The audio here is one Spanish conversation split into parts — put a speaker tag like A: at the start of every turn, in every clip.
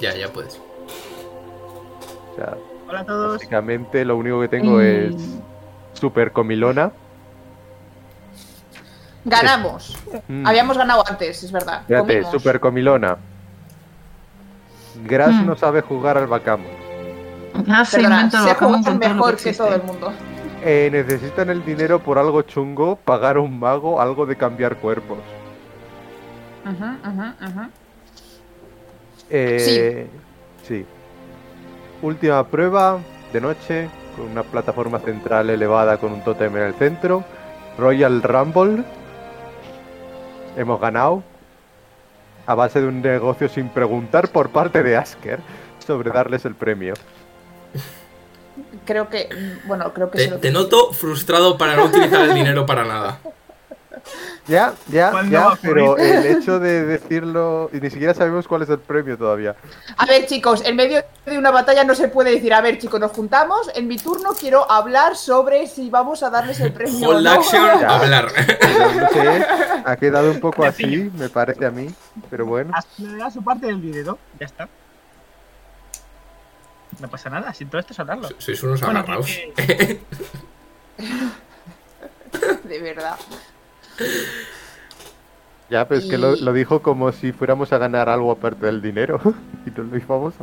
A: Ya, ya puedes.
B: O sea,
C: Hola a todos.
B: básicamente lo único que tengo es super comilona.
D: Ganamos.
B: Mm,
D: Habíamos ganado antes, es verdad.
B: Espérate,
D: Comimos.
B: super comilona. Grass
E: Mm.
B: no sabe jugar al backgammon.
E: Ah, se
D: Perdona,
E: inventa el
D: sé
E: bacamón
D: jugar
E: con todo lo
D: mejor que,
E: existe.
D: todo el mundo.
B: Eh, necesitan el dinero por algo chungo, pagar a un mago, algo de cambiar cuerpos.
D: Ujú, ujú, ujú.
B: Eh, sí. Última prueba de noche, con una plataforma central elevada con un tótem en el centro. Royal Rumble. Hemos ganado. A base de un negocio sin preguntar por parte de Asker sobre darles el premio.
D: Creo que. mm, Bueno, creo que
A: Te,
D: se lo
A: te noto frustrado para no utilizar el dinero para nada.
B: Ya, ya,
C: ¿Cuándo va
B: ya,
C: a
B: pero el hecho de decirlo. Y ni siquiera sabemos cuál es el premio todavía.
D: A ver, chicos, en medio de una batalla no se puede decir, a ver, chicos, nos juntamos. En mi turno quiero hablar sobre si vamos a darles el premio. o
A: Hold
D: no.
A: action,
B: Ya.
A: hablar.
B: Pero no sé, ha quedado un poco así,
C: Sencillo.
B: me parece a mí. Pero bueno.
C: As- Me Ah, da su parte del dinero, ya está. No pasa nada, si todo esto es hablarlo.
A: Sois unos
C: Bueno,
A: agarrados.
C: porque-
D: De verdad.
B: Ya, pero es que lo,
D: Y-
B: lo dijo como si fuéramos a ganar algo aparte del dinero. y no lo íbamos a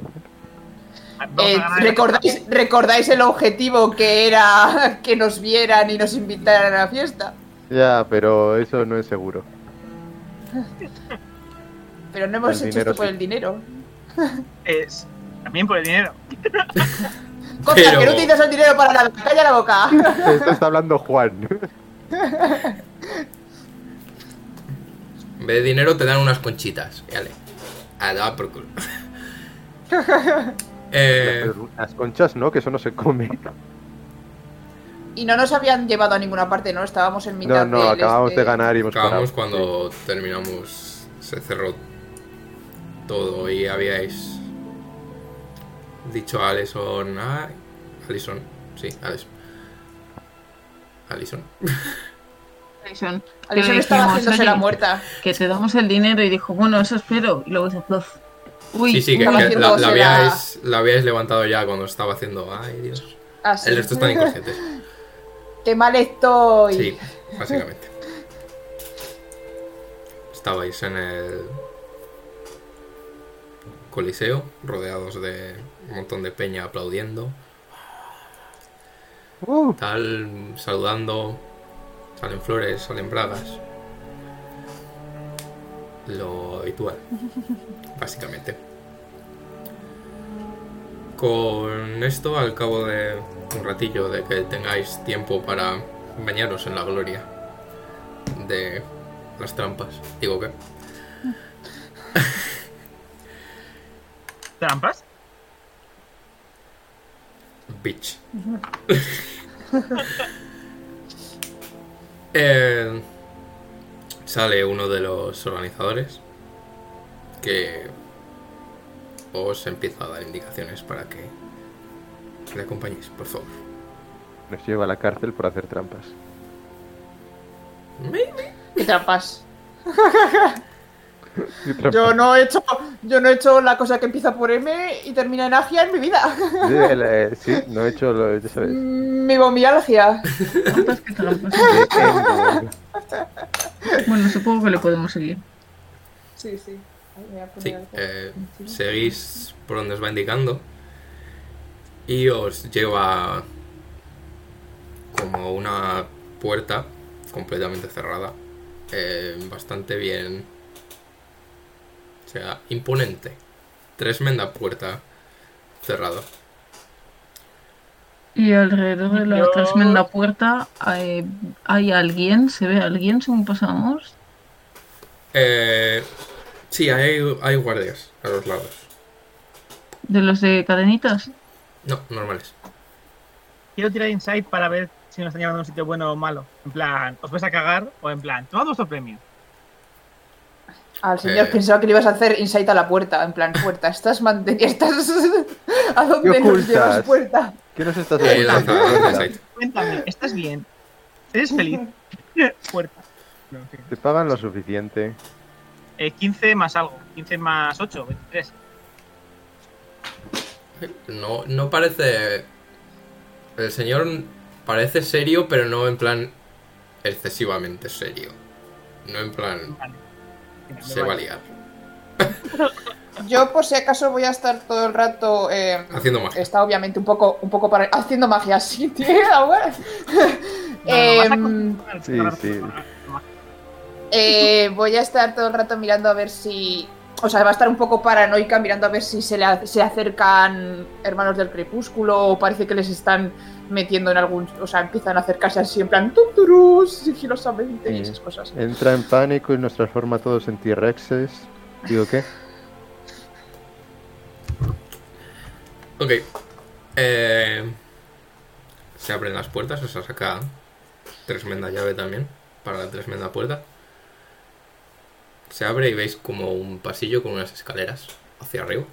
B: hacer.
C: Vamos a
D: Eh,
C: ganar-
D: ¿recordáis, recordáis el objetivo que era que nos vieran y nos invitaran a la fiesta?
B: Ya, pero eso no es seguro.
D: Pero no hemos
B: El
D: hecho
B: dinero
D: esto por
B: sí.
D: el dinero.
C: Es- también por el dinero.
D: Contra,
A: Pero-
D: que no utilizas el dinero para nada. Calla la boca.
B: Esto está hablando Juan.
A: En vez de dinero te dan unas conchitas. Vale. A dar por culo. Eh,
B: Las conchas no, que eso no se come.
D: Y no nos habían llevado a ninguna parte, ¿no? Estábamos en mitad
B: No, no,
D: del
B: acabamos
D: este-
B: de ganar y hemos
A: acabamos
B: parado.
A: cuando terminamos. Se cerró todo y habíais dicho a Alison. ah, Alison, sí, Alison. Alison.
E: Alison,
D: Alison
E: que le
D: estaba
E: dijimos,
D: haciéndose
E: "Oye,
D: la muerta.
E: Que te damos el dinero y dijo, bueno, eso espero. Y luego dice, "Uf". Uy,
A: Sí, sí, que,
D: estaba
A: que
D: haciendo
A: la, la
D: seda.
A: habíais, la habíais levantado ya cuando estaba haciendo. Ay, Dios.
D: Así.
A: El resto están inconscientes.
D: Qué mal estoy.
A: Sí, básicamente. Estabais en el Coliseo, rodeados de un montón de peña aplaudiendo,
B: Uh,
A: tal, saludando, salen flores, salen bragas. Lo habitual, básicamente. Con esto, al cabo de un ratillo de que tengáis tiempo para bañaros en la gloria de las trampas, digo que.
C: ¿Trampas?
A: Bitch. Eh, sale uno de los organizadores que os empieza a dar indicaciones para que le acompañéis, por favor.
B: nos lleva a la cárcel por hacer trampas.
D: Qué trampas.
B: Sí, trampas.
D: Yo no he hecho, yo no he hecho la cosa que empieza por M y termina en agia en mi vida. Mm,
B: Sí, el, eh, sí, no he hecho lo ya sabes.
D: Mi vomialgia.
E: trampas, qué trampas.
B: de Endor.
E: Bueno, supongo que le podemos seguir.
D: Sí, sí. Ay, me voy a poner
A: Sí,
D: algo.
A: eh, seguís por donde os va indicando y os lleva como a una puerta completamente cerrada, eh, bastante bien, o sea, imponente, tremenda puerta cerrada.
E: Y alrededor de la
C: Dios.
E: tremenda puerta hay, hay alguien, se ve alguien según pasamos.
A: Eh, sí, hay, hay guardias a los lados,
E: De los de cadenitas.
A: no, normales.
C: Quiero tirar insight para ver si nos están llevando a un sitio bueno o malo. En plan, ¿os vais a cagar? O en plan, tomad vuestro premio.
D: Al señor
A: eh.
D: pensaba que le ibas a hacer insight a la puerta, en plan puerta. Estás manteniendo, estás a
B: ¿Qué
D: dónde nos
B: ocultas?
D: llevas puerta.
B: ¿Qué nos estás
A: Eh,
B: ocultando?
A: lanza- lanza insight.
C: Cuéntame, ¿estás bien? ¿Eres feliz? Puerta. No, en fin.
B: Te pagan lo suficiente.
C: Eh, 15 más algo. 15 más 8, 23.
A: No, no parece. El señor parece serio, pero no en plan excesivamente serio. No en plan
C: Mira,
A: se
C: me
A: va a
C: vale.
A: liar.
D: Yo por si acaso voy a estar todo el rato... eh,
A: Haciendo magia.
D: está obviamente un poco, un poco para... Haciendo magia, sí, tío. la wea.
C: No, no, vas a
D: Em,
C: continuar,
B: Sí,
C: claro,
B: sí.
C: no,
D: Eh, voy a estar todo el rato mirando a ver si. O sea, va a estar un poco paranoica mirando a ver si se le a- se acercan hermanos del crepúsculo o parece que les están metiendo en algún. O sea, empiezan a acercarse así en plan tunturús, sigilosamente y
B: Sí.
D: esas cosas.
B: Entra en pánico y nos transforma a todos en T-Rexes. Digo, ¿qué?
A: Ok. Eh, se abren las puertas, o sea, saca tremenda llave también para la tremenda puerta. Se abre y veis como un pasillo con unas escaleras hacia arriba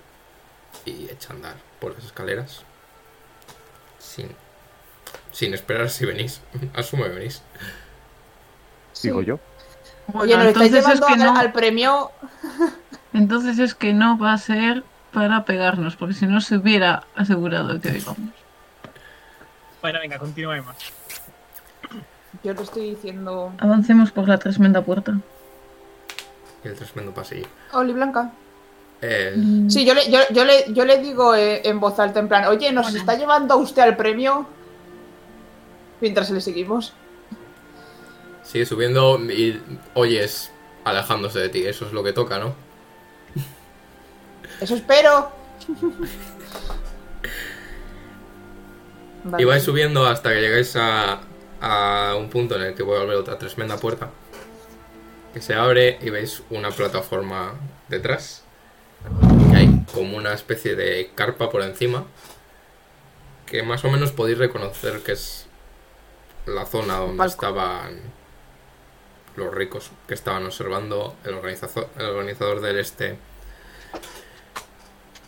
A: y echa a andar por las escaleras sin, sin esperar si venís. Asumo que venís.
B: Digo
D: Sí.
B: yo.
D: Oye, nos estáis
E: entonces es
D: llevando
E: que
D: al,
E: no,
D: al premio.
E: entonces es que no va a ser para pegarnos, porque si no se hubiera asegurado que digamos.
C: Bueno, venga, continuemos.
D: Yo lo estoy diciendo.
E: Avancemos por la tremenda puerta.
A: Y el tremendo pasillo.
D: Oli Blanca.
A: Eh,
E: Mm,
D: Sí, yo le, yo, yo le, yo le digo eh, en voz alta, en plan, oye, ¿nos está llevando usted al premio? Mientras le seguimos.
A: sigue subiendo y oyes alejándose de ti. Eso es lo que toca, ¿no?
D: Eso espero. Vale.
A: Y vais subiendo hasta que llegáis a, a un punto en el que vuelve otra tremenda puerta. Que se abre y veis una plataforma detrás. Y hay como una especie de carpa por encima. Que más o menos podéis reconocer que es la zona donde
D: Palco.
A: estaban los ricos que estaban observando el organizador, el organizador del este.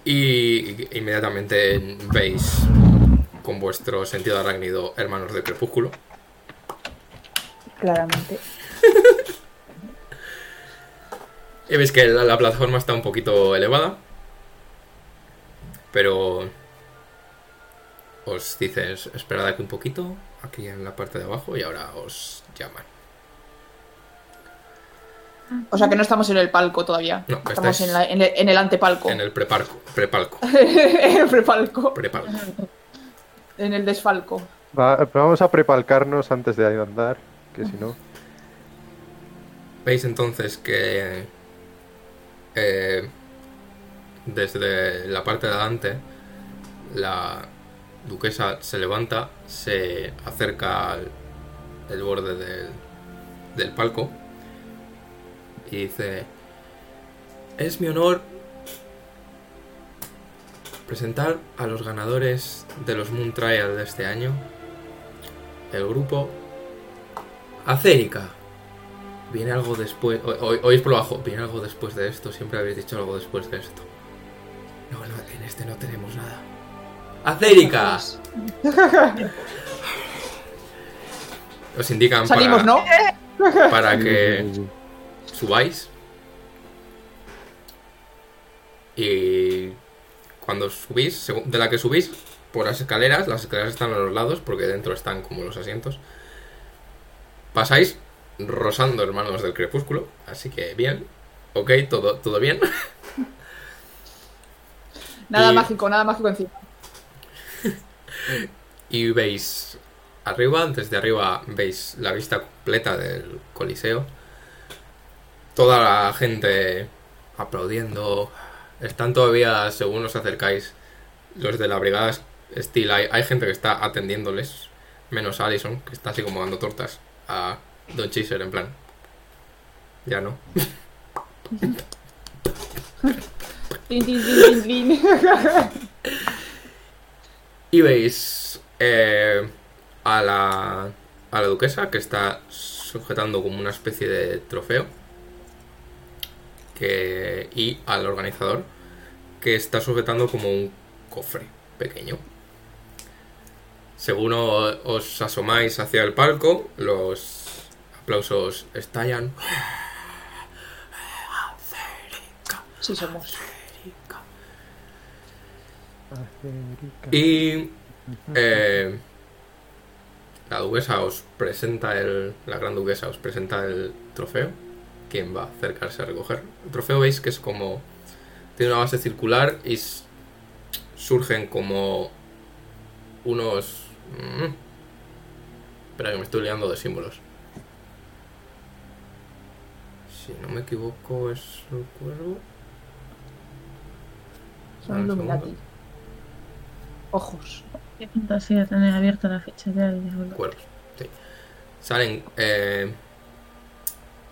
A: Y inmediatamente veis con vuestro sentido arácnido hermanos de crepúsculo.
D: Claramente.
A: Y veis que la, la plataforma está un poquito elevada. Pero os dicen, "Es- esperad aquí un poquito, aquí en la parte de abajo, y ahora os llaman.
D: O sea que no estamos en el palco todavía.
A: No,
D: estamos
A: estáis
D: en, la- en el, en el antepalco.
A: En el preparco, prepalco,
D: En el prepalco.
A: prepalco.
D: En el desfalco.
B: Va- vamos a prepalcarnos antes de andar, que si no.
A: Veis entonces que eh, desde la parte de adelante la duquesa se levanta, se acerca al el borde del, del palco y dice, es mi honor presentar a los ganadores de los Moon Trial de este año, el grupo Acérica. Viene algo después. o- o- Oís por lo bajo. Viene algo después de esto. Siempre habéis dicho algo después de esto. No, no, en este no tenemos nada. ¡Acérica!
D: Pues
A: Os indican
D: Salimos,
A: para,
D: ¿no?
A: para Ah, que subáis. Y cuando subís, según- de la que subís, por las escaleras, las escaleras están a los lados porque dentro están como los asientos. Pasáis rozando hermanos del crepúsculo, así que bien. Ok, todo, todo bien.
D: Nada
A: Y-
D: mágico, nada mágico encima.
A: Y veis arriba, desde arriba veis la vista completa del Coliseo. Toda la gente aplaudiendo. Están todavía, según os acercáis, los de la brigada Steel. Hay, hay gente que está atendiéndoles, menos Allison, que está así como dando tortas a Don Chiser, en plan. Ya no.
D: Tin, tin, tin, tin, tin.
A: Y veis eh, a, la, a la duquesa que está sujetando como una especie de trofeo. Que, y al organizador que está sujetando como un cofre pequeño. Según o- os asomáis hacia el palco, los aplausos estallan.
D: Sí, somos.
F: Acerica.
A: Y eh, la duquesa os presenta el. La gran duquesa os presenta el trofeo. Quien va a acercarse a recoger. El trofeo veis que es como. Tiene una base circular y s- surgen como. Unos. mm, espera, que me estoy liando de símbolos. Si no me equivoco, es el cuervo.
G: Son
A: Dame un
G: Illuminati.
A: segundo.
G: Ojos.
E: Qué fantasía tener abierta la ficha ya y devolver.
A: Cuervos, sí. Salen eh,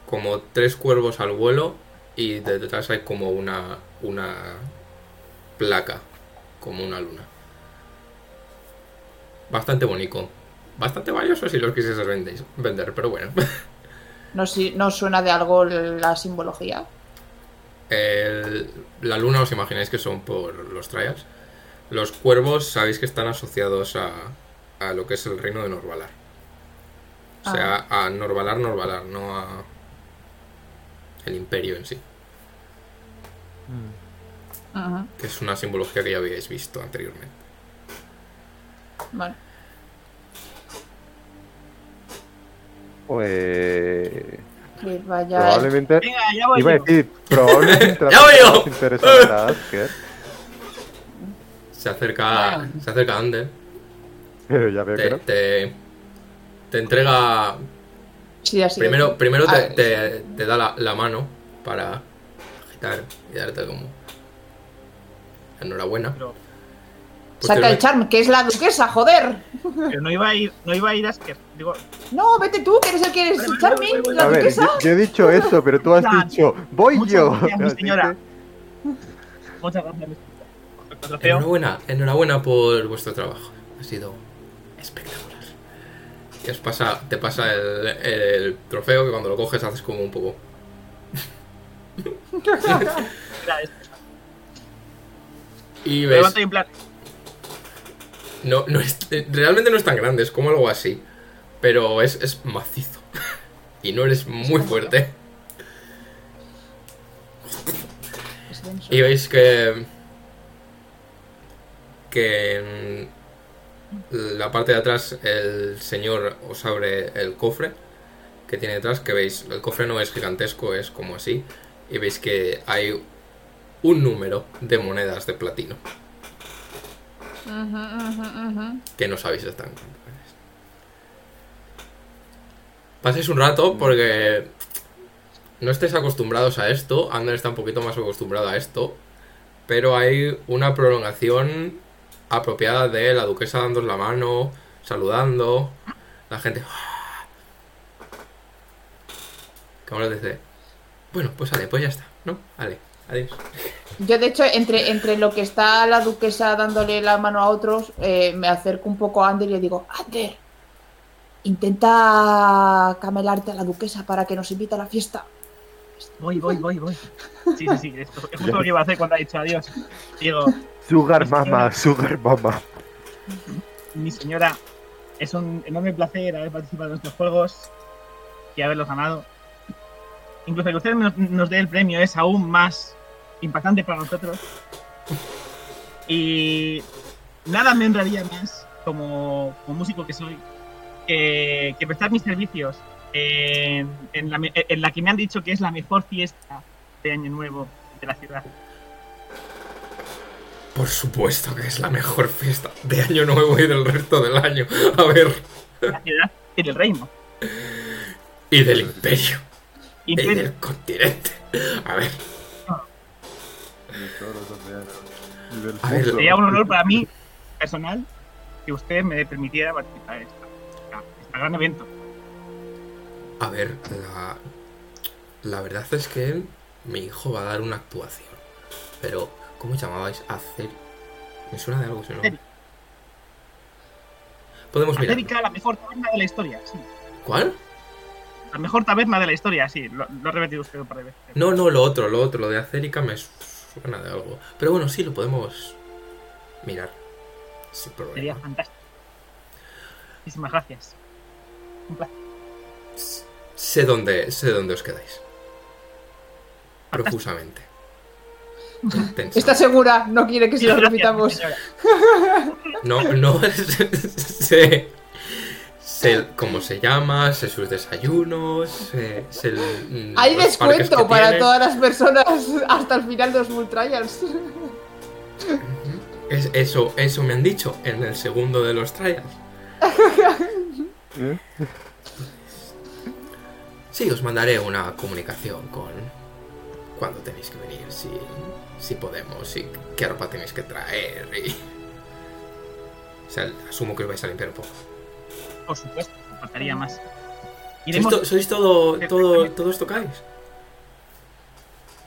A: como tres cuervos al vuelo y de- detrás hay como una, una placa, como una luna. Bastante bonito. Bastante valioso si los quisieses vendéis- vender, pero bueno.
G: No, si, no suena de algo la simbología.
A: El- la luna os imagináis que son por los trials. Los cuervos sabéis que están asociados a, a lo que es el reino de Norvalar. O sea, a Norvalar, Norvalar, no a el imperio en sí,
F: Mm.
E: Ajá.
A: que es una simbología que ya habíais visto anteriormente.
G: Vale.
B: Pues.
G: Que vaya.
B: Probablemente.
C: Venga, ya voy.
B: Iba a
C: yo.
B: decir, probablemente.
A: ¡Ya voy yo!
B: más interesante a Asker,
A: Se acerca,
E: Bueno.
A: se acerca Ander,
B: Pero ya veo que
A: te,
B: no.
A: te, te entrega,
G: Sí, así.
A: primero, primero
G: Ah,
A: te, te- te da la, la mano para agitar y darte como enhorabuena.
C: Pero,
G: Saca el
A: Posteriormente-
G: charm, que es la duquesa, joder.
C: pero no iba a ir, no iba a ir Asker. Digo,
G: No, vete tú, que eres el que eres el charming,
C: voy, voy,
G: la
B: A ver, yo,
G: duquesa.
B: yo he dicho eso, pero tú has
C: Plan,
B: dicho, voy
C: muchas
B: yo.
C: gracias, mi
B: Así que-
C: señora. muchas gracias. El trofeo.
A: Enhorabuena, enhorabuena por vuestro trabajo. Ha sido espectacular. Y os pasa, te pasa el, el trofeo que cuando lo coges haces como un poco.
C: Mira, es-
A: Y
C: me
A: ves,
C: levanto y en plan,
A: no, no es- eh, realmente no es tan grande, es como algo así. Pero es, es macizo. y no eres muy fuerte.
G: Es denso.
A: Y veis que. que en la parte de atrás el señor os abre el cofre que tiene detrás. Que veis, el cofre no es gigantesco, es como así. Y veis que hay un número de monedas de platino que no sabéis están. Paséis un rato porque no estáis acostumbrados a esto. Ander está un poquito más acostumbrado a esto. Pero hay una prolongación apropiada de la duquesa dándos la mano, saludando. La gente. ¡ah! Cámara dice. Bueno, pues vale, pues ya está, ¿no? Vale, adiós.
G: Yo, de hecho, entre, entre lo que está la duquesa dándole la mano a otros, eh, me acerco un poco a Ander y le digo, Ander, intenta camelarte a la duquesa para que nos invite a la fiesta.
C: voy, voy, voy, voy. Sí, sí, sí. Esto, es justo lo que iba a hacer cuando ha dicho adiós. Digo,
B: Sugar mama, sugar mama.
C: mi señora, es un enorme placer haber participado en estos juegos y haberlos ganado. Incluso que usted nos, nos dé el premio es aún más impactante para nosotros. Y nada me honraría más, como, como músico que soy, que, que prestar mis servicios en, en la, me- en la que me han dicho que es la mejor fiesta de Año Nuevo de la ciudad.
A: Por supuesto que es la mejor fiesta de año nuevo y del resto del año. A ver.
C: De la ciudad y del reino.
A: Y del imperio.
C: Y
A: Y del continente. A ver, A ver,
C: Sería un honor para mí, personal, que usted me permitiera participar en esta, este gran evento.
A: a ver, la. La verdad es que mi hijo va a dar una actuación. Pero, ¿cómo llamabais? Acer. Me suena de algo ese nombre. Podemos mirar.
C: Acérica, la mejor taberna de la historia, sí.
A: ¿Cuál?
C: La mejor taberna de la historia, sí. Lo, lo ha repetido usted un par de veces.
A: No, no, lo otro, lo otro, lo de Acérica me suena de algo. Pero bueno, sí, lo podemos mirar. Sin
C: Sería
A: problema.
C: fantástico. Muchísimas gracias. Un placer.
A: Sé dónde, sé dónde os quedáis. Profusamente. Tensa.
D: ¿Está segura? No quiere que se lo
C: Gracias,
D: repitamos.
C: señora.
A: No, no. se, se- ¿Cómo se llama? Sé sus desayunos. Sé, sé el-
D: Hay
A: mm, los parques que
D: descuento para
A: tiene.
D: todas las personas hasta el final de los Bull Trials.
A: Es- eso, eso me han dicho en el segundo de los trials.
B: ¿Eh?
A: Sí, os mandaré una comunicación con cuándo tenéis que venir, si, si podemos, y qué ropa tenéis que traer. Y... O sea, asumo que os vais a limpiar un poco.
C: Por supuesto, faltaría más.
A: ¿Sois,
C: Iremos.
A: to- sois todo, todo,
C: Perfectamente.
A: todos tocáis?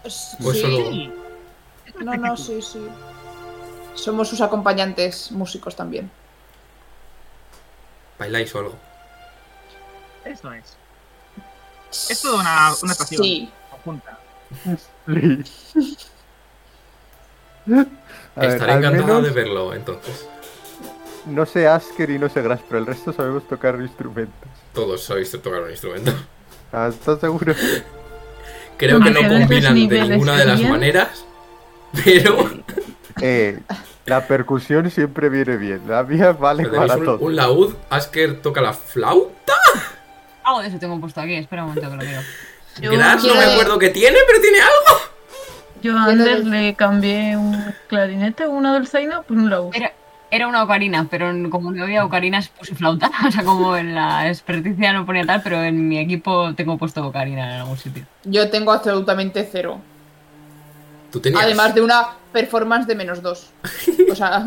A: Pues solo-
D: Sí,
C: Sí.
D: no, no, sí, sí. Somos sus acompañantes músicos también.
A: ¿Bailáis o algo?
C: Eso es. Es toda una, una actuación
D: Sí.
C: conjunta.
B: A ver,
A: Estaré
B: al
A: encantada
B: menos
A: de verlo entonces.
B: no sé Asker y no sé Gras, pero el resto sabemos tocar instrumentos.
A: Todos sois tocar un instrumento.
B: Ah, ¿Estás seguro?
A: Creo que no
E: Diferentes
A: combinan de
E: niveles
A: ninguna de las
E: serían.
A: maneras, pero
B: Eh, la percusión siempre viene bien. La mía vale
A: pero tenéis
B: para
A: un,
B: todo.
A: un laúd. Asker toca la flauta.
H: Algo de eso tengo puesto aquí, espera un momento que lo veo.
E: Yo-
A: Gras, no
D: quiero-
A: me acuerdo que tiene, pero tiene algo.
E: Yo a Ander le cambié un clarinete, una dulzaina, pues por un laúd.
H: Era, era una ocarina, pero como no había ocarinas puse flauta. O sea, como en la experticia no ponía tal, pero en mi equipo tengo puesto ocarina en algún sitio.
D: Yo tengo absolutamente cero.
A: Tú tenías.
D: Además de una performance de menos dos. O sea,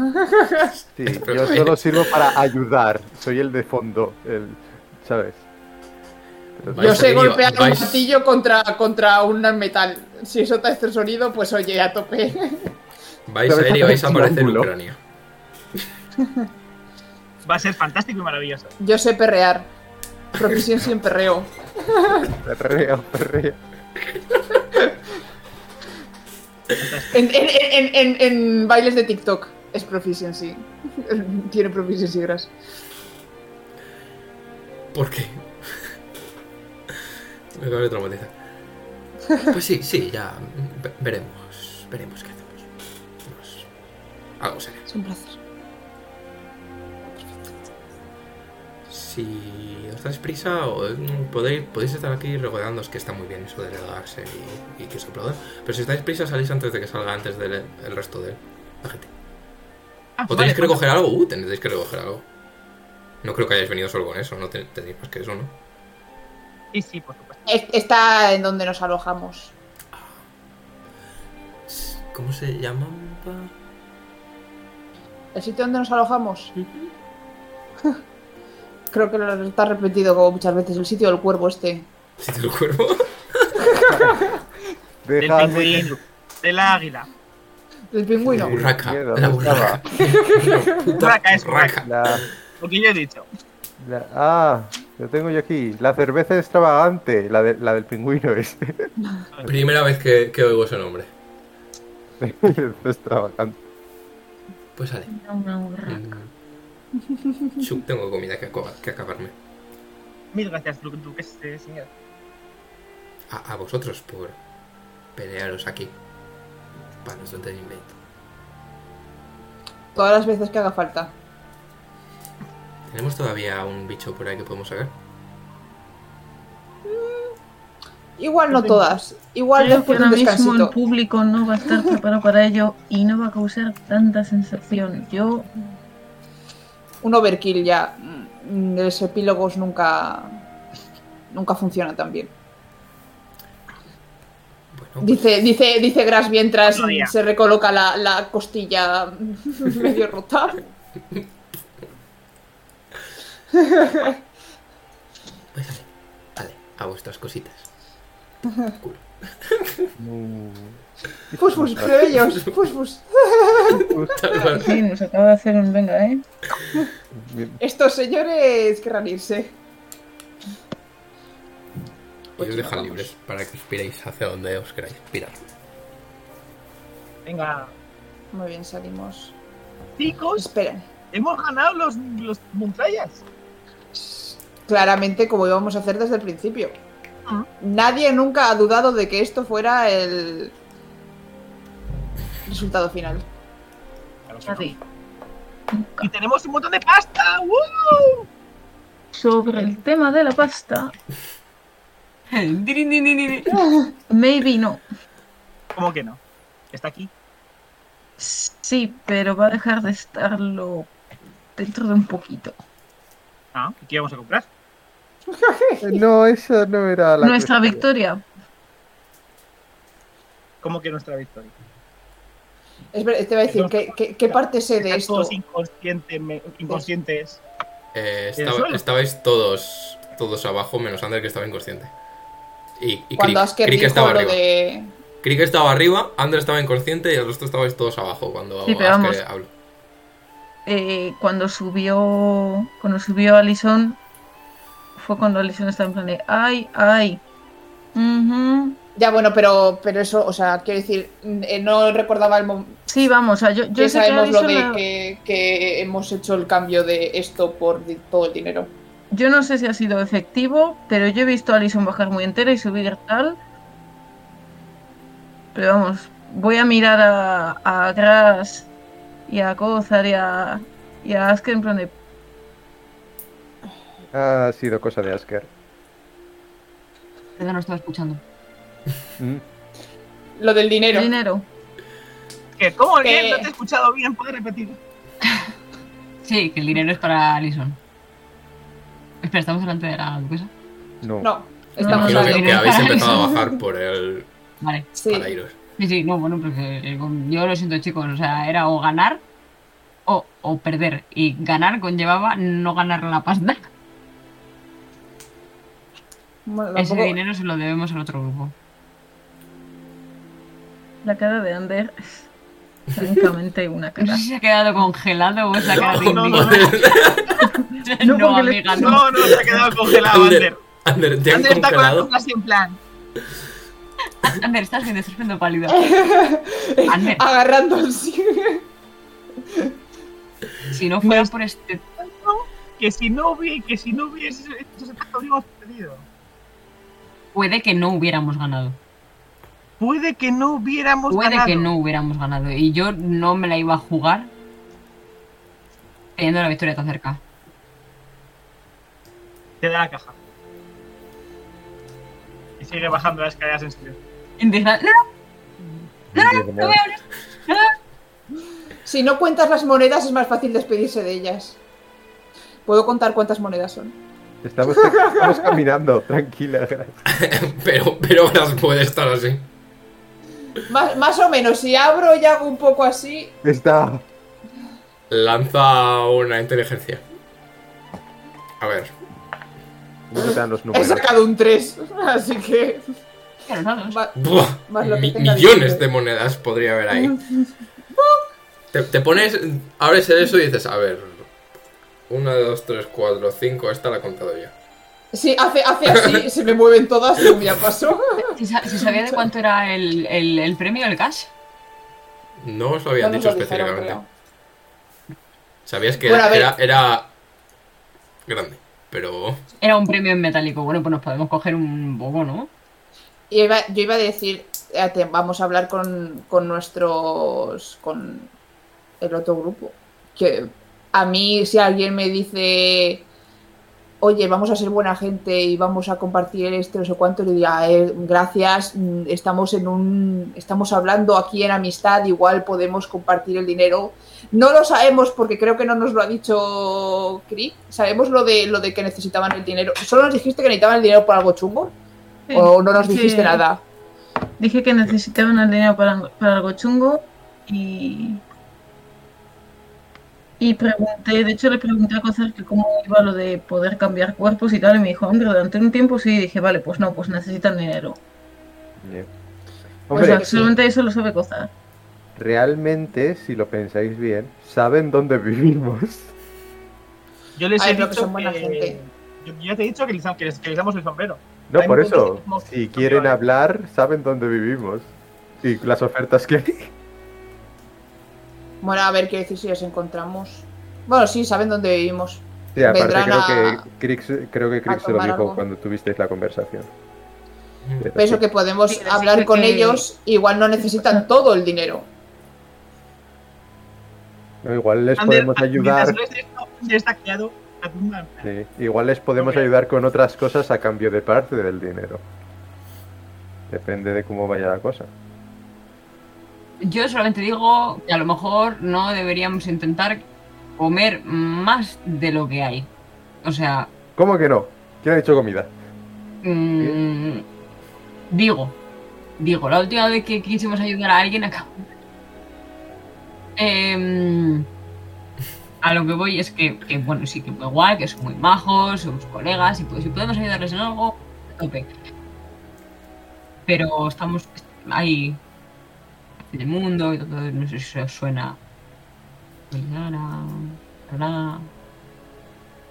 B: Sí,
A: Pero
B: yo
A: no
B: solo
A: es.
B: sirvo para ayudar. Soy el de fondo, el, ¿sabes? Pero-
A: Vais
D: yo
A: a
D: sé
A: venir-
D: golpear
A: vais-
D: un martillo contra, contra un metal. Si eso te hace sonido, pues oye, a tope.
A: Vais
B: Pero
A: a ir y
B: esa
A: vais a
B: parte
A: aparecer en
B: triángulo.
A: Ucrania.
C: Va a ser fantástico y maravilloso.
D: Yo sé perrear. Proficiency en perreo.
B: Perreo, perreo.
D: En, en- en- en- en- en bailes de TikTok es proficiency. Tiene proficiency gras.
A: ¿Por qué? Me acabo de traumatizar. Pues sí, sí, ya ve- veremos. Veremos qué hacemos. Nos- Algo será.
D: Es un placer.
A: Si os dais prisa, o, mm, podéis, podéis estar aquí regodeándoos que está muy bien eso de regalarse y, y que os aplaudan. Pero si os dais prisa, salís antes de que salga antes del el resto de la gente.
C: Ah,
A: ¿O
C: vale,
A: tenéis que recoger algo? Uh, tendréis que recoger algo. No creo que hayáis venido solo con eso, no ten- tenéis más que eso, ¿no?
C: Sí, sí, por supuesto.
D: Es- Está en donde nos alojamos.
A: ¿Cómo se llama?
D: ¿El sitio donde nos alojamos? Creo que lo está repetido como muchas veces. El sitio del cuervo este.
A: Si te lo cuervo.
C: Del
B: Déjame.
C: pingüino. Del águila.
D: Del pingüino.
B: Sí.
A: Burraca,
B: miedo,
A: la
B: no
A: burraca. La puta
C: Burraca es
A: burraca.
B: La,
C: Lo que yo he dicho.
B: la- ah, lo tengo yo aquí. La cerveza extravagante, la, de- la del pingüino este.
A: Primera vez que, que oigo ese nombre.
B: extravagante.
A: Pues sale.
E: No, no, ra-
A: Mm. Chu, tengo comida que, aco- que acabarme.
C: Mil gracias, du- duquesa, eh, señor.
A: A, a vosotros por pelearos aquí. Para nuestro entretenimiento.
D: Todas las veces que haga falta.
A: Tenemos todavía un bicho por ahí que podemos sacar.
D: Igual no todas. Igual
E: Creo que
D: después de
E: ahora
D: un
E: mismo el
D: descansito.
E: público no va a estar preparado para ello y no va a causar tanta sensación. Yo
D: Un overkill ya. Mm, Los epílogos nunca. Nunca funciona tan bien.
A: Bueno, pues,
D: Dice, dice, dice Gras mientras
C: Otro día.
D: se recoloca la, la costilla medio rota.
A: pues sale. Vale, a vuestras cositas. Culo.
D: Fus, fus, plebeyos. Fus, fus.
E: sí, nos acaba de hacer un venga, ¿eh?
D: Estos señores querrán irse.
A: Y os dejan libres para que os piréis hacia donde os queráis pirar.
C: Venga.
D: Muy bien, salimos.
C: Chicos,
D: Esperen.
C: hemos ganado los, los Muntrayas.
D: claramente como íbamos a hacer desde el principio.
C: Ah.
D: Nadie nunca ha dudado de que esto fuera el resultado final.
C: Claro que no.
E: Así.
C: Y tenemos un montón de pasta. ¡Woo!
E: Sobre el tema de la pasta,
H: Dirin, din, din, din.
E: maybe no.
C: ¿Cómo que no? Está aquí.
E: Sí, pero va a dejar de estarlo dentro de un poquito.
C: Ah, ¿y ¿qué vamos a comprar?
B: No, esa no era la
E: Nuestra
B: cuestión.
E: victoria.
C: ¿Cómo que nuestra victoria?
D: Es ver- te voy a decir, ¿qué, qué, qué parte sé de
C: Están
D: esto?
C: Todos inconscientes, me- inconscientes.
A: Eh,
C: ¿En el
A: estaba-
C: suelo?
A: estabais todos todos abajo, menos Ander que estaba inconsciente. Y, y
D: Cuando
A: Crick,
D: Asker
A: Crick
D: dijo
A: estaba
D: lo
A: arriba.
D: de...
A: Crick estaba arriba, Ander estaba inconsciente y el resto estabais todos abajo cuando
E: Sí, pero
A: Asker
E: vamos.
A: habló.
E: eh, cuando subió cuando subió Alison fue cuando Alison estaba en plan de ay ay ujú".
D: Ya, bueno, pero, pero eso, o sea, quiero decir, eh, no recordaba el momento...
E: sí vamos o sea, yo, yo
D: Ya
E: sé que
D: sabemos lo
E: Alison
D: de
E: la-
D: que, que hemos hecho el cambio de esto por di- todo el dinero.
E: yo no sé si ha sido efectivo pero yo he visto a Alison bajar muy entera y subir tal pero vamos voy a mirar a, a Grass y a Kozar y a y a Asker en plan de
B: Ha sido cosa de Asker.
H: Yo no lo estaba escuchando.
B: Mm.
D: Lo del dinero.
E: dinero
C: Que ¿Cómo bien?
D: Que-
C: No te he escuchado bien, puedes repetir.
H: Sí, que el dinero es para Alison. Espera, ¿estamos delante de la duquesa?
B: No.
D: No, estamos
A: Imagino que,
D: hablando.
A: que habéis empezado a bajar por el
H: Vale.
D: Sí.
A: para iros.
H: Sí, sí, no, bueno, pues eh, yo lo siento, chicos. O sea, era o ganar o, o perder. Y ganar conllevaba no ganar la pasta.
D: Bueno,
H: Ese
D: tampoco-
H: dinero se lo debemos al otro grupo.
E: la cara de Ander es francamente una
H: No
E: cara
H: sé si se ha quedado congelado o se ha quedado
C: no, no.
H: indignado.
E: No,
H: No,
E: porque le-
H: amiga, Ah, no.
C: No, no, se ha quedado congelado,
A: Ander.
C: Ander.
A: Ander, te han
C: Ander está con las
A: congelado.
C: cosas en plan.
H: Ander, estás viendo, estás viendo pálida. Ander.
D: Agarrando así.
H: Si no fuera por este
C: Que si no hubiera, que si no hubiese estos ataques habríamos perdido.
H: puede que no hubiéramos ganado.
C: Puede que no hubiéramos
H: Puede
C: ganado.
H: que no hubiéramos ganado. Y yo no me la iba a jugar teniendo la victoria tan cerca.
C: Te da la caja. Y sigue bajando las escaleras en silencio.
H: Indigna- No, no, no
B: Indignado.
H: me hables.
D: Si no cuentas las monedas es más fácil despedirse de ellas. Puedo contar cuántas monedas son.
B: Estamos, estamos caminando, tranquila.
A: Pero, pero ahora puede estar así.
D: Más, más o menos, si abro y hago un poco así,
B: Está.
A: Lanza una inteligencia. A ver,
B: ¿Cómo te dan los
D: he
B: números?
D: sacado un 3. Así que.
H: Pero no, no.
D: va-
A: Buah,
D: Más lo que
A: mi-
D: tenga
A: millones
D: dentro.
A: de monedas podría haber ahí. Te, te pones, abres eso y dices, a ver, 1, 2, 3, 4, 5, esta la he contado yo.
D: Si hace, hace así, se me mueven todas, y ya pasó.
H: Si, sa- si sabía de cuánto era el, el, el premio, el cash.
A: No os lo habían
D: No nos
A: dicho
D: lo dijeron,
A: específicamente. Sabías que
D: Bueno, a ver.
A: era, era grande, pero
H: Era un premio en metálico. Bueno, pues nos podemos coger un poco, ¿no?
D: Y iba- yo iba a decir, eh, te- vamos a hablar con, con nuestros. con el otro grupo. Que a mí, si alguien me dice. Oye, vamos a ser buena gente y vamos a compartir este no sé cuánto, le diría, "Eh, gracias, mm, estamos en un. estamos hablando aquí en amistad, igual podemos compartir el dinero. No lo sabemos porque creo que no nos lo ha dicho Crick. Sabemos lo de lo de que necesitaban el dinero. Solo nos dijiste que necesitaban el dinero por algo chungo. O no nos
E: Sí.
D: dijiste nada.
E: Dije que necesitaban el dinero para, para algo chungo y. Y pregunté, de hecho le pregunté a Cozar que cómo iba lo de poder cambiar cuerpos y tal, y me dijo, hombre, durante un tiempo sí, y dije, vale, pues no, pues necesitan dinero.
B: Bien.
E: o sea,
B: Hombre,
D: sí.
E: solamente eso lo sabe Cozar.
B: realmente, si lo pensáis bien, saben dónde vivimos.
C: Yo les
D: Ay,
C: he
D: pero
C: dicho
D: que son buena gente.
C: Yo, yo ya te he dicho que les, que les- que les damos el sombrero.
B: No,
C: Hay
B: por
C: un punto
B: eso,
C: que hemos-
B: si quieren hablar, saben dónde vivimos. Y las ofertas que hay.
D: Bueno, a ver, quiero decir si los encontramos. Bueno, sí, saben dónde vivimos.
B: Sí, aparte
D: Vendrán
B: creo
D: a-
B: que Crix, creo que Crix se lo
D: tomar
B: dijo
D: algo.
B: cuando tuvisteis la conversación.
A: Mm.
B: Pero
D: Pienso
B: sí.
D: que podemos
E: Sí, les
D: hablar
E: dije
D: con
E: que-
D: ellos. Igual no necesitan todo el dinero.
B: No, igual les
C: Ander,
B: podemos
C: a- mientras
B: ayudar.
C: no es esto, Ander está creado a tumba. en plan,
B: Sí, igual les podemos
C: Ok.
B: ayudar con otras cosas a cambio de parte del dinero. Depende de cómo vaya la cosa.
H: Yo solamente digo que a lo mejor no deberíamos intentar comer más de lo que hay. O sea,
B: ¿Cómo que no? ¿Quién ha dicho comida?
H: mm, digo, digo, la última vez que quisimos ayudar a alguien acá. Em, a lo que voy es que, que, bueno, sí que muy guay, que son muy majos, somos colegas y pues si podemos ayudarles en algo, a tope. Pero estamos ahí en el mundo y todo, no sé si os suena. Lara, Lara.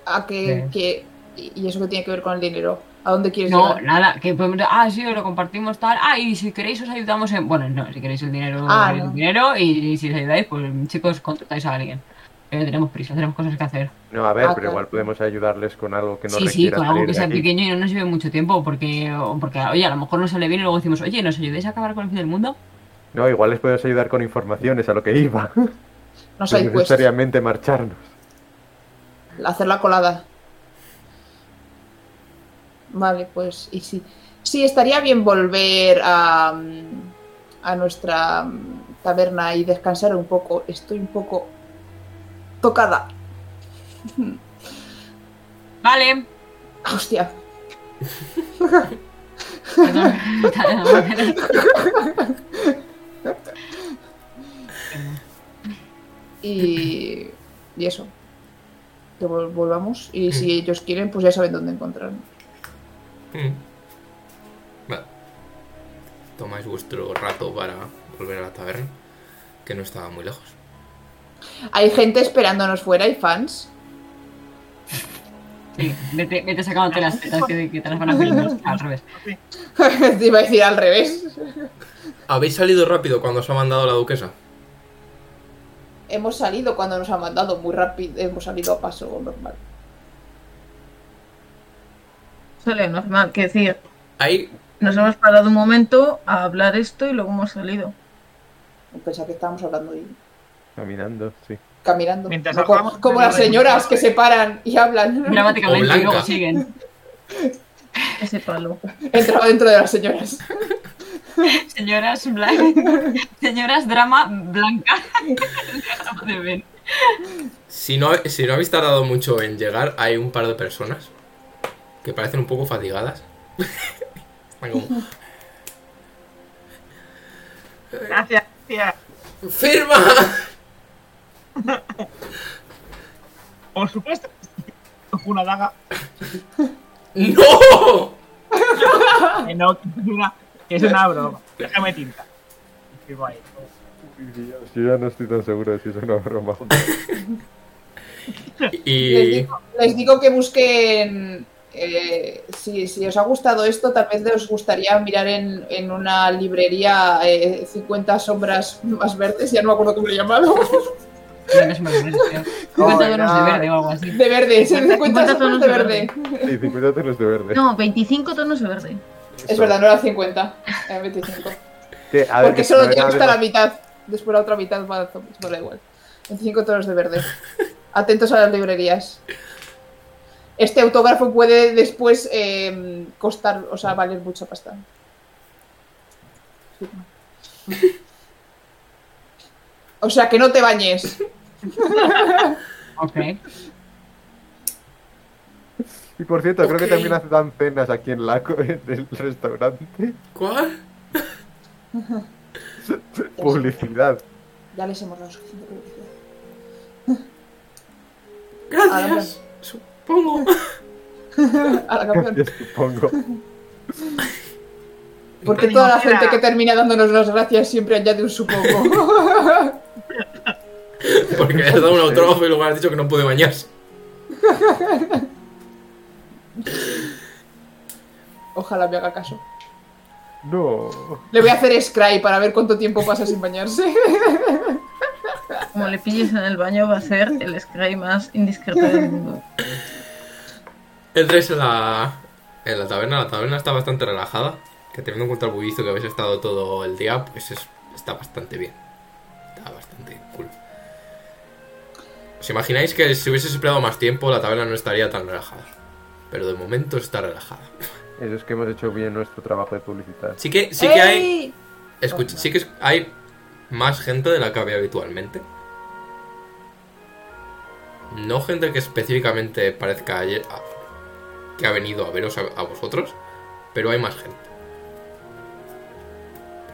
D: ¿A qué,
H: Sí.
D: qué- ¿Y eso que tiene que ver con el dinero? ¿A dónde quieres
H: No,
D: llegar?
H: nada, que podemos ah, sí, os lo compartimos tal. Ah, y si queréis os ayudamos en. Bueno, no, si queréis el dinero,
D: Ah,
H: el
D: no.
H: dinero, y, si os ayudáis, pues chicos, contratáis a alguien. Pero tenemos prisa, tenemos cosas que hacer.
B: No, a ver,
D: Ah,
B: pero
D: claro.
B: igual podemos ayudarles con algo que no
H: sí, sí,
B: requiera
H: con algo
B: salir
H: que
B: de
H: sea
B: aquí.
H: pequeño y no nos lleve mucho tiempo, porque, o porque, oye, a lo mejor nos sale bien y luego decimos, oye, ¿nos ayudáis a acabar con el fin del mundo?
B: No, igual les podemos ayudar con informaciones a lo que iba.
D: No
B: No
D: sé, pues
B: necesariamente marcharnos.
D: hacer la colada. Vale, pues y sí. Sí, estaría bien volver a, mm, a nuestra mm, taberna y descansar un poco. Estoy un poco tocada.
H: Vale.
D: Hostia.
H: Perdón.
D: Y, y eso. Que vol- volvamos. Y si ellos quieren, pues ya saben dónde encontrarnos.
A: Mm. Vale. Tomáis vuestro rato para volver a la taberna, que no estaba muy lejos.
D: Hay gente esperándonos fuera, hay fans.
H: sí, vete, vete sacándote las tetas que, que te las van a pedir al revés.
C: profe,
D: Te iba a decir al revés.
A: ¿Habéis salido rápido cuando os ha mandado la duquesa?
D: Hemos salido cuando nos ha mandado muy rápido. Hemos salido a paso normal.
E: Sale normal, que decir,
A: Ahí
E: nos hemos parado un momento a hablar esto y luego hemos salido.
D: Pensaba que estábamos hablando y
B: Caminando, sí.
D: caminando.
C: Mientras
D: No, co-
C: hablábamos-
D: como, las señoras que se paran y hablan.
H: Dramáticamente
A: O
H: y luego
A: blanca.
H: siguen.
E: Ese palo.
D: He entrado dentro de las señoras.
H: Señoras blan- Señoras drama blanca. De Ben.
A: Si no, si no habéis tardado mucho en llegar, hay un par de personas que parecen un poco fatigadas. Están como,
C: Gracias, gracias.
A: ¡Firma!
C: Por supuesto, cojo una daga.
A: ¡No!
D: Ah.
C: Que no, que es una, que es una broma. Déjame tinta. Escribo ahí.
B: Yo ya no estoy tan seguro de si es una broma.
D: Les,
A: Y
D: digo, les digo que busquen. eh, si, si os ha gustado esto, tal vez os gustaría mirar en, en una librería eh, 50 sombras más verdes, ya no me acuerdo cómo lo he llamado.
H: No, no se me ocurre, tío. 50 tonos de verde o algo así.
D: De verde, es el 50
E: 50
D: sombras
E: tonos
D: de
E: de
D: verde.
B: Sí, 50 tonos de verde.
E: No, 25 tonos de verde.
D: Es verdad, no era 50, era 25.
B: Que, a ver,
D: Porque
B: que
D: solo
B: no
D: tiene
B: era
D: hasta la
B: de-
D: mitad. Después la otra mitad va a zombies, pero da igual. 25 tonos de verde. Atentos a las librerías. Este autógrafo puede después eh, costar, o sea, valer mucha pasta. Firma. O sea, que no te bañes.
H: Ok.
B: Y por cierto, creo
A: Ok.
B: que también hace- dan cenas aquí en la co- en el restaurante.
A: ¿cuál?
B: Publicidad.
D: Ya les hemos dado suficiente publicidad.
A: Gracias. Supongo.
D: A la campeón.
B: Yo supongo.
D: Porque toda la gente que termina dándonos las gracias siempre añade un supongo.
A: Porque le has dado un autógrafo y luego has dicho que no puede bañarse.
D: Ojalá me haga caso.
B: No.
D: Le voy a hacer scry para ver cuánto tiempo pasa sin bañarse.
E: Como le pilles en el baño va a ser el spray más indiscreto del mundo.
A: Entréis en la, en la taberna. La taberna está bastante relajada. Que teniendo en cuenta el bullicio que habéis estado todo el día, pues es- está bastante bien. Está bastante cool. ¿Os imagináis que si hubiese empleado más tiempo la tabla no estaría tan relajada? Pero de momento está relajada.
B: Eso es que hemos hecho bien nuestro trabajo de publicitar.
A: Sí que, sí que hay.
E: ¡Ey!
A: escucha, sí que es- hay más gente de la que había habitualmente. No gente que específicamente parezca ayer- a- que ha venido a veros a, a vosotros, pero hay más gente.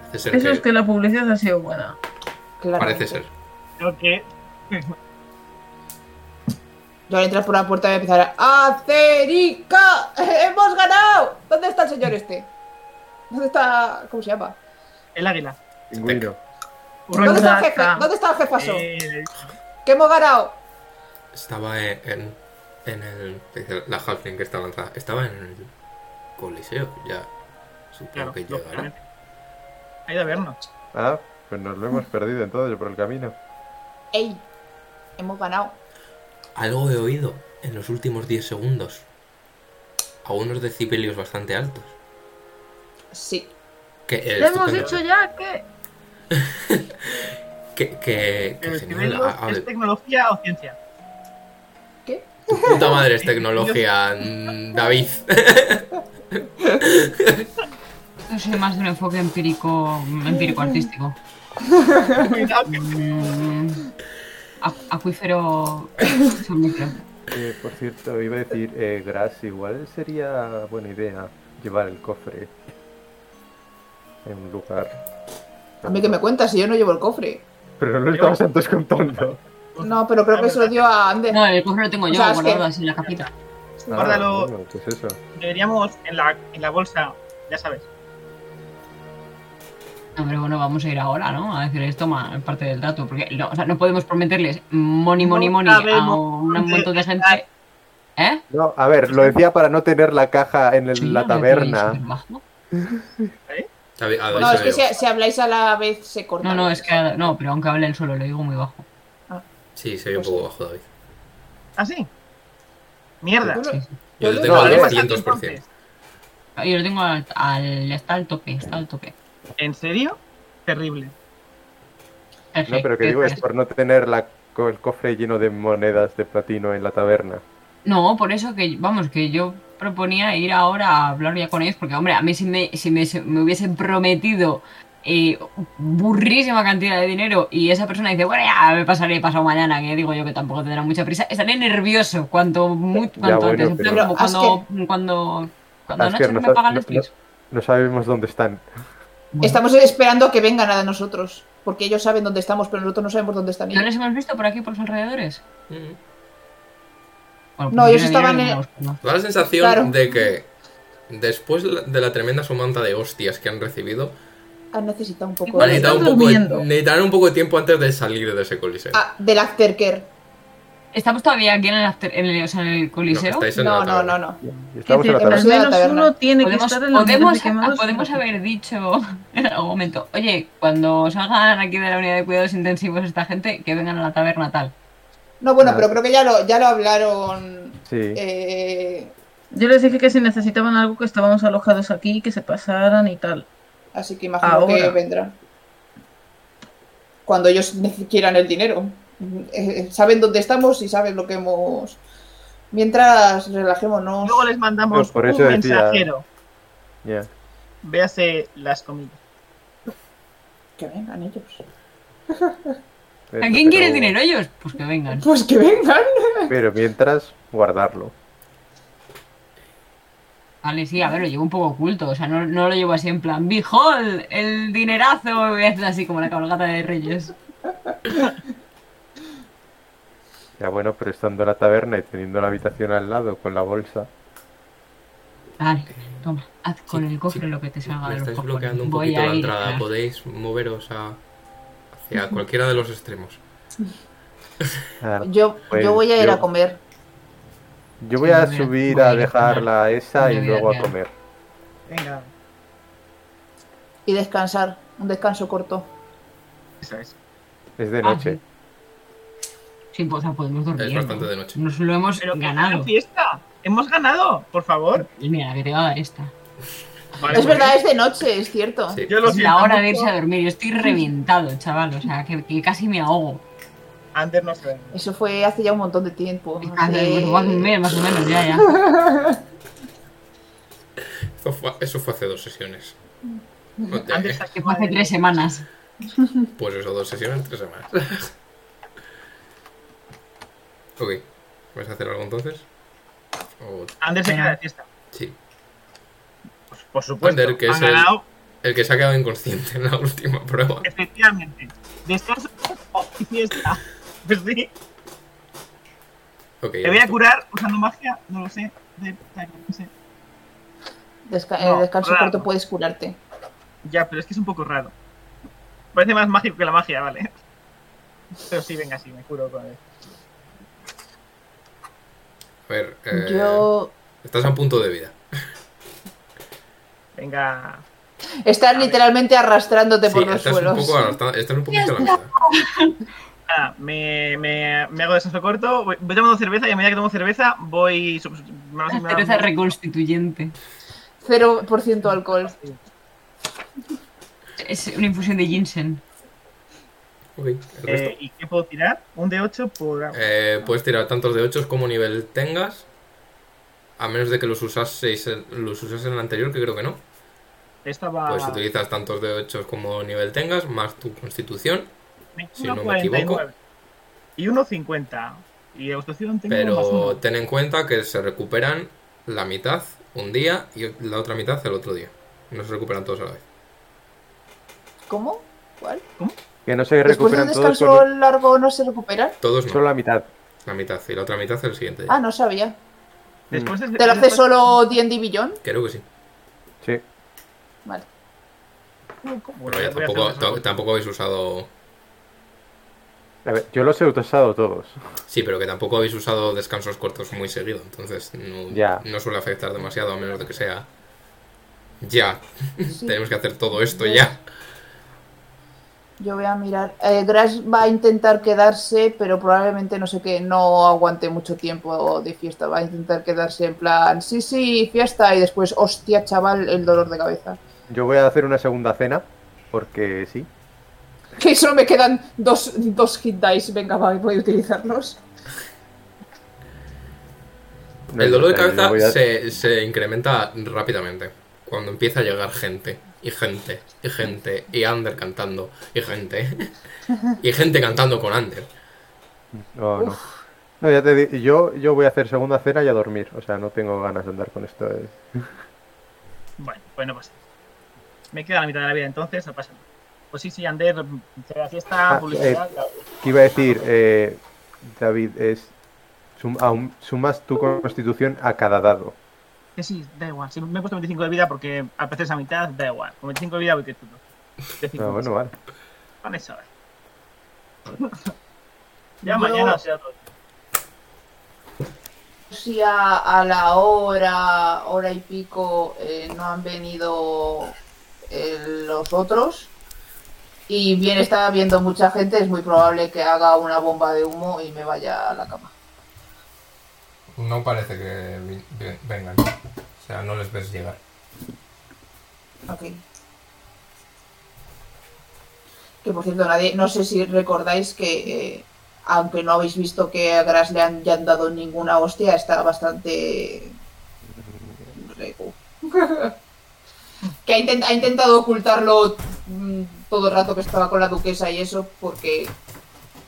A: Parece ser
E: Eso
A: que-
E: es que la publicidad ha sido buena.
D: Claro.
A: Parece ser.
C: Creo que.
D: Yo voy a entrar por la puerta y voy a empezar a. ¡Acerica! ¡Hemos ganado! ¿Dónde está el señor este? ¿Dónde está. ¿Cómo se llama?
C: El águila.
B: Pingüino.
D: ¿Dónde está el jefe?
E: Urraca.
D: ¿Dónde está el jefazo?
C: Eh,
D: ¡Que hemos ganado!
A: Estaba en, en, en el. dice La Halfling que está lanzada. Estaba en el Coliseo, ya. Supongo
C: claro,
A: que llegará.
C: lógicamente. Ha ido a vernos.
B: Ah, pues nos lo hemos perdido entonces por el camino.
D: ¡Ey! Hemos ganado.
A: Algo he oído en los últimos 10 segundos. A unos decibelios bastante altos.
D: Sí.
A: Que eh,
E: ¡Lo hemos
A: estupendo.
E: hecho ya! ¿Qué?
A: Que, que, que
C: El
A: genial. Ah,
C: decibelio
A: a- a-
C: es tecnología o ciencia.
D: ¿Qué?
A: tu puta madre es tecnología, mm, David.
H: Yo soy más de un enfoque empírico, empírico artístico.
C: Cuidado, que-
H: Mm, a- acuífero somnífero.
B: Eh, por cierto, iba a decir, eh, Gras, igual sería buena idea llevar el cofre en un lugar.
D: A mí que me cuentas si yo no llevo el cofre.
B: Pero no lo estamos antes contando.
D: No, pero creo que se lo dio a Ander.
H: No, el cofre lo tengo
D: O
H: yo
D: sea, es
H: guardado
D: que-
H: así en la capita.
C: Guárdalo.
B: bueno, pues eso.
C: deberíamos en la, en la bolsa, ya sabes.
H: No, pero bueno, vamos a ir ahora, ¿no? A decirles, toma parte del dato, porque no, o sea, no podemos prometerles money, money,
C: No
H: money a
C: sabemos
H: un
C: dónde
H: montón de gente. ¿Eh?
B: No, a ver, lo decía para no tener la caja en el-
H: Sí,
B: la
H: me
B: taberna.
H: tenéis bajo.
A: David, ah, a ver,
D: No, es
A: se
D: que
A: veo.
D: si, si habláis a la vez se corta.
H: No, no, es que no, pero aunque hable el suelo, lo digo muy bajo.
A: Sí, se ve un poco bajo, David.
C: ¿Ah, sí? Mierda.
A: Yo
D: Bueno,
A: lo
D: Pues No,
A: tengo
B: no,
A: al
B: no,
C: ¿Podemos hacer
A: 200%.
C: entonces?
H: Yo lo tengo al, al- está al tope, está al tope.
C: ¿En serio? Terrible.
B: No, pero que digo es por no tener la, co- el cofre lleno de monedas de platino en la taberna.
H: No, por eso que, vamos, que yo proponía ir ahora a hablar ya con ellos, porque, hombre, a mí si me, si me, si me hubiesen prometido eh, burrísima cantidad de dinero y esa persona dice, bueno, ya me pasaré pasado mañana, que digo yo que tampoco tendrá mucha prisa, estaré nervioso cuanto, mu- cuanto
B: bueno,
H: antes, en plan
B: pero-
H: como
D: Pero,
H: cuando, cuando, cuando
B: Asker,
H: Nacho no
B: nos
H: me
B: ha-
H: paga
B: no-
H: Netflix.
B: No sabemos dónde están.
H: Bueno,
D: Estamos esperando que vengan a nosotros. Porque ellos saben dónde estamos, pero nosotros no sabemos dónde están
H: ¿No
D: ellos.
H: les hemos visto por aquí, por los alrededores?
A: Mm.
H: Bueno,
D: No,
H: pues
D: ellos
H: yo
D: estaban
H: diría
D: en-
H: que los conozco.
A: Da la sensación
D: Claro.
A: de que después la- de la tremenda sumanta de hostias que han recibido,
D: Han necesitado un poco
E: Igual
A: van a
D: de...
A: necesitar
E: están
A: un poco de,
E: durmiendo.
A: necesitarán un poco de tiempo antes de salir de ese coliseo.
D: Ah, del aftercare.
H: Estamos todavía aquí en el, after- en el, o sea, en el
A: No,
H: coliseo.
A: estáis en la
D: No, no,
A: taberna.
D: no, no.
B: Y Estamos en la
E: Dice,
D: tabla.
B: taberna.
E: al
D: Sí,
E: menos
D: la tabla.
E: uno tiene que
H: podemos,
E: estar en la
H: podemos-
E: unidad de quemados.
H: podemos haber dicho en algún momento, oye, cuando salgan aquí de la unidad de cuidados intensivos esta gente, que vengan a la taberna tal.
D: No, bueno,
B: Nada.
D: pero creo que ya lo, ya lo hablaron.
B: Sí.
D: eh,
E: Yo les dije que si necesitaban algo que estábamos alojados aquí, que se pasaran y tal.
D: así que imagino
E: Ahora.
D: que vendrán. Cuando ellos nece- quieran el dinero. Eh, eh, saben dónde estamos y saben lo que hemos. Mientras relajémonos.
C: Luego les mandamos
B: Pero por
C: un
B: eso decía-
C: mensajero.
B: Ya.
C: Véase las comillas.
D: Que vengan ellos.
H: ¿A quién quiere
B: Pero-
H: el dinero ellos? Pues que vengan.
D: Pues que vengan.
B: Pero mientras, guardarlo.
H: Vale, sí, a ver, lo llevo un poco oculto, o sea, no, no lo llevo así en plan, ¡Bijol! ¡El dinerazo! y haces así como la cabalgata de Reyes.
B: Ya bueno, pero estando en la taberna y teniendo la habitación al lado con la bolsa.
H: Vale, toma, haz con
A: Sí,
H: el cofre
A: sí.
H: lo que te
A: Me
H: salga de los
A: estáis
H: cojones.
A: bloqueando un
H: Voy
A: poquito
H: a
A: la
H: ir, Ah.
A: entrada.
H: claro.
A: Podéis moveros a- hacia cualquiera de los extremos.
B: Ah,
D: Yo,
B: Pues
D: yo voy a ir
B: yo-
D: a comer.
B: yo voy a
H: Muy bien,
B: subir
H: muy
B: a
H: bien,
B: dejar la esa
H: Muy
B: y
H: bien,
B: luego a
H: bien.
B: comer.
C: Venga,
D: y descansar, un descanso corto.
C: eso es.
B: Es de
H: Ah,
B: noche.
H: Sí, pues, o sea, podemos dormir.
A: Es bastante
H: ¿no?
A: de noche.
H: Nos lo hemos
C: Pero
H: ganado.
C: ¡una fiesta! ¡Hemos ganado! Por favor.
H: Y mira, la que te va a dar esta.
C: Vale, pues
D: Es
C: muy
D: verdad,
C: bien.
D: es de noche, es cierto.
A: Sí.
C: Yo lo
H: Es la
C: siento
H: hora
C: mucho.
H: de irse a dormir. Yo estoy reventado, chaval. O sea, que, que casi me ahogo.
C: Antes no se ve.
D: Eso fue hace ya un montón de tiempo. hace-
H: Hace pues, un mes más o menos, ya, ya.
A: Eso fue, eso fue hace dos sesiones. No te-
C: Mm. Antes
H: Que fue hace tres semanas.
A: Pues eso, dos sesiones, tres semanas. ok. ¿Vas a hacer algo entonces? O-
C: Ander se queda de fiesta.
A: Sí.
C: Pues, por supuesto.
A: Ander, que es
C: Han
A: el-
C: ganado,
A: El que se ha quedado inconsciente en la última prueba.
C: efectivamente. Descanso y oh, fiesta. Pues sí.
A: Ok.
C: Te voy a curar usando magia, no lo sé. De, no sé.
D: Desca-
C: No,
D: eh, descanso
C: claro.
D: corto puedes curarte.
C: Ya, pero es que es un poco raro. Parece más mágico que la magia, vale. Pero sí, venga, sí, me curo con él.
A: A ver, eh,
D: Yo.
A: estás a un punto de vida.
C: Venga.
D: Estás literalmente arrastrándote
A: Sí,
D: por los
A: estás un
D: suelos.
A: poco arrastrado- estás un poquito a la mitad.
C: nada, me, me, me hago descanso corto, voy, voy tomando cerveza y a medida que tomo cerveza voy... sub- sub- me vas a- me
H: Cereza
C: vas a-
H: reconstituyente.
D: 0% alcohol.
H: Es una infusión de ginseng.
A: Ok, el resto.
C: Eh, ¿Y qué puedo tirar? Un de 8 por...
A: Eh, puedes tirar tantos de 8 como nivel tengas. A menos de que los usaseis los usas en el anterior, que creo que no.
C: Estaba...
A: Pues utilizas tantos de 8 como nivel tengas, más tu constitución.
C: me
A: si no me
C: curo 49.
A: equivoco.
C: Y 1.50. Y de Constitución tengo más
A: Pero
C: uno.
A: ten en cuenta que se recuperan la mitad un día y la otra mitad el otro día. No se recuperan todos a la vez.
D: ¿Cómo? ¿Cuál?
B: Que no se
D: Después de
B: recuperan
D: un
B: todos,
D: descanso
B: solo,
D: largo no se recuperan.
A: Todos
B: solo
A: no,
B: la mitad.
A: la mitad. Y la otra mitad el siguiente día.
D: Ah, no sabía.
C: Después de-
D: ¿Te lo hace
C: después-
D: solo D&D Billón?
A: Creo que sí.
B: Sí.
D: Vale.
C: Bueno,
A: Pero ya
C: voy a hacer
A: tampoco,
C: descanso
A: ta- tampoco habéis usado.
B: A ver, yo los he usado todos.
A: Sí, pero que tampoco habéis usado descansos cortos muy seguido. Entonces no,
B: Ya.
A: no suele afectar demasiado, a menos de que sea. Ya,
D: Sí.
A: tenemos que hacer todo esto
D: Ya.
A: ya.
D: Yo voy a mirar. Eh, Grass va a intentar quedarse, pero probablemente no sé qué, no aguante mucho tiempo de fiesta. Va a intentar quedarse en plan, sí, sí, fiesta, y después, hostia, chaval, el dolor de cabeza.
B: Yo voy a hacer una segunda cena, porque sí.
D: Que solo me quedan dos, dos hit dice, venga, va, voy a utilizarlos.
B: No
A: el dolor de
B: importa, yo
A: cabeza
B: voy a-
A: se, se incrementa rápidamente cuando empieza a llegar gente y gente y gente y Ander cantando y gente y gente cantando con Ander.
B: No, no. No, ya te di- yo, yo voy a hacer segunda cena y a dormir. O sea, no tengo ganas de andar con esto. de-
C: Bueno, pues no pasa. nada. Me queda la mitad de la vida entonces, no pasa nada. Pues sí, sí, Ander, se da fiesta,
B: Ah,
C: publicidad...
B: ¿Qué iba a decir, eh, David? Es. sum- aún sumas tu constitución a cada dado.
C: Que sí, da igual. Si me he puesto 25 de vida porque a veces a mitad, da igual. Con 25 de vida voy que chulo.
B: Ah, bueno, vale.
C: Con eso. eh. ya mañana pues, será otro día.
D: Si a, a la hora, hora y pico, eh, no han venido eh, los otros. Y bien está viendo mucha gente, es muy probable que haga una bomba de humo y me vaya a la cama.
A: No parece que vengan. O sea, no les ves llegar.
D: Ok. Que por cierto, nadie, no sé si recordáis que, eh, aunque no habéis visto que a Gras le han, ya han dado ninguna hostia, está bastante. regu. que ha, intent- ha intentado ocultarlo mm, todo el rato que estaba con la duquesa y eso, porque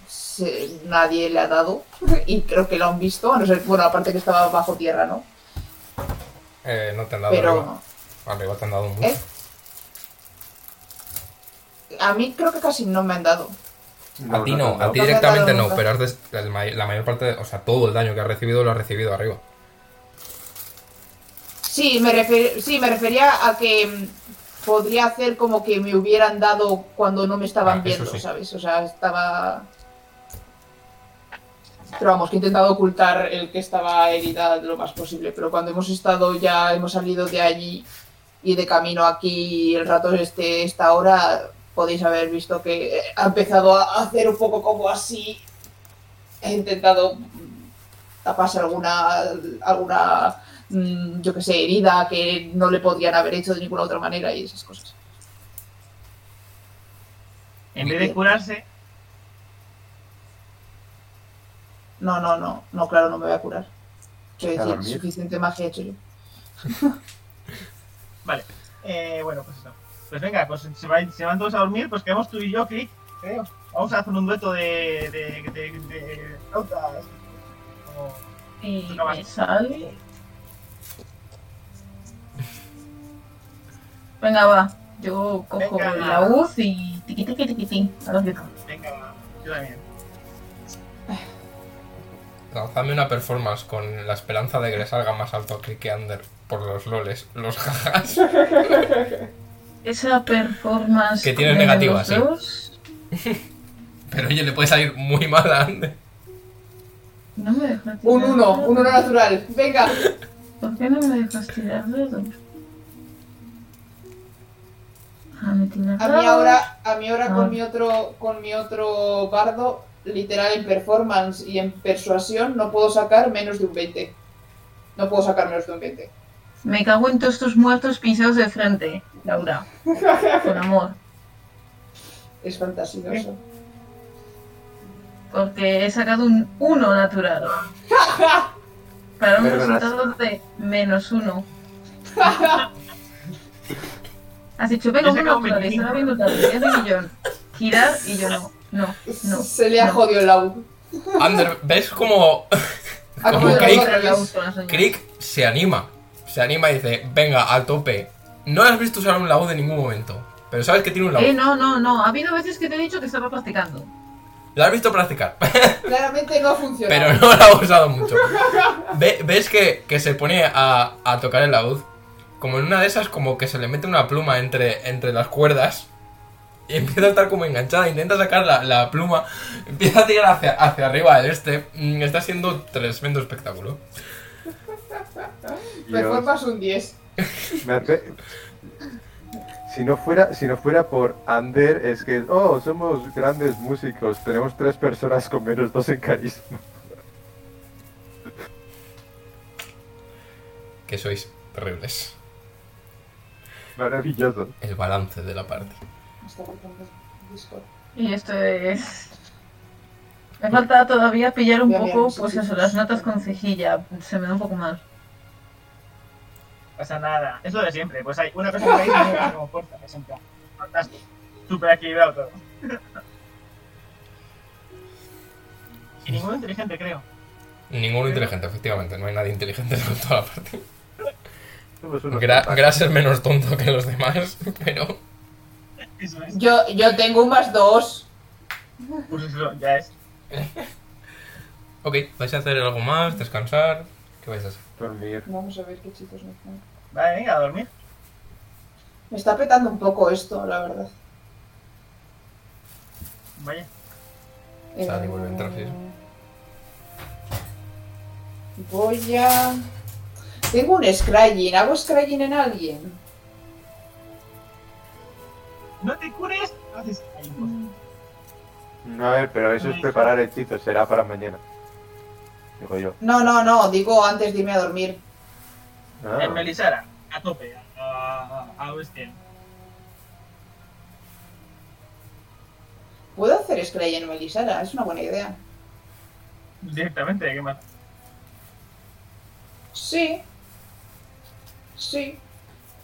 D: se- nadie le ha dado. y creo que lo han visto, a no ser, bueno, aparte que estaba bajo tierra, ¿no?
A: Eh, no te han dado
D: Pero.
A: Arriba te han dado mucho.
D: ¿Eh? A mí creo que casi no me han dado.
A: a ti no, a ti
D: No te han dado
A: directamente no,
D: nunca.
A: pero has des- el may- la mayor parte, de- o sea, todo el daño que has recibido lo has recibido arriba.
D: Sí, me, refer- sí, me refería a que mm, podría hacer como que me hubieran dado cuando no me estaban
A: Ah, eso
D: viendo,
A: sí.
D: ¿sabes? O sea, estaba... Pero vamos, que he intentado ocultar el que estaba herida lo más posible, pero cuando hemos estado ya, hemos salido de allí y de camino aquí el rato este, esta hora, podéis haber visto que ha empezado a hacer un poco como así. He intentado mm, taparse alguna, alguna mm, yo que sé, herida que no le podían haber hecho de ninguna otra manera y esas cosas.
C: En vez de curarse,
D: No, no, no, no, claro, no me voy a curar. Quiero
I: A
D: decir,
I: dormir.
D: suficiente magia he hecho yo.
C: Vale. Eh, bueno, pues eso. Pues venga, pues se, va- se van todos a dormir, pues quedamos tú y yo, Click, creo. Vamos a hacer un dueto de. de. de. de. flautas. Como-
E: Y
C: No,
E: me
C: vale.
E: Eh, sale. Venga, va. Yo cojo
C: Venga.
E: la UZ y tiqui tiqui tiqui tiqui. A los dedos.
C: venga, va, yo también.
A: Lanzadme una performance con la esperanza de que le salga más alto a Clique Under por los loles, los jajas.
E: Esa performance.
A: Que tiene
E: de
A: negativa,
E: los
A: sí.
E: dos,
A: Pero oye, le puede salir muy mal a Ander.
E: No me deja tirar.
D: Un 1, un 1 natural. Venga.
E: ¿Por qué no me dejas tirar dedos? Ah, me tiene
D: A mí
E: dados.
D: ahora, a mí ahora
E: Ah.
D: con mi otro, con mi otro bardo, literal en performance y en persuasión, no puedo sacar menos de un 20. No puedo sacar menos de un 20.
E: Me cago en todos tus muertos pisados de frente, Laura. Con amor.
D: Es fantasioso.
E: Porque he sacado un 1 natural. Para un
I: Perdonas.
E: resultado de menos 1. Has dicho, venga,
C: Yo he
E: un
C: sacado
E: natural. Y estaba viendo tal. Y hace millón. Girar y yo no. No, no.
D: Se le ha
E: no.
D: jodido el laúd.
A: Ander, ¿ves cómo
D: Ha
A: Como
D: cogido el
A: Crick.
D: laúd al
E: Pero la
D: revés.
E: uso, la señora.
A: Crick se anima? Se anima y dice, venga, al tope. No le has visto usar un laúd en ningún momento, pero sabes que tiene un laúd.
E: Eh, no, no, no. Ha habido veces que te he dicho que estaba practicando.
A: Lo has visto practicar,
D: Claramente no ha funcionado.
A: pero no lo ha usado mucho. Ve- ¿Ves que, que se pone a, a tocar el laúd? Como en una de esas, como que se le mete una pluma entre, entre las cuerdas y empieza a estar como enganchada. Intenta sacar la, la pluma, empieza a tirar hacia, hacia arriba el este. Mm, Está siendo tremendo espectáculo.
B: Dios.
D: Performance un 10.
B: Me hace- Si no fuera, si no fuera por Ander, es que, oh, somos grandes músicos, tenemos tres personas con menos dos en carisma.
A: Que sois terribles.
B: Maravilloso.
A: El balance de la parte.
D: Me está faltando Discord.
E: Y esto es. Me falta todavía pillar un
D: Ya
E: poco,
D: bien,
E: pues
D: sí, sí,
E: eso, las
D: sí.
E: notas con cejilla. Se me da un poco mal.
C: pasa nada. Es lo de siempre. Pues hay una persona que hay y otra como fuerza, que siempre. Fantástico. Super equilibrado todo. Y ninguno inteligente, creo.
A: Ninguno inteligente, efectivamente. No hay nadie inteligente en toda la parte.
B: Somos unos
A: Gra-
B: tontas.
A: Gras es menos tonto que los demás, pero...
C: Eso es.
D: Yo, yo tengo un más 2.
C: Pues eso ya es.
A: Ok, ¿vais a hacer algo más? ¿Descansar? ¿Qué vais a hacer?
B: Dormir.
D: Vamos a ver qué chicos me están.
C: Vale, venga, a dormir.
D: Me está petando un poco esto, la verdad.
C: Vaya.
A: Sale y vuelve a entrar, sí.
D: Voy a. Tengo un scrying. ¿Hago scrying en alguien?
C: No te cures, haces. Ay, pues,
D: Mm.
B: No, a ver, pero eso es preparar hechizos, será para mañana. Digo yo.
D: No, no, no. Digo antes de irme a dormir.
B: Ah,
C: En Eh, Melisara, a tope, a, a, a oeste.
D: ¿Puedo hacer scrying en Melisara? Es una buena idea.
C: Directamente, ¿qué más?
D: Sí. Sí.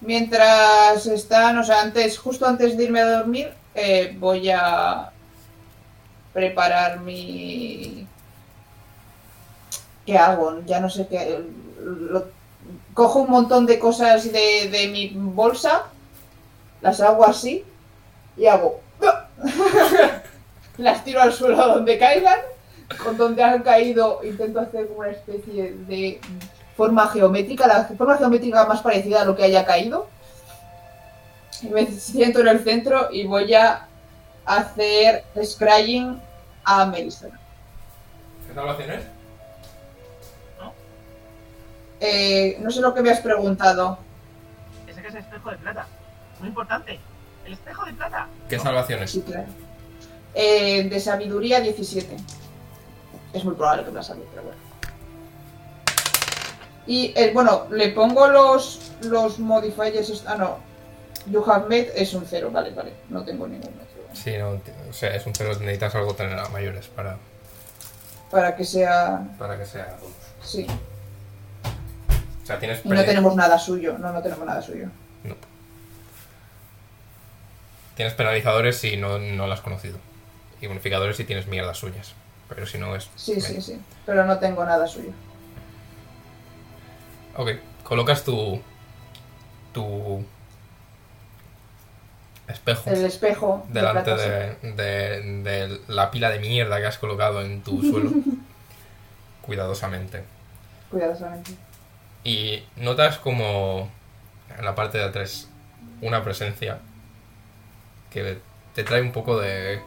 D: Mientras están, o sea, antes, justo antes de irme a dormir, eh, voy a preparar mi. ¿Qué hago? Ya no sé qué. lo- Cojo un montón de cosas de, de mi bolsa, las hago así y hago. las tiro al suelo donde caigan. Con donde han caído, intento hacer como una especie de forma geométrica, la forma geométrica más parecida a lo que haya caído. Y me siento en el centro y voy a hacer scrying a Melissa.
A: ¿Qué salvaciones?
D: Eh, no sé lo que me has preguntado.
C: Ese que es el espejo de plata. Muy importante. El espejo de plata.
A: ¿Qué salvaciones?
D: Sí, claro. Eh, de sabiduría 17. Es muy probable que me la salga, pero bueno. Y eh, bueno, le pongo los, los modifiers. est- Ah, no. You have made es un cero, vale, vale. No tengo ningún otro.
A: Sí, no, t- o sea, es un cero, necesitas algo tener a mayores para...
D: para que sea.
A: Para que sea. bonus.
D: Sí.
A: O sea, tienes
D: Y no
A: pre-
D: tenemos nada suyo. No, no tenemos nada suyo.
A: Tienes penalizadores si no, no lo has conocido. Y bonificadores si tienes mierdas suyas. Pero si no es.
D: Sí, sí,
A: menos.
D: sí. Pero no tengo nada suyo.
A: Ok, colocas tu. tu. espejo
D: El espejo. de
A: delante
D: plata, sí.
A: de, de- de la pila de mierda que has colocado en tu suelo. Cuidadosamente.
D: Cuidadosamente.
A: Y notas como en la parte de atrás una presencia que te trae un poco de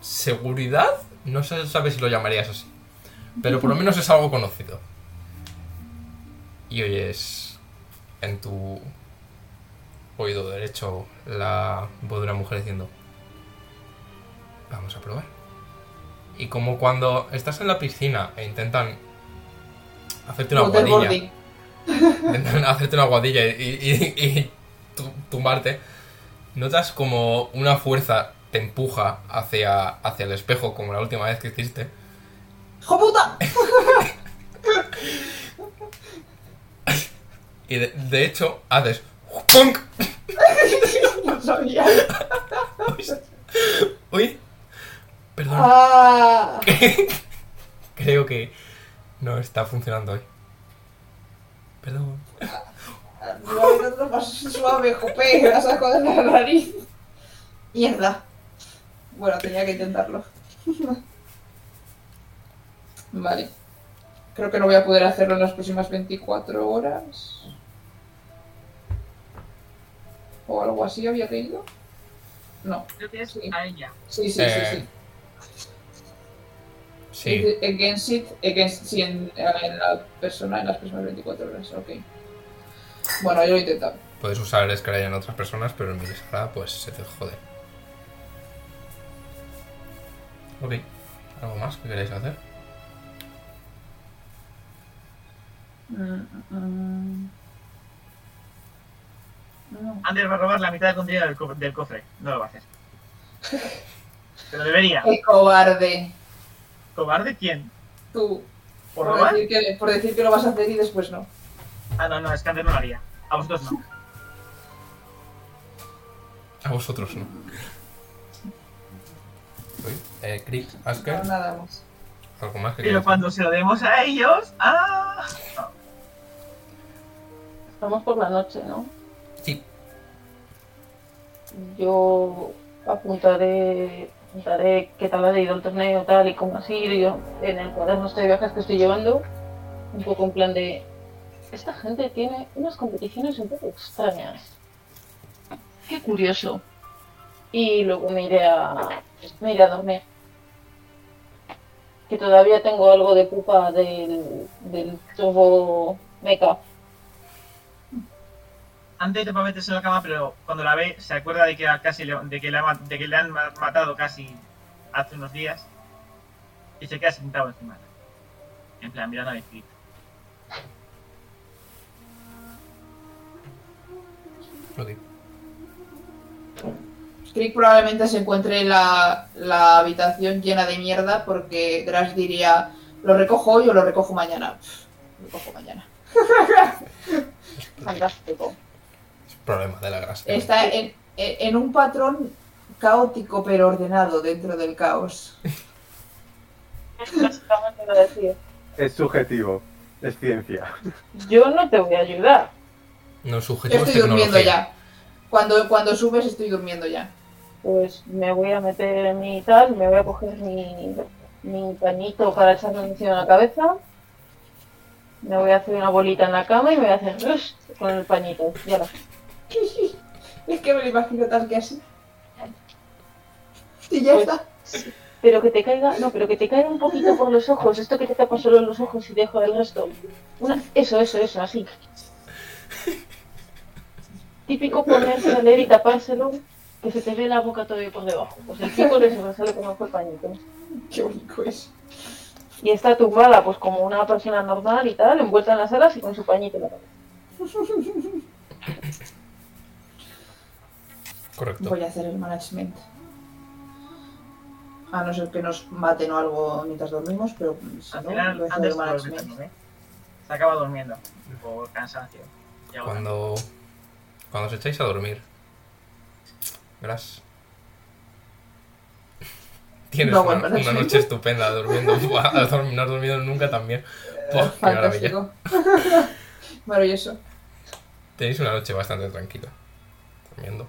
A: seguridad. No se sabe si lo llamarías así. Pero por lo menos es algo conocido. Y oyes en tu oído derecho la voz de una mujer diciendo, vamos a probar. Y como cuando estás en la piscina e intentan hacerte una
D: Waterboarding.
A: guarilla intentan hacerte una guadilla y, y- y tu- tumbarte, notas como una fuerza te empuja hacia, hacia el espejo, como la última vez que hiciste.
D: ¡Hijo puta!
A: Y de, de hecho, haces ¡Punk!
D: No sabía.
A: ¡Uy! Perdón,
D: Ah.
A: creo que no está funcionando hoy. Perdón.
D: No hay otro más suave, jope, la saco de la nariz. Mierda. Bueno, tenía que intentarlo. Vale. Creo que no voy a poder hacerlo en las próximas 24 horas. O algo así había leído. No.
C: Creo que es
D: Sí.
C: a ella.
D: Sí, sí, sí, sí.
A: Eh, Sí,
D: Dice Against it, against, sí, en, en la persona en las próximas 24 horas, ok. Bueno, yo lo he intentado.
A: puedes usar el Scry en otras personas, pero en mi sagrada pues se te jode. Ok, ¿algo más que queréis hacer?
D: Mm, mm. No.
C: Anders va a robar la mitad del contenido del, co- del cofre. No lo va a hacer. Pero debería.
D: ¡Qué cobarde!
C: ¿Cobarde quién?
D: Tú,
C: ¿Por
D: por
C: robar?
D: decir, que, por decir que lo vas a hacer y después no.
C: Ah, no, no, es que antes no lo haría. A vosotros no.
A: A vosotros no. Uy, eh, Crick, Asker,
D: No, nada más.
A: ¿algo más que
C: Pero
A: quieras?
C: cuando se lo demos a ellos. ¡Ah!
J: Vamos por la noche, ¿no?
A: Sí,
J: Yo apuntaré, apuntaré qué tal ha ido el torneo, tal y cómo ha sido. Yo, en el cuaderno este de viajes que estoy llevando, un poco en plan de. Esta gente tiene unas competiciones un poco extrañas. Qué curioso. Y luego me iré a, me iré a dormir. Que todavía tengo algo de pupa del, del tubo meca.
C: Antes te va a meterse en la cama, pero cuando la ve, se acuerda de que, a- casi le, de que, le, ha ma- de que le han ma- matado casi hace unos días. Y se queda sentado encima. de él. En plan, mirando a Ifrit.
A: ok.
D: Crick probablemente se encuentre la, la habitación llena de mierda porque Grass diría: ¿lo recojo hoy o lo recojo mañana? Lo recojo mañana.
J: Fantástico.
A: Es problema de la grasa.
D: Está en, en- en un patrón caótico pero ordenado dentro del caos.
J: Básicamente iba a decir,
B: Es subjetivo, es ciencia.
J: yo no te voy a ayudar.
A: No, su
D: Yo
A: objetivo es
D: estoy durmiendo
A: tecnología.
D: ya. Cuando, cuando subes, estoy durmiendo ya.
J: pues me voy a meter en mi tal, me voy a coger mi, mi pañito para echarme encima de la cabeza, me voy a hacer una bolita en la cama y me voy a hacer "Ush", con el pañito. Ya lo
D: Es que me lo imagino tal que así. Y ya está.
J: Pero que te caiga, no, pero que te caiga un poquito por los ojos, esto que te tapa solo los ojos y dejo el resto. Una, eso, eso, eso, así. Típico ponerse a leer y tapárselo, que se te ve la boca todavía por debajo. Pues el chico le sobresale como fue el pañito.
D: Qué bonito es.
J: Y está tumbada, pues como una persona normal y tal, envuelta en las alas y con su pañito en la cabeza.
A: Correcto.
D: Voy a hacer el management. A no ser que nos maten o algo mientras dormimos, pero si
C: Al
D: Ah, no,
C: final,
D: lo dejo de
C: antes
D: mala
C: de
D: experiencia.
C: dormir, ¿eh? Se acaba durmiendo por cansancio. Y ahora-
A: Cuando, cuando os echáis a dormir, verás. Tienes
D: No,
A: una,
D: bueno, no
A: una
D: sé.
A: noche estupenda durmiendo. Buah, has dorm- no has dormido nunca también. Buah, Oh, qué maravilla.
D: Fantástico. Maravilloso.
A: Tenéis una noche bastante tranquila. Durmiendo.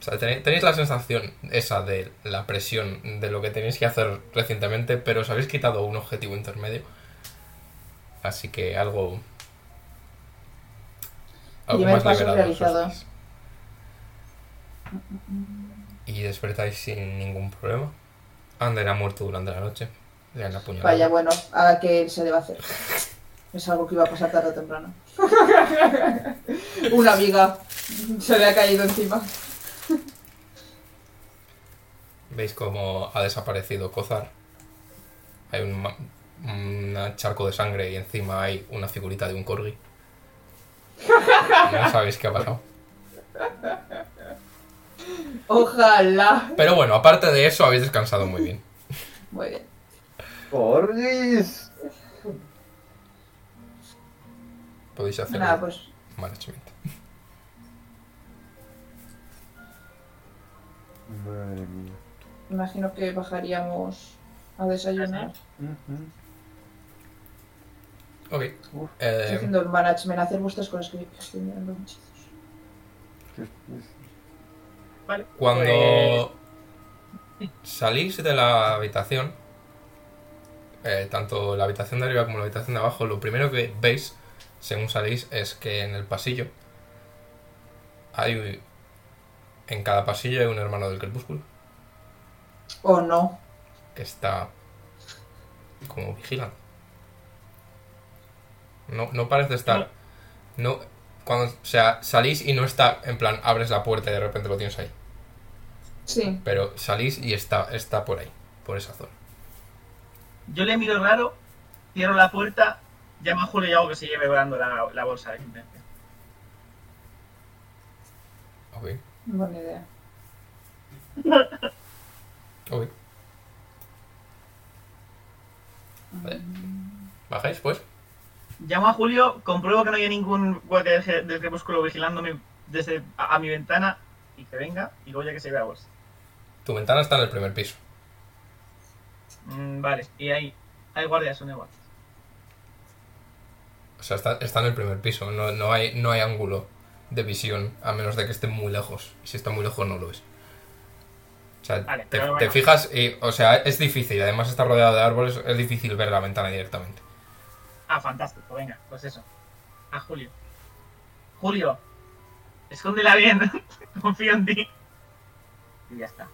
A: O sea, tenéis, tenéis la sensación esa de la presión de lo que tenéis que hacer recientemente, pero os habéis quitado un objetivo intermedio. Así que algo. Algo
D: Primer
A: más
D: paso
A: liberado. pues, os
D: realizado.
A: estáis. Y despertáis sin ningún problema. Ander ha muerto durante la noche. Le han apuñalado.
D: Vaya, bueno, ahora que se le va a hacer. Es algo que iba a pasar tarde o temprano. Una amiga se le ha caído encima.
A: ¿Veis cómo ha desaparecido Cozar? Hay un, ma- un charco de sangre y encima hay una figurita de un corgi. No sabéis qué ha pasado.
D: Ojalá.
A: Pero bueno, aparte de eso, habéis descansado muy bien.
D: Muy bien.
B: ¡Corgis!
A: Podéis hacer
D: Nada,
A: un
D: pues
A: management.
B: Madre mía.
D: imagino que bajaríamos a desayunar.
B: Ujú.
A: Ok.
B: Uf.
D: Estoy
A: eh,
D: haciendo el management, hacer vuestras cosas que que estoy mirando hechizos.
C: Vale,
A: Cuando salís de la habitación, eh, tanto la habitación de arriba como la habitación de abajo, lo primero que veis, según salís, es que en el pasillo hay... En cada pasillo hay un hermano del crepúsculo
D: O no.
A: que está como vigilando. No, no parece estar... No, cuando, o sea, salís y no está, en plan, abres la puerta y de repente lo tienes ahí.
D: Sí.
A: Pero salís y está, está por ahí, por esa zona.
C: Yo le miro raro, cierro la puerta, llamo a Julio y hago que se lleve volando la, la bolsa de gimnasia.
A: Ok,
D: Buena idea.
A: ok. Vale. ¿Bajáis pues?
C: Llamo a Julio, compruebo que no haya ningún guardia del del crepúsculo vigilándome desde a, a mi ventana y que venga y luego ya que se vea la bolsa.
A: Tu ventana está en el primer piso.
C: Mm, vale, y ahí hay guardias o no hay guardias.
A: O sea, está, está en el primer piso. No, no, hay, no hay ángulo de visión, a menos de que esté muy lejos. Y si está muy lejos, no lo es. O sea,
C: Vale,
A: te,
C: pero bueno.
A: te fijas y, o sea, es difícil. Además está rodeado de árboles, es difícil ver la ventana directamente.
C: Ah, fantástico, venga, pues eso. A Julio. Julio, escóndela bien, confío en ti. Y ya está.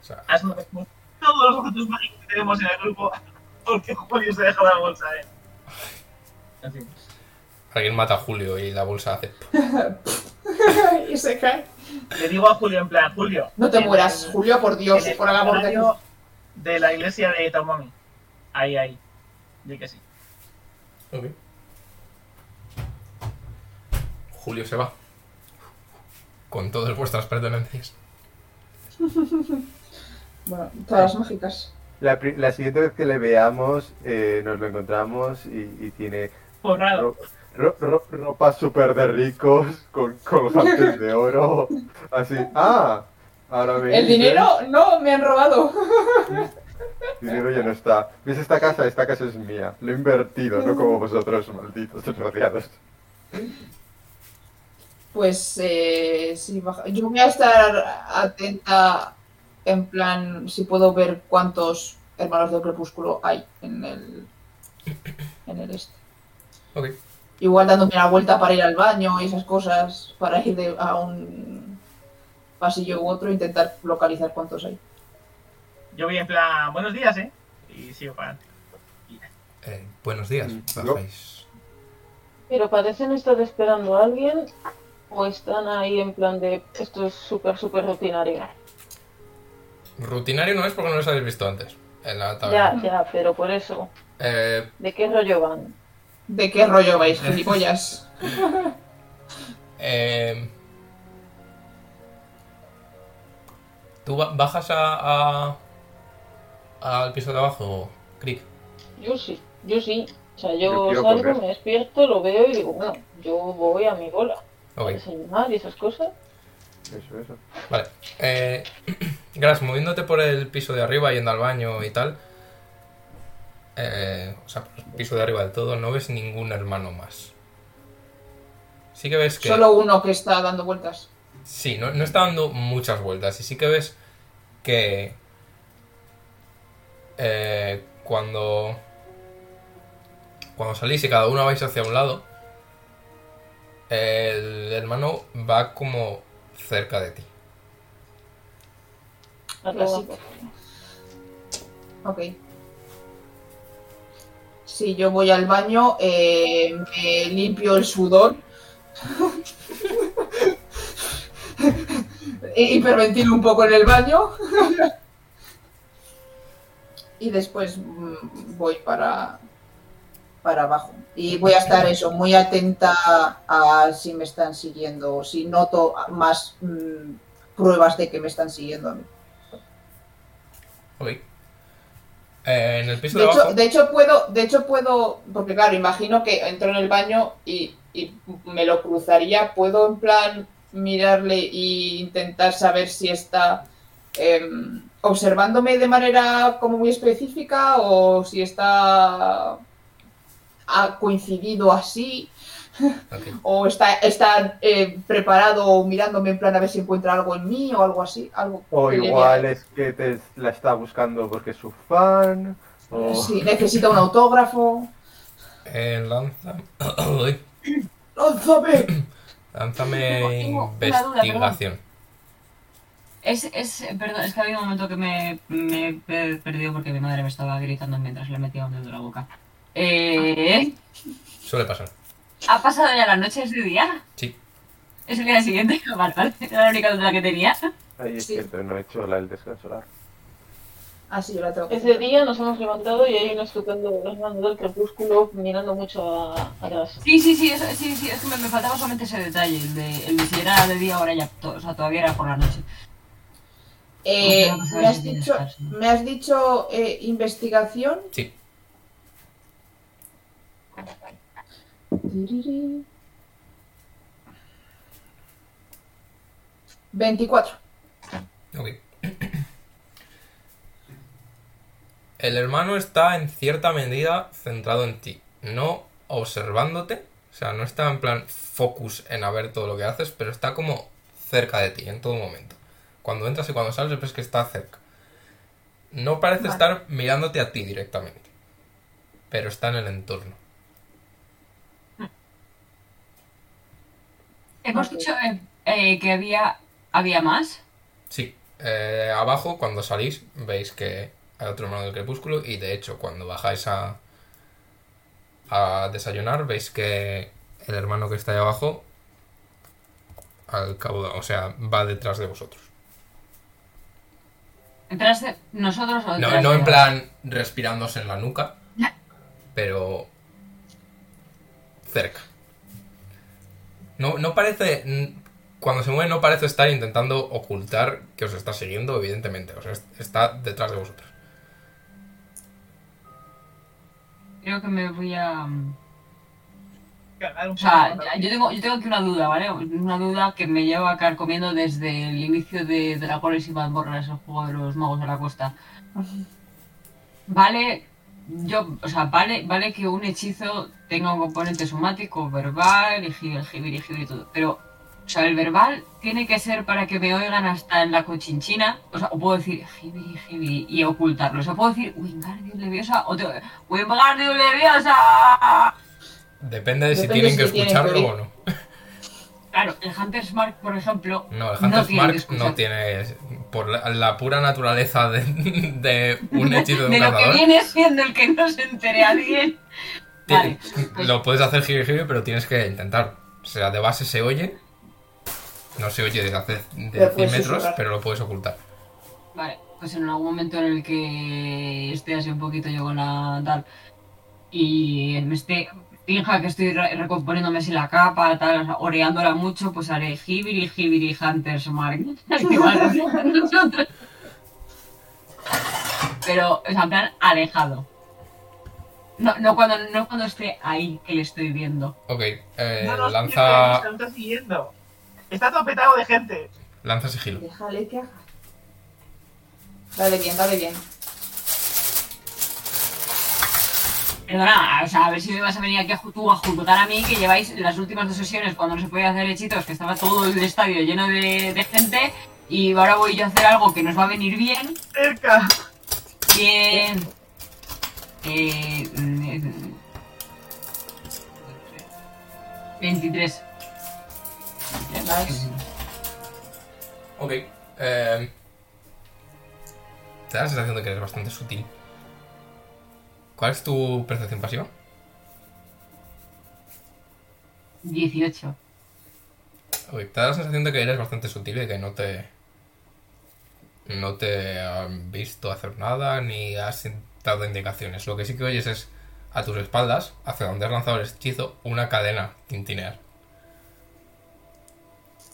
A: O sea,
C: Hazme todos los objetos mágicos que tenemos en el grupo porque Julio se ha dejado la bolsa, eh. En fin.
A: alguien mata a Julio y la bolsa hace...
D: y se cae.
C: Le digo a Julio en plan, Julio.
D: No te
C: en el-
D: mueras, Julio, por Dios,
C: en el
D: por el amor de Dios.
C: escenario De la iglesia de Taumami. Ahí, ahí. Di que sí.
A: Ok. Julio se va. Con todas vuestras pertenencias.
D: Bueno, todas las mágicas.
B: La, pri- la siguiente vez que le veamos, eh, nos lo encontramos y, y tiene
C: Forrado.
B: ro- ro- ro- ropa súper de ricos, con colgantes de oro. Así, ah, ahora me.
D: El
B: dices,
D: dinero no me han robado.
B: El dinero ya no está. ¿Ves esta casa? Esta casa es mía. Lo he invertido, no como vosotros, malditos desgraciados.
D: Pues eh, sí, baja- yo voy a estar atenta en plan si puedo ver cuántos hermanos del crepúsculo hay en el en el este.
A: Ok.
D: Igual dándome la vuelta para ir al baño y esas cosas, para ir de- a un pasillo u otro, intentar localizar cuántos hay.
C: Yo voy en plan, buenos días, eh. Y sigo para adelante.
A: Eh, buenos días.
B: Mm, no.
A: Bajáis.
E: Pero parecen estar esperando a alguien o están ahí en plan de esto es súper, súper rutinario.
A: Rutinario no es porque no los habéis visto antes. En la taberna.
E: Ya, ya, pero por eso.
A: Eh,
E: ¿De qué rollo van?
D: ¿De qué rollo vais, gilipollas?
A: em, eh, ¿Tú ba- bajas a, a- al piso de abajo, Crick?
J: Yo sí, yo sí. O sea,
B: Yo
J: yo,
B: quiero
J: salgo,
B: correr.
J: me despierto, lo veo y digo, bueno, yo voy a mi bola.
A: Ok,
J: A desayunar y esas cosas.
B: Eso, eso.
A: vale. Eh, Gras, moviéndote por el piso de arriba, yendo al baño y tal. eh, o sea, por el piso de arriba del todo, no ves ningún hermano más. Sí que ves que...
D: Solo uno que está dando vueltas.
A: Sí, no, no está dando muchas vueltas. Y sí que ves que. eh, cuando. Cuando salís y cada uno vais hacia un lado. El hermano va como cerca de ti.
J: Así.
D: Ok. Si yo voy al baño, eh, me limpio el sudor. Hi- Hiperventilo un poco en el baño. y después mm, voy para, para abajo. Y voy a estar eso, muy atenta a si me están siguiendo, o si noto más mm, pruebas de que me están siguiendo a mí.
A: Ok. Eh, en el piso de,
D: De hecho,
A: abajo.
D: de hecho puedo, de hecho puedo, porque claro, imagino que entro en el baño y, y me lo cruzaría, puedo en plan mirarle e intentar saber si está em, observándome de manera como muy específica o si está ha coincidido así
A: Ok.
D: o está, está eh, preparado o mirándome en plan a ver si encuentra algo en mí o algo así, algo.
B: O
D: que le
B: igual
D: vea.
B: es que te la está buscando porque es su fan. O...
D: Sí, necesita un autógrafo.
A: Eh, lanza. Uy,
D: ¡Lánzame!
H: Tengo-
A: Lánzame
H: tengo una duda,
A: investigación.
H: Es, es, perdón, es que había un momento que me, me he per- perdido porque mi madre me estaba gritando mientras le metía un dedo en la boca. Eh,
A: Suele pasar.
H: ¿Ha pasado ya la noche ese día?
A: Sí.
H: ¿Es el día siguiente? Vale, vale. Era la única duda que tenía.
B: Ahí es
D: Sí.
B: cierto, no he hecho la del descanso largo.
D: Ah, sí, yo la tengo. que
J: Ese día nos hemos levantado y hay un estupendo hermano del crepúsculo mirando mucho a, a las-
H: Sí, sí, sí, eso, sí, sí, es que me, me faltaba solamente ese detalle, el de, el de si era de día o era ya, to- o sea, todavía era por la noche.
D: Eh,
H: Pues no,
D: me has
H: no, no,
D: dicho,
H: no, no, no.
D: me has dicho eh, investigación.
A: Sí.
D: Tiriri. 24.
A: Ok. El hermano está en cierta medida centrado en ti, no observándote, o sea, no está en plan focus en a ver todo lo que haces, pero está como cerca de ti en todo momento. Cuando entras y cuando sales ves que está cerca. No parece
D: Vale.
A: estar mirándote a ti directamente, pero está en el entorno.
H: Hemos
D: Ok.
H: dicho eh, eh, que había, había más.
A: Sí, eh, abajo cuando salís veis que hay otro hermano del crepúsculo y de hecho cuando bajáis a, a desayunar veis que el hermano que está ahí abajo al cabo, de- o sea, va detrás de vosotros.
H: ¿Detrás de nosotros o
A: No,
H: detrás
A: no
H: de-
A: en plan respirándose en la nuca, pero cerca. No, no parece, n- cuando se mueve no parece estar intentando ocultar que os está siguiendo, evidentemente. O sea, es- está detrás de vosotros.
H: Creo que me voy a... mm,
C: Cagar un
H: O sea,
C: poco.
H: ya- yo tengo, yo tengo aquí una duda, ¿vale? Una duda que me lleva carcomiendo desde el inicio de Dragones y Mazmorras, el juego de los magos de la costa. Vale, yo, o sea, vale, vale que un hechizo tenga un componente somático, verbal, y jibir, jibir, y jibir y todo, pero, o sea, el verbal tiene que ser para que me oigan hasta en la cochinchina, o sea, o puedo decir jibir, y jibir y ocultarlo, o sea, puedo decir Wingardium Leviosa, o tengo, Wingardium Leviosa.
A: Depende de si
D: Depende
A: tienen
D: si
A: que
D: tienen que
A: escucharlo
D: oír.
A: o no.
H: Claro, el Hunter's Mark, por ejemplo,
A: No, el
H: No
A: Hunter's
H: tienen que
A: Mark no
H: escuchar.
A: tiene. Por la, la pura naturaleza de, de un hechizo de un
H: de lo que
A: cazador,
H: viene siendo el que no se entere a bien.
A: ti-
H: Vale, pues-
A: lo puedes hacer giro pero tienes que intentar. O sea, de base se oye. No se oye desde hace de
D: Pero
A: 100
D: puedes
A: metros,
D: susurrar.
A: pero lo puedes ocultar.
H: Vale, pues en algún momento en el que esté así un poquito yo con la tal y me esté finja que estoy re- recomponiéndome así la capa, tal, o sea, oreándola mucho, pues haré Hibiri, Hibiri, Hunters Mark. que van a hacer nosotros. Pero, o sea, en plan alejado. No, no, cuando, no cuando esté ahí que le estoy viendo.
A: Ok, eh,
C: No nos
A: lanza,
C: pierdes, nos está siguiendo. Está todo petado de gente.
A: lanza sigilo.
D: Déjale que haga. Dale bien, dale bien.
H: Perdona, o sea, a ver si me vas a venir aquí a, ju- tú a juzgar a mí que lleváis las últimas dos sesiones cuando no se podía hacer hechitos, que estaba todo el estadio lleno de, de gente, y ahora voy yo a hacer algo que nos va a venir bien.
C: Cerca.
H: Bien. Eh, mm, 23.
D: Nice.
A: Ok. eh, te da la sensación de que eres bastante sutil. ¿Cuál es tu percepción pasiva?
H: 18.
A: Ok, te da la sensación de que eres bastante sutil y que no te. No te han visto hacer nada ni has dado indicaciones. Lo que sí que oyes es a tus espaldas, hacia donde has lanzado el hechizo, una cadena tintinear.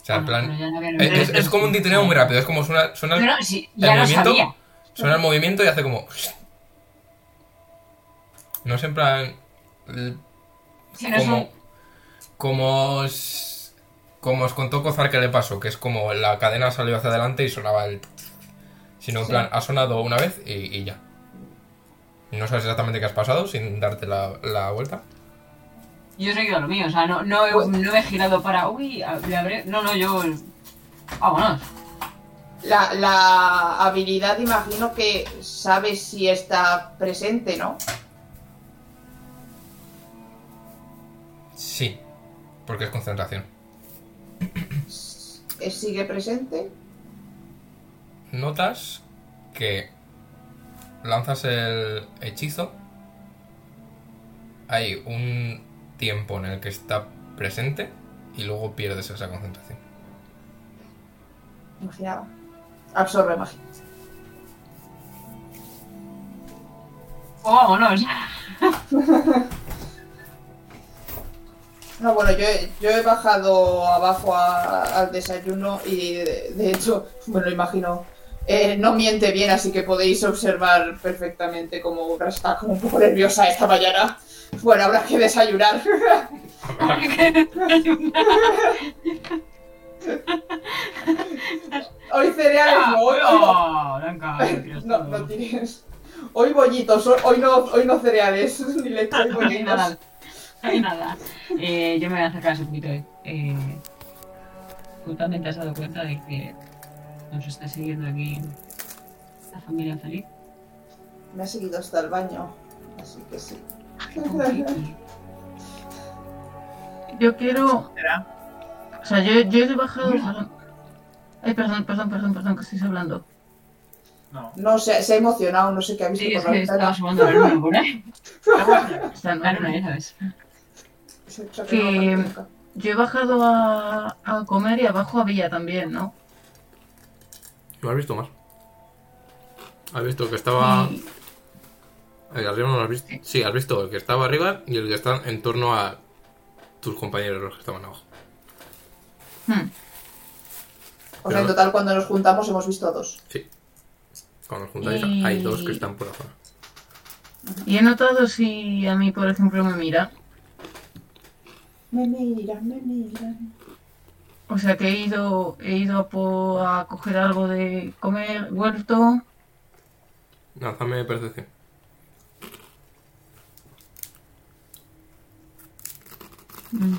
A: O sea, en
H: Bueno,
A: plan.
H: pero ya no había-
A: Es, es- es como un tintineo muy rápido, es como suena, suena,
H: No,
A: el,
H: no, sí, ya lo
A: movimiento-
H: sabía.
A: suena el movimiento y hace como. No es en plan.
H: Sí, no es
A: Como,
H: un-
A: como, os, como os contó Cozar que le pasó, que es como la cadena salió hacia adelante y sonaba el... Sino en
D: Sí.
A: plan, ha sonado una vez y, y ya. No sabes exactamente qué has pasado sin darte la, la vuelta.
H: Yo he seguido lo mío, o sea, no, no,
D: Pues-
H: he, no he girado para. Uy, a- le habré. No, no, yo. Vámonos.
D: La, la habilidad imagino que sabe si está presente, ¿no?
A: Sí, porque es concentración.
D: Eh, ¿Sigue presente?
A: Notas que lanzas el hechizo. Hay un tiempo en el que está presente y luego pierdes esa concentración.
D: Imaginaba. Absorbe magia.
H: O vámonos.
D: No, bueno, yo, he- yo he bajado abajo a- al desayuno y de, de hecho, me lo imagino, eh, no miente bien, así que podéis observar perfectamente cómo está como un poco nerviosa esta mañana. Bueno, habrá que desayunar. Hoy cereales no, hoy, hoy no.
H: Oh, Blanca, Dios
D: No,
H: todo.
D: no tienes. Hoy bollitos, hoy- hoy no, hoy no cereales, ni leche, hoy
H: Ah, No hay
D: bollitos.
H: nada. No hay nada. Eh, yo me voy a acercar a su poquito. Eh, justamente has dado cuenta de que nos está siguiendo aquí la familia feliz.
D: Me ha seguido hasta el baño, así que sí.
H: Qué conflicto.
E: Yo quiero.
C: Espera.
E: O sea, yo, yo he bajado. Ay, perdón, perdón, perdón, perdón, que estoy hablando.
C: No.
D: No, se, se ha emocionado, no sé qué ha visto
H: Sí, es
D: por la
H: que
D: ventana.
H: estaba sumando la luna por ahí.
E: Está en
H: La luna, ya sabes.
D: Se ha hecho
E: Que-
D: no lo toca.
E: Yo he bajado a, a comer y abajo había también, ¿no?
A: No has visto más. Has visto el que estaba.
E: Y-
A: el arriba no lo has visto. Sí, has visto el que estaba arriba y el que está en torno a tus compañeros, los que estaban abajo.
E: hmm,
D: O sea, en total, cuando nos juntamos hemos visto a dos.
A: Sí. Cuando os juntáis,
E: Y-
A: hay dos que están por la zona.
E: Y he notado si a mí, por ejemplo, me mira.
D: Me miran, me miran.
E: O sea, que he ido, he ido a, po- a coger algo de comer, vuelto.
A: Lánzame percepción.
E: Mm.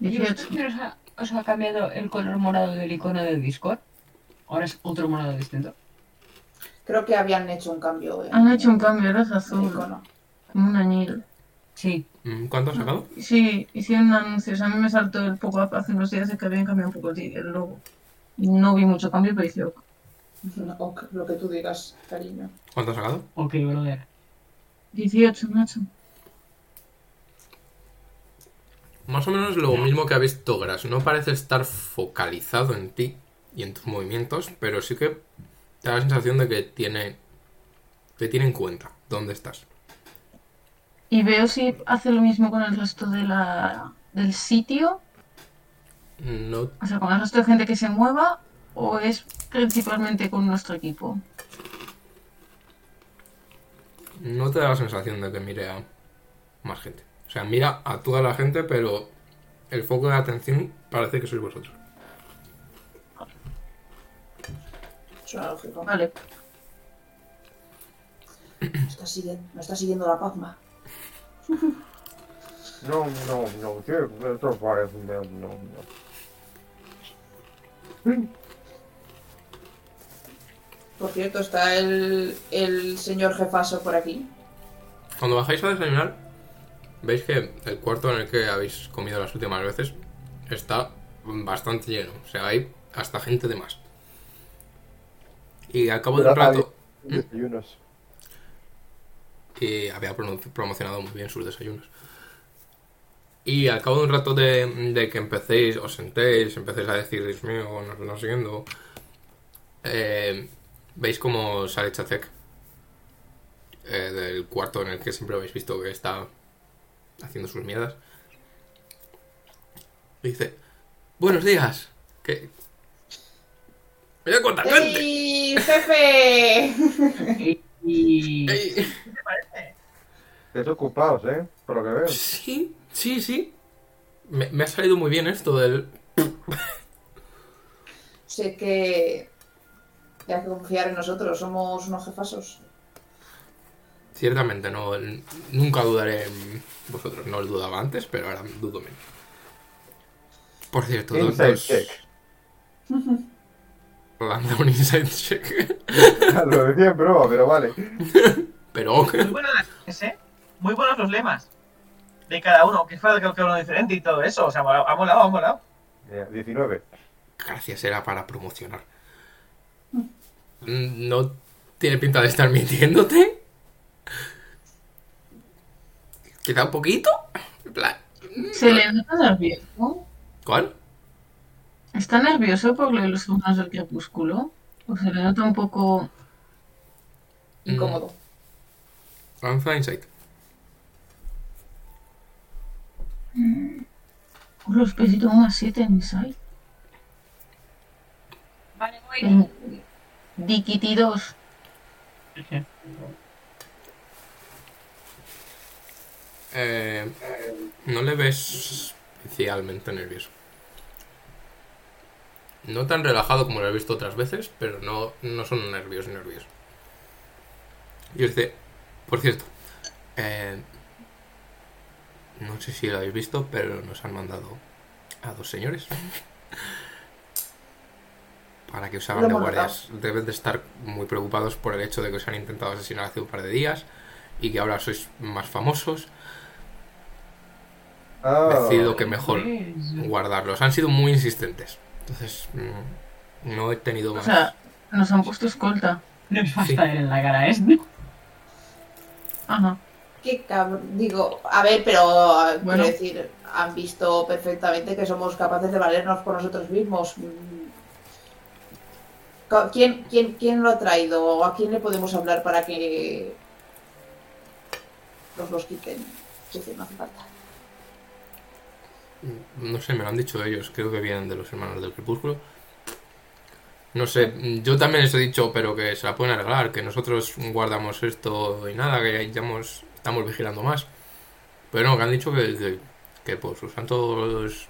E: 18.
H: ¿Pero os ha, os ha cambiado el color morado del icono de Discord? Ahora es otro morado distinto.
D: Creo que habían hecho un cambio. en-
E: Han hecho un cambio, ahora es
D: en el
E: azul,
D: icono.
E: como un añil.
H: Sí.
A: Mm, ¿Cuánto has sacado?
E: Sí, hicieron anuncios. A mí me saltó el pop-up hace unos días de que habían cambiado un poco el ti- el logo. Y No vi mucho cambio, pero hice ok.
D: No, o que- lo que tú digas, cariño.
A: ¿Cuánto has sacado?
H: Ok, brother.
E: 18, Nacho.
A: Más o menos lo mismo que ha visto Gras. No parece estar focalizado en ti y en tus movimientos, pero sí que te da la sensación de que tiene Te tiene en cuenta. ¿Dónde estás?
E: Y veo si hace lo mismo con el resto de la, del sitio.
A: No,
E: O sea, con el resto de gente que se mueva. O es principalmente con nuestro equipo.
A: no te da la sensación de que mire a más gente. O sea, mira a toda la gente, pero el foco de atención parece que sois vosotros.
D: Suena lógico.
E: Vale.
D: Me está siguiendo, me está siguiendo la pazma.
K: No, no, no, sí, esto parece, no, no, no.
D: Por cierto, está el, el señor jefaso por aquí.
A: Cuando bajáis a desayunar, veis que el cuarto en el que habéis comido las últimas veces está bastante lleno. O sea, hay hasta gente de más. Y al cabo de un
B: Pero nadie-
A: rato,
B: Desayunos.
A: y había prono- promocionado muy bien sus desayunos. Y al cabo de un rato de, de que empecéis, os sentéis, empecéis a decir, Dios mío, nos están siguiendo, eh, veis como sale Chacek eh, del cuarto en el que siempre habéis visto que está haciendo sus mierdas. Y dice, buenos días, que... Mira cuánta gente.
D: ¡Ey, jefe!
H: Y
A: ¡Ey!
K: Desocupados, ¿eh? Por lo que veo.
A: Sí, sí, sí. Me, me ha salido muy bien esto del...
D: sé que hay que confiar en nosotros, somos unos jefasos.
A: Ciertamente, no, n- nunca dudaré en vosotros. No os dudaba antes, pero ahora dudo menos. Por cierto, dos,
B: Inside
A: dos-
B: check.
A: lanza un inside check.
B: Lo decía en broma, pero vale.
A: Pero ok.
C: Muy buenas las clases, ¿eh? Muy buenos los lemas. De cada uno, que fuera cada uno diferente y todo eso. O sea, ha molado, ha molado.
B: Mira, 19.
A: gracias era para promocionar. Mm, No tiene pinta de estar mintiéndote. Quizá un poquito. En plan,
E: Se le nota nervioso.
A: ¿Cuál?
E: ¿Está nervioso por lo de los humanos del crepúsculo? ¿O se le nota un poco
D: Incómodo.
A: Lanza insight.
E: los pesitos más 7 en Inside?
H: Vale, voy.
E: En Diquiti 2.
A: Eh, no le ves especialmente nervioso. No tan relajado como lo he visto otras veces, pero no, no son nervios nervios. Y os dice, por cierto, eh, no sé si lo habéis visto, pero nos han mandado a dos señores para que os hagan
D: Lo
A: de
D: hemos
A: guardias. Deben de estar muy preocupados por el hecho de que os han intentado asesinar hace un par de días y que ahora sois más famosos
K: Ah,
A: decido que mejor
H: Pues,
A: guardarlos. Han sido muy insistentes. Entonces, mm, no he tenido
E: O
A: más.
E: sea, nos han puesto escolta.
H: Nos va a estar en la cara este.
E: Ajá.
D: Qué cabrón. Digo, a ver, pero a- quiero
E: Bueno.
D: decir, han visto perfectamente que somos capaces de valernos por nosotros mismos. Mm. Co- ¿Quién, quién, quién lo ha traído? ¿O a quién le podemos hablar para que nos los quiten? Sí, sí, no hace falta.
A: No sé, me lo han dicho ellos. Creo que vienen de los hermanos del crepúsculo. No sé, mm, yo también les he dicho, pero que se la pueden arreglar, que nosotros guardamos esto y nada, que ya hemos- estamos vigilando más. Pero no, que han dicho que, que, que por sus santos.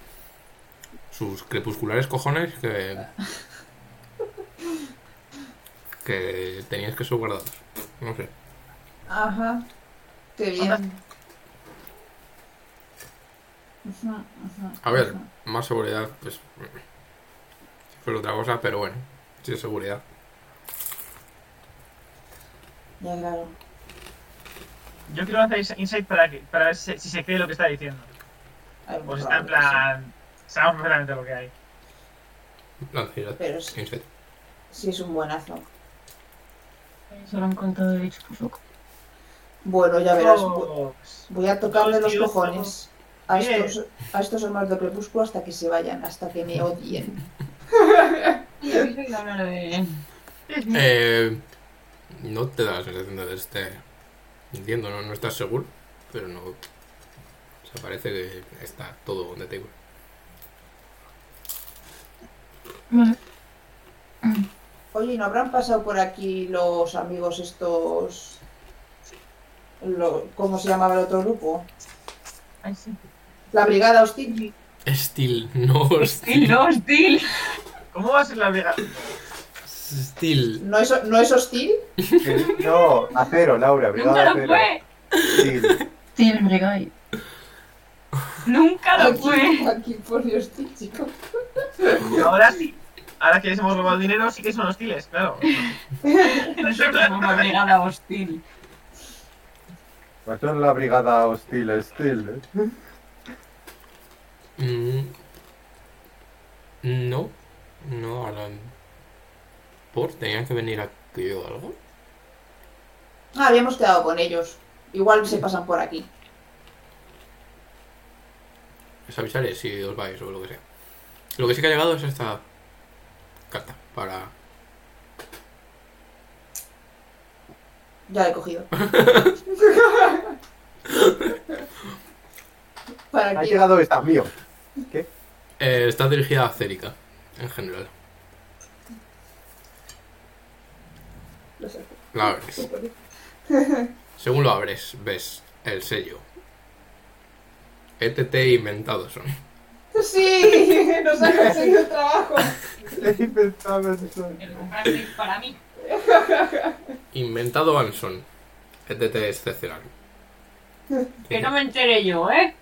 A: sus crepusculares cojones, que. que teníais que ser guardados. No sé.
D: Ajá. Qué bien. Ujú, ujú,
A: A ver,
D: ujú.
A: más seguridad, pues. Si fuera otra cosa, pero bueno, sí es seguridad.
D: Ya, claro.
C: Yo quiero lanzar ins- insight para, que- para ver si, si se cree lo que está diciendo.
D: Hay un
C: Pues está en
D: problema, sí.
C: plan. Sabemos perfectamente lo que hay.
A: Lanza insight.
D: Pero sí,
A: Insight.
D: sí es un buenazo.
E: Se lo han contado el Xpusoc.
D: Bueno, ya verás. bu-
C: Dos.
D: Voy a tocarle
C: Dos,
D: los
C: tío,
D: cojones a
C: Bien.
D: estos, a estos hermanos de crepúsculo hasta que se vayan, hasta que me odien.
H: Yo habéis oído hablar de.
A: Eh, No te da la sensación de que esté mintiendo, no, no estás seguro, pero no. O sea, parece que está todo on the table.
D: Oye, ¿no habrán pasado por aquí los amigos estos? Lo- ¿Cómo se llamaba el otro grupo?
E: Ay, sí.
D: La Brigada Hostil.
A: Steel, no
H: Hostil, no, hostil.
C: ¿Cómo va a ser la brigada?
A: Steel.
D: ¿No es, ¿No es hostil?
B: Que- No, acero, Laura,
H: Nunca
B: brigada
H: lo
B: acero.
H: fue.
B: Sí,
E: Steel Brigade.
H: Nunca lo
D: Aquí,
H: fue.
D: aquí pone hostil, chico.
C: Ahora sí. Ahora que les hemos robado dinero, sí que son hostiles, claro.
H: Nosotros somos una brigada hostil.
B: pues son la brigada hostil, hostil. ¿eh?
A: Mm. No, no hablan. ¿Por? ¿Tenían que venir aquí o algo?
D: Ah, habíamos quedado con ellos. Igual se pasan por aquí.
A: Les avisaré si os vais o lo que sea. Lo que sí que ha llegado es esta carta para.
D: Ya la he cogido. Para
B: Ha
D: que-
B: llegado esta, mío. ¿Qué?
A: Eh, está dirigida a Cérica, en general.
D: Lo sé.
A: La abres. Según lo abres, ves el sello. ETT inventado son.
D: Sí, nos ha conseguido trabajo.
B: He inventado eso.
H: El comprarme para mí.
A: Inventado Anson. ETT es Ceceran.
H: Que no me enteré yo, ¿eh?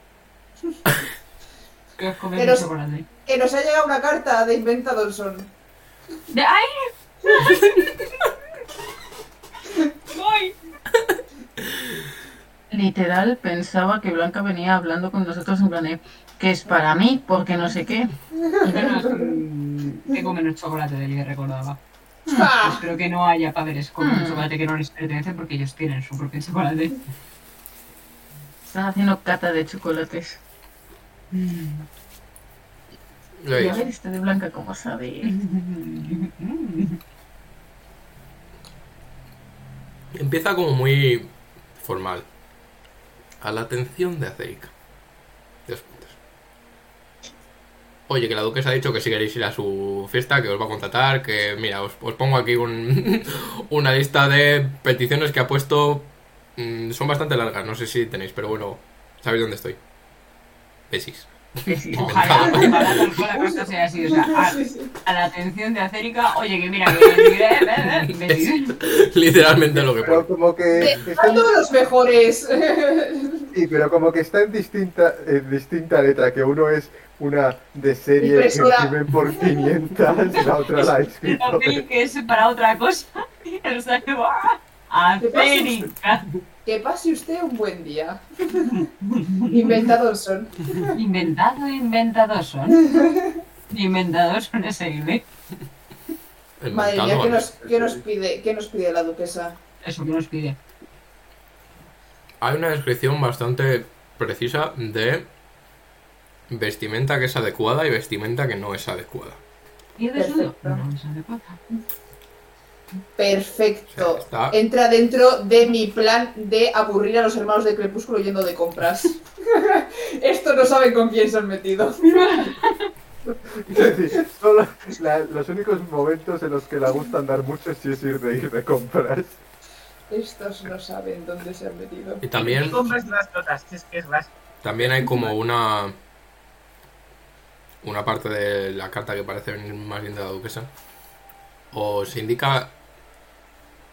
H: que os coméis
D: Pero-
H: mucho por ahí.
D: Que nos ha llegado una carta de Inventa Dolson.
H: ¡De ahí! ¡Voy!
E: Literal, pensaba que Blanca venía hablando con nosotros en plan de, que es para mí, porque no sé qué.
H: Menos, mm, tengo menos chocolate del que recordaba.
D: ¡Ja!
H: Espero Pues que no haya padres con
E: Mm.
H: chocolate que no les pertenece porque ellos tienen su propio chocolate.
E: Están haciendo cata de chocolates.
A: Lo
E: Y a
A: veis.
E: ver, este de Blanca, ¿cómo sabe?
A: Empieza como muy formal. A la atención de Acerica. Dos puntos. Oye, que la duquesa ha dicho que si queréis ir a su fiesta, que os va a contratar, que mira, os, os pongo aquí un- una lista de peticiones que ha puesto. Mm, son bastante largas, no sé si tenéis, pero bueno, sabéis dónde estoy. Besis.
E: Sí, sí.
H: Ojalá, ojalá tal cual la cosa sea así. O sea, a,
D: Sí, sí.
H: a la atención de Acérica, oye, que mira, que. eh, eh, eh, venid.
A: Literalmente lo que
B: Pero
A: pone.
B: como
H: Eh,
B: que.
D: De-
B: está
D: a
B: en-
D: todos los mejores.
B: sí, pero como que está en distinta, en distinta letra, que uno es una de serie que
D: Impresora.
B: escriben por 500 y la otra la ha
H: El
B: escrito.
H: papel que es para otra cosa. Y el saco, ¡ah! Acérica.
D: Que pase usted un buen día. Inventa Dolson.
H: Inventado, inventados son. Inventados son ¿eh? SL.
D: Madre mía,
A: Inventado,
D: ¿qué nos, qué nos pide, qué nos pide la duquesa?
H: Eso que nos pide.
A: Hay una descripción bastante precisa de vestimenta que es adecuada y vestimenta que no es adecuada.
H: ¿Y de sudo?
D: Perfecto.
H: No, es adecuada.
D: Perfecto.
A: Está-
D: Entra dentro de mi plan de aburrir a los hermanos de Crepúsculo yendo de compras. Esto no saben con quién se han metido.
B: Es decir, solo la- los únicos momentos en los que la gusta andar mucho es si es ir de ir de compras.
D: Estos no saben dónde se han metido.
A: Y también,
C: compras las notas, es que es las.
A: también hay como una una parte de la carta que parece venir más bien de la duquesa. Os indica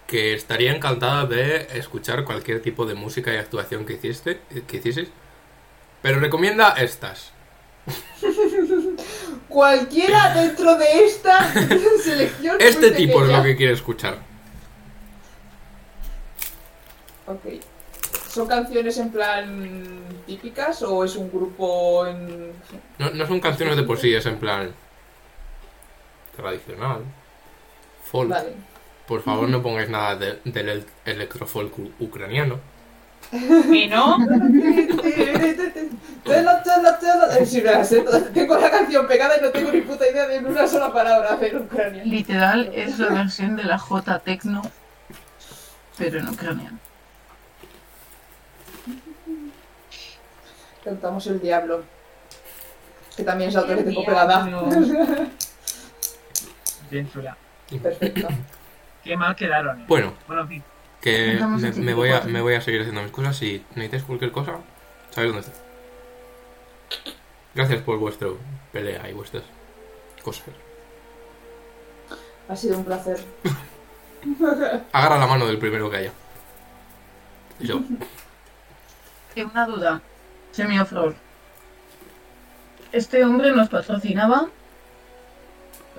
A: que estaría encantada de escuchar cualquier tipo de música y actuación que hiciste, que hicieses, pero recomienda estas.
D: Cualquiera dentro de esta selección. muy
A: Este tipo es
D: pequeña.
A: lo que quiere escuchar.
D: Ok. ¿Son canciones en plan típicas o es un grupo en...
A: No, no son canciones de por sí, es en plan tradicional. Folk.
D: Vale.
A: Por favor, no pongáis nada de- del el- electrofolk u- ucraniano.
H: Que no,
D: Tela, tela, tela. Eh, sí, me la sé toda. Tengo la canción pegada y no tengo ni puta idea de una sola palabra en ucraniano.
E: Literal, es la versión de la J Tecno pero en ucraniano.
D: Cantamos el diablo. Que también es la otra que
J: El
D: tengo pegada.
J: diablo.
C: Bien, chula.
D: Perfecto.
C: Qué mal quedaron. eh.
A: Bueno.
C: Bueno, en fin.
A: Que
C: Estamos
A: me,
C: en
A: me voy a,
C: 54.
A: me voy a seguir haciendo mis cosas. Si necesitáis cualquier cosa, sabéis dónde estoy. Gracias por vuestro pelea y vuestras cosas.
D: Ha sido un placer.
A: Agarra la mano del primero que haya. Yo.
E: Tengo una duda, Semiaflor. Este hombre nos patrocinaba.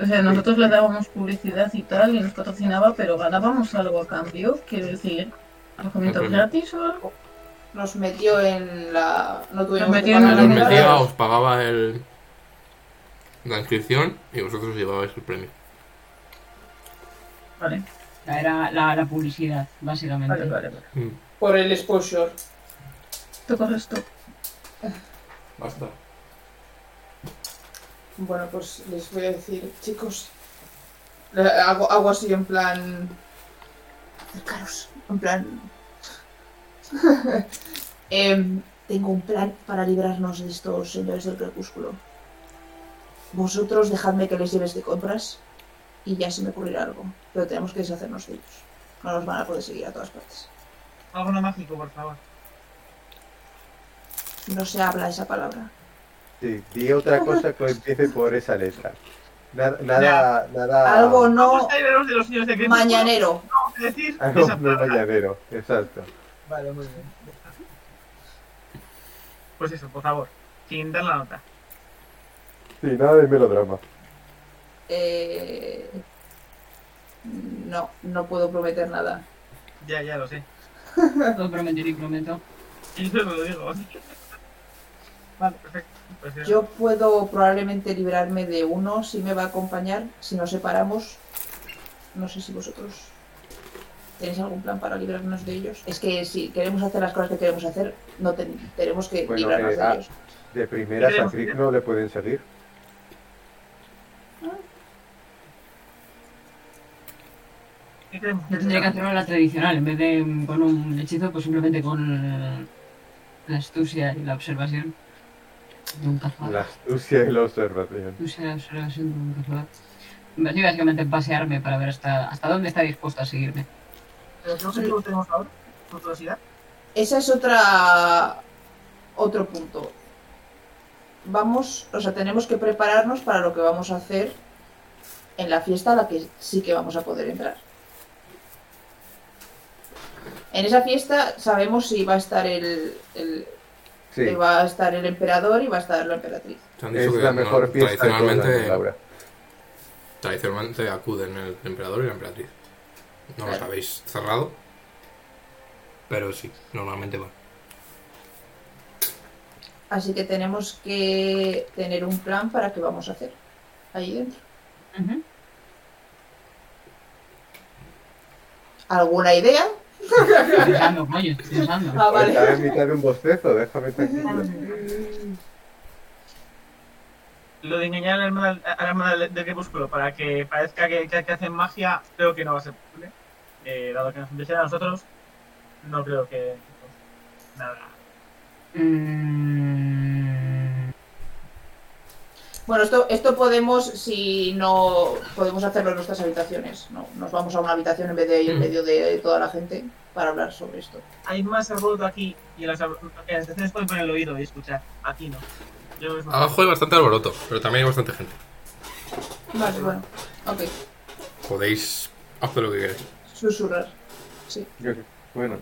E: O sea, nosotros le dábamos publicidad y tal, y nos patrocinaba, pero ganábamos algo a cambio. Quiero decir, alojamiento
A: Ujú.
E: gratis o algo.
D: Nos metió en la. No tuvimos
E: Nos metió
D: que
E: en
D: pagar
E: la
A: Os
D: nada.
A: metía, os pagaba el, la inscripción y vosotros llevabais el premio.
E: Vale,
H: Era la, la publicidad, básicamente.
E: vale, vale. vale.
A: Mm.
D: Por el exposure.
E: Tú corres tú.
A: Basta.
D: Bueno, pues les voy a decir, chicos. le Hago, hago así en plan. Acercaros. En plan. Em, tengo un plan para librarnos de estos señores del crepúsculo. Vosotros dejadme que les lleves de compras y ya se me ocurrirá algo. Pero tenemos que deshacernos de ellos. No nos van a poder seguir a todas partes.
C: Algo no mágico, por favor.
D: No se habla esa palabra.
B: Sí, di otra cosa que empiece por esa letra. Nada, nada, nada.
D: Algo
C: Vamos
D: no
C: a liberaros de los niños de Crepúsculo.
D: mañanero.
C: Vamos a decir
B: Algo
C: esa
B: no
C: palabra.
B: llavero, exacto.
C: Vale, muy bien. ya está. Pues eso, por favor. Sin dar la nota.
B: Sí, nada de melodrama.
D: Eh, No, no puedo prometer nada.
C: Ya, ya lo sé.
H: Todo prometer y prometo.
C: Y yo lo digo. Vale, perfecto. Pues eso.
D: Yo puedo probablemente librarme de uno si me va a acompañar, si nos separamos. No sé si vosotros tenéis algún plan para librarnos de ellos. Es que si queremos hacer las cosas que queremos hacer, no ten- tenemos que
B: Bueno,
D: librarnos
B: eh,
D: de
B: ah.
D: ellos.
B: De primeras a
C: Queremos
B: Crick
C: ir.
B: no le pueden seguir.
C: ¿Qué queremos?
H: Yo tendría que hacerlo la tradicional, en vez de mm, con un hechizo, pues simplemente con eh, la astucia y la observación de un cazador.
B: La astucia y la observación.
H: Astucia y la observación de un cazador. Yo básicamente pasearme para ver hasta, hasta dónde está dispuesto a seguirme.
C: Pero no sé cómo tenemos ahora. Por curiosidad.
D: Esa es otra otro punto. Vamos, o sea, tenemos que prepararnos para lo que vamos a hacer en la fiesta a la que sí que vamos a poder entrar. En esa fiesta sabemos si va a estar el, el-
B: Sí,
D: que va a estar el emperador y va a estar la emperatriz.
A: Te han dicho
B: es
A: que
B: la
A: no,
B: mejor fiesta de todas,
A: tradicionalmente,
B: Laura.
A: tradicionalmente acuden el emperador y la emperatriz. No los
D: Claro.
A: habéis cerrado. Pero sí, normalmente va.
D: Así que tenemos que tener un plan para qué vamos a hacer ahí dentro.
H: Ujú.
D: ¿Alguna idea?
H: Estoy pensando, coño, estoy pensando.
D: Ah, vale.
B: Está en mitad de un bostezo, déjame tranquilo.
C: Lo de engañar a la hermana, a la hermana del, del crepúsculo para que parezca que, que- que hacen magia, creo que no va a ser posible. Eh, dado que nos interesa a nosotros, no creo que. pues, nada.
H: Mm,
D: Bueno, esto, esto podemos, si no, podemos hacerlo en nuestras habitaciones. ¿no? Nos vamos a una habitación en vez de ir en
A: Mm.
D: medio de toda la gente para hablar sobre esto.
C: Hay más alboroto aquí y en las, eh, ab- en las estaciones pueden poner el oído y escuchar. Aquí no. Yo es más-
A: Abajo hay bastante alboroto, pero también hay bastante gente.
D: Vale, bueno. Ok,
A: Podéis hacer lo que queráis.
D: susurrar.
B: Yo- Bueno,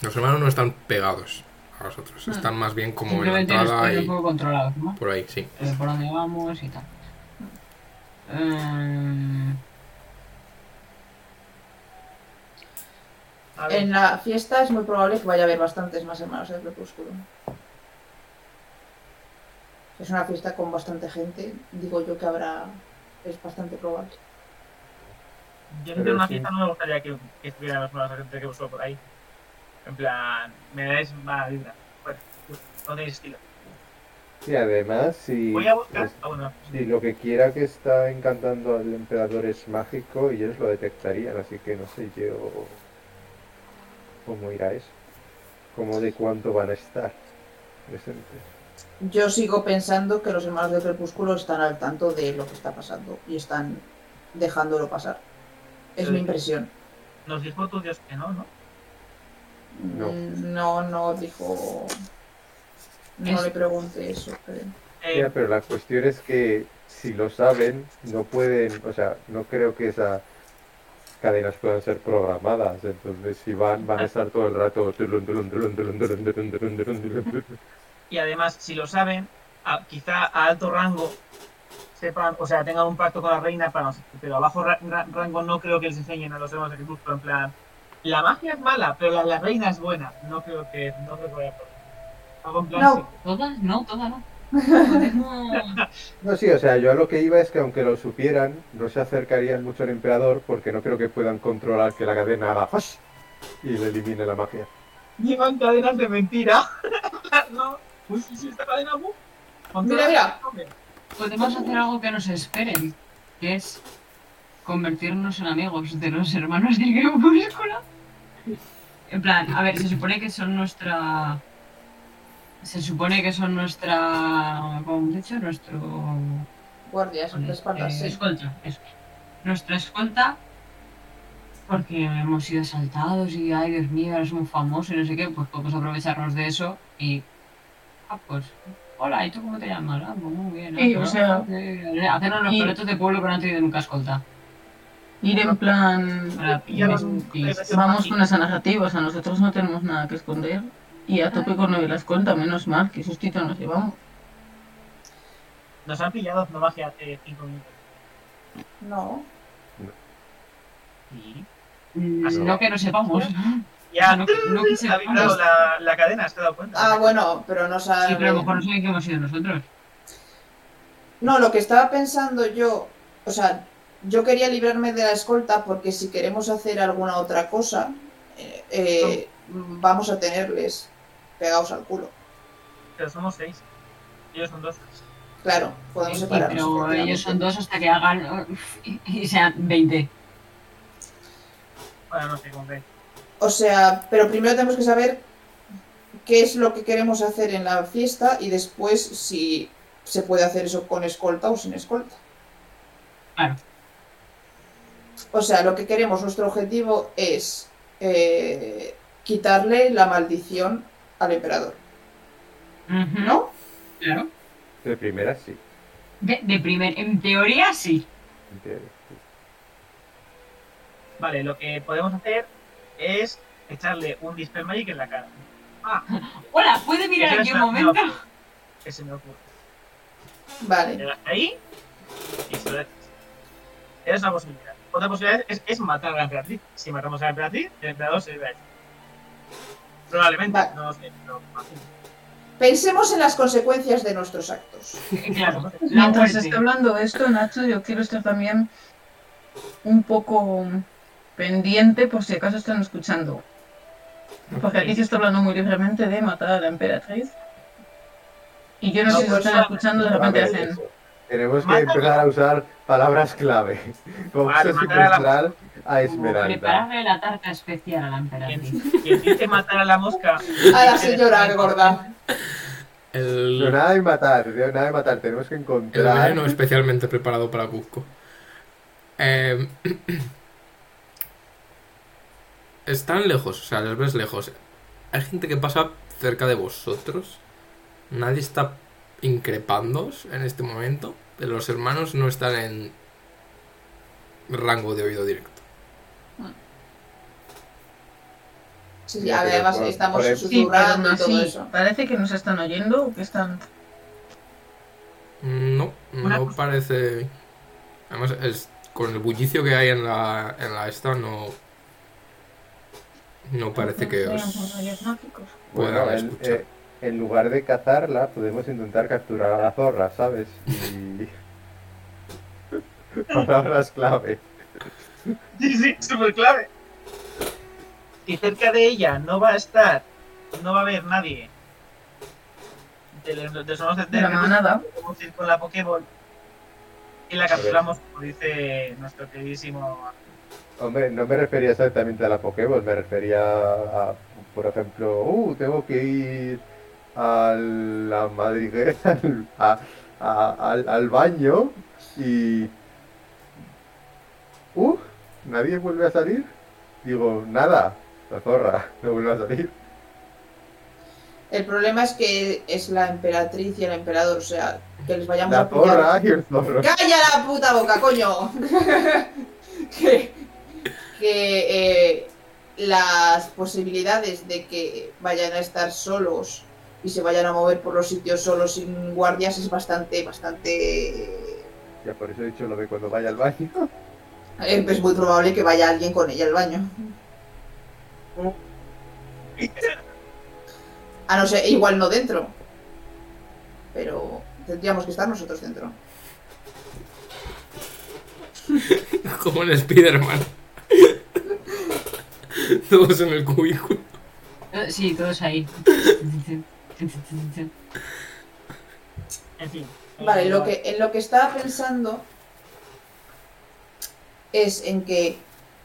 A: Los hermanos no están pegados a vosotros,
H: Ah.
A: están más bien como en la
H: Simplemente los
A: entrada
H: tengo un
A: y
H: poco controlados, ¿no?
A: por ahí, sí.
H: Eh, por dónde vamos y tal. Mm,
C: A ver,
D: En la fiesta es muy probable que vaya a haber bastantes más hermanos del crepúsculo. Es una fiesta con bastante gente. Digo yo que habrá. Es bastante probable.
C: yo
B: pero
C: en una
B: sí.
C: fiesta no me gustaría que, que estuvieran las manos de gente que busco por ahí. En plan, me dais mala vibra. Bueno, pues, no tenéis estilo.
B: y además, si,
C: Voy a buscar.
B: es-
C: Ah, bueno,
B: si pues, lo que quiera que está encantando al emperador es mágico, ellos lo detectarían, así que no sé yo. cómo irá eso, como de cuánto van a estar presentes.
D: Yo sigo pensando que los hermanos del crepúsculo están al tanto de lo que está pasando y están dejándolo pasar. Es
C: Sí.
D: mi impresión.
C: Nos dijo tu Dios que no, ¿no?
B: No.
D: Mm, No, no dijo. No
C: Es-
D: le pregunté eso. creo.
C: Eh,
B: Ya, pero la cuestión es que si lo saben, no pueden, o sea, no creo que esas cadenas puedan ser programadas, entonces si van, van a estar todo el rato... tulum, tulum, tulum, tulum, tulum, tulum, tulum, tulum, tulum, tulum.
C: y además, si lo saben, a- quizá a alto rango sepan, o sea, tengan un pacto con la reina para nosotros, pero a bajo ra- ra- rango no creo que les enseñen a los hermanos de Crepúsculo, en plan, la magia es mala, pero la, la reina es buena. No creo que, no creo que vaya por ahí. Algo en plan,
D: No.
C: sí.
H: ¿Todas? No, todas no.
B: No, sí, o sea, yo a lo que iba es que aunque lo supieran, no se acercarían mucho al emperador porque no creo que puedan controlar que la cadena haga ¡fash! y le elimine la magia.
C: Llevan cadenas de mentira. no, uy, sí, sí, esta cadena, uh, con
G: Mira,
C: todo-
G: mira.
H: Podemos hacer algo que nos esperen, que es convertirnos en amigos de los hermanos del crepúsculo. En plan, a ver, se supone que son nuestra. Se supone que son nuestra. ¿Cómo hemos dicho? Nuestro.
D: Guardias, de espaldas,
H: Eh,
D: sí.
H: Escolta, eso. Nuestra escolta, porque hemos sido asaltados y, ay, Dios mío, ahora somos famosos y no sé qué, pues podemos aprovecharnos de eso y. Ah, pues. Hola, ¿y tú cómo te llamas? Ah, pues muy bien. ah,
E: Sí,
H: pues,
E: o sea,
H: ah, eh, Hacernos los
E: y-
H: pelotos de pueblo que no han tenido nunca escolta.
E: Ir en plan.
H: Para-
E: ya nos- Vamos con esa narrativa, o sea, nosotros no tenemos nada que esconder. Y a tope con lo de la escolta, menos mal, que sustito nos llevamos.
C: Nos han pillado haciendo magia hace 5 minutos.
D: No.
C: Sí.
H: Mm, No que no sepamos.
C: Ya,
H: No, que- no que
C: ha vibrado
H: sepamos.
C: la, la cadena, ¿has dado cuenta?
D: Ah, bueno, pero no sabe.
H: Sí, pero a lo mejor no saben que hemos sido nosotros.
D: No, lo que estaba pensando yo, o sea, yo quería librarme de la escolta porque si queremos hacer alguna otra cosa, eh, eh, vamos a tenerles pegados al culo.
C: Pero somos 6. Ellos son 2.
D: Claro, podemos
H: Sí,
D: separarnos.
H: pero ellos son
D: efectivamente.
H: dos hasta que hagan. Y, y sean 20.
C: Bueno, no sé, con qué.
D: O sea, pero primero tenemos que saber qué es lo que queremos hacer en la fiesta y después si se puede hacer eso con escolta o sin escolta.
H: Claro.
D: O sea, lo que queremos, nuestro objetivo es eh, quitarle la maldición al emperador,
H: Ujú,
D: ¿no?
H: Claro.
B: De primera sí,
H: De, de primer, en teoría sí.
B: en teoría, sí.
C: Vale, lo que podemos hacer es echarle un Dispel Magic en la cara. Ah,
H: Hola, ¿puede mirar
C: esa
H: aquí
C: es
H: un
C: la-
H: momento?
C: no, que se me ocurre. Le
D: Vale.
C: das ahí y se lo echas. Esa es una posibilidad. Otra posibilidad es, es matar a la emperatriz. Si matamos a la emperatriz, el emperador se lleva a ella. Probablemente,
D: Vale.
C: no lo sé, pero imagino.
D: Pensemos en las consecuencias de nuestros actos.
H: Eh, Claro, la
E: Mientras
H: muerte.
E: está hablando de esto, Nacho, yo quiero estar también un poco pendiente por si acaso están escuchando. Porque aquí se está hablando muy libremente de matar a la emperatriz. Y yo no,
C: No,
E: sé si
C: pues,
E: están escuchando, de
B: A
E: repente
B: ver,
E: hacen.
B: eso. Tenemos que
C: Mátalo.
B: empezar a usar palabras clave. Vamos
C: Vale,
B: a
C: matar a la-
B: secuestrar a
H: Como
B: Esmeralda.
H: prepararle la tarta especial a la emperatriz.
C: Quien, quien dice matar a la mosca.
D: A la señora gorda.
B: No,
A: El,
B: nada de matar, no, nada de matar. Tenemos que
A: el
B: encontrar.
A: veneno especialmente preparado para Cusco. Eh, están lejos, o sea, les ves lejos. Hay gente que pasa cerca de vosotros. Nadie está increpándoos en este momento. Pero los hermanos no están en rango de oído directo.
D: Sí,
B: Ya, pero
D: además
B: por-
D: estamos
B: por-
E: Sí, pero aún
D: susurrando y todo
E: así,
D: eso.
E: parece que nos están oyendo o que están.
A: No,
C: Una
A: no
C: cosa-
A: parece. Además, es- con el bullicio que hay en la, en la esta, no. No parece que os
B: Bueno,
A: puedan
B: en-
A: escuchar.
B: eh, en lugar de cazarla, podemos intentar capturar a la zorra, ¿sabes? Y. palabras clave.
C: Sí, sí, súper clave. Y cerca de ella no va a estar, no va a haber nadie. De los de los
E: De la manada.
C: podemos ir con la Pokéball y la capturamos, como dice nuestro queridísimo.
B: Hombre, no me refería exactamente a la Pokéball, me refería a, por ejemplo, uh, tengo que ir a la madriguera, al, a- a- al, al baño y... Uh, nadie vuelve a salir. Digo, nada, la zorra, no vuelve a salir.
D: El problema es que es la emperatriz y el emperador, o sea, que les vayamos
B: La
D: a pillar.
B: zorra y el zorro.
D: ¡Calla la puta boca, coño! que que, eh, las posibilidades de que vayan a estar solos y se vayan a mover por los sitios solos sin guardias es bastante, bastante...
B: Ya por eso he dicho lo de cuando vaya al baño.
D: eh, es muy probable que vaya alguien con ella al baño. A no ser, igual no dentro. Pero tendríamos que estar nosotros dentro.
A: Como en Spider-Man. Todos en el cubículo.
H: Eh, Sí, todos ahí.
C: En fin.
D: Vale,
C: Ah,
D: lo que, en lo que estaba pensando es en que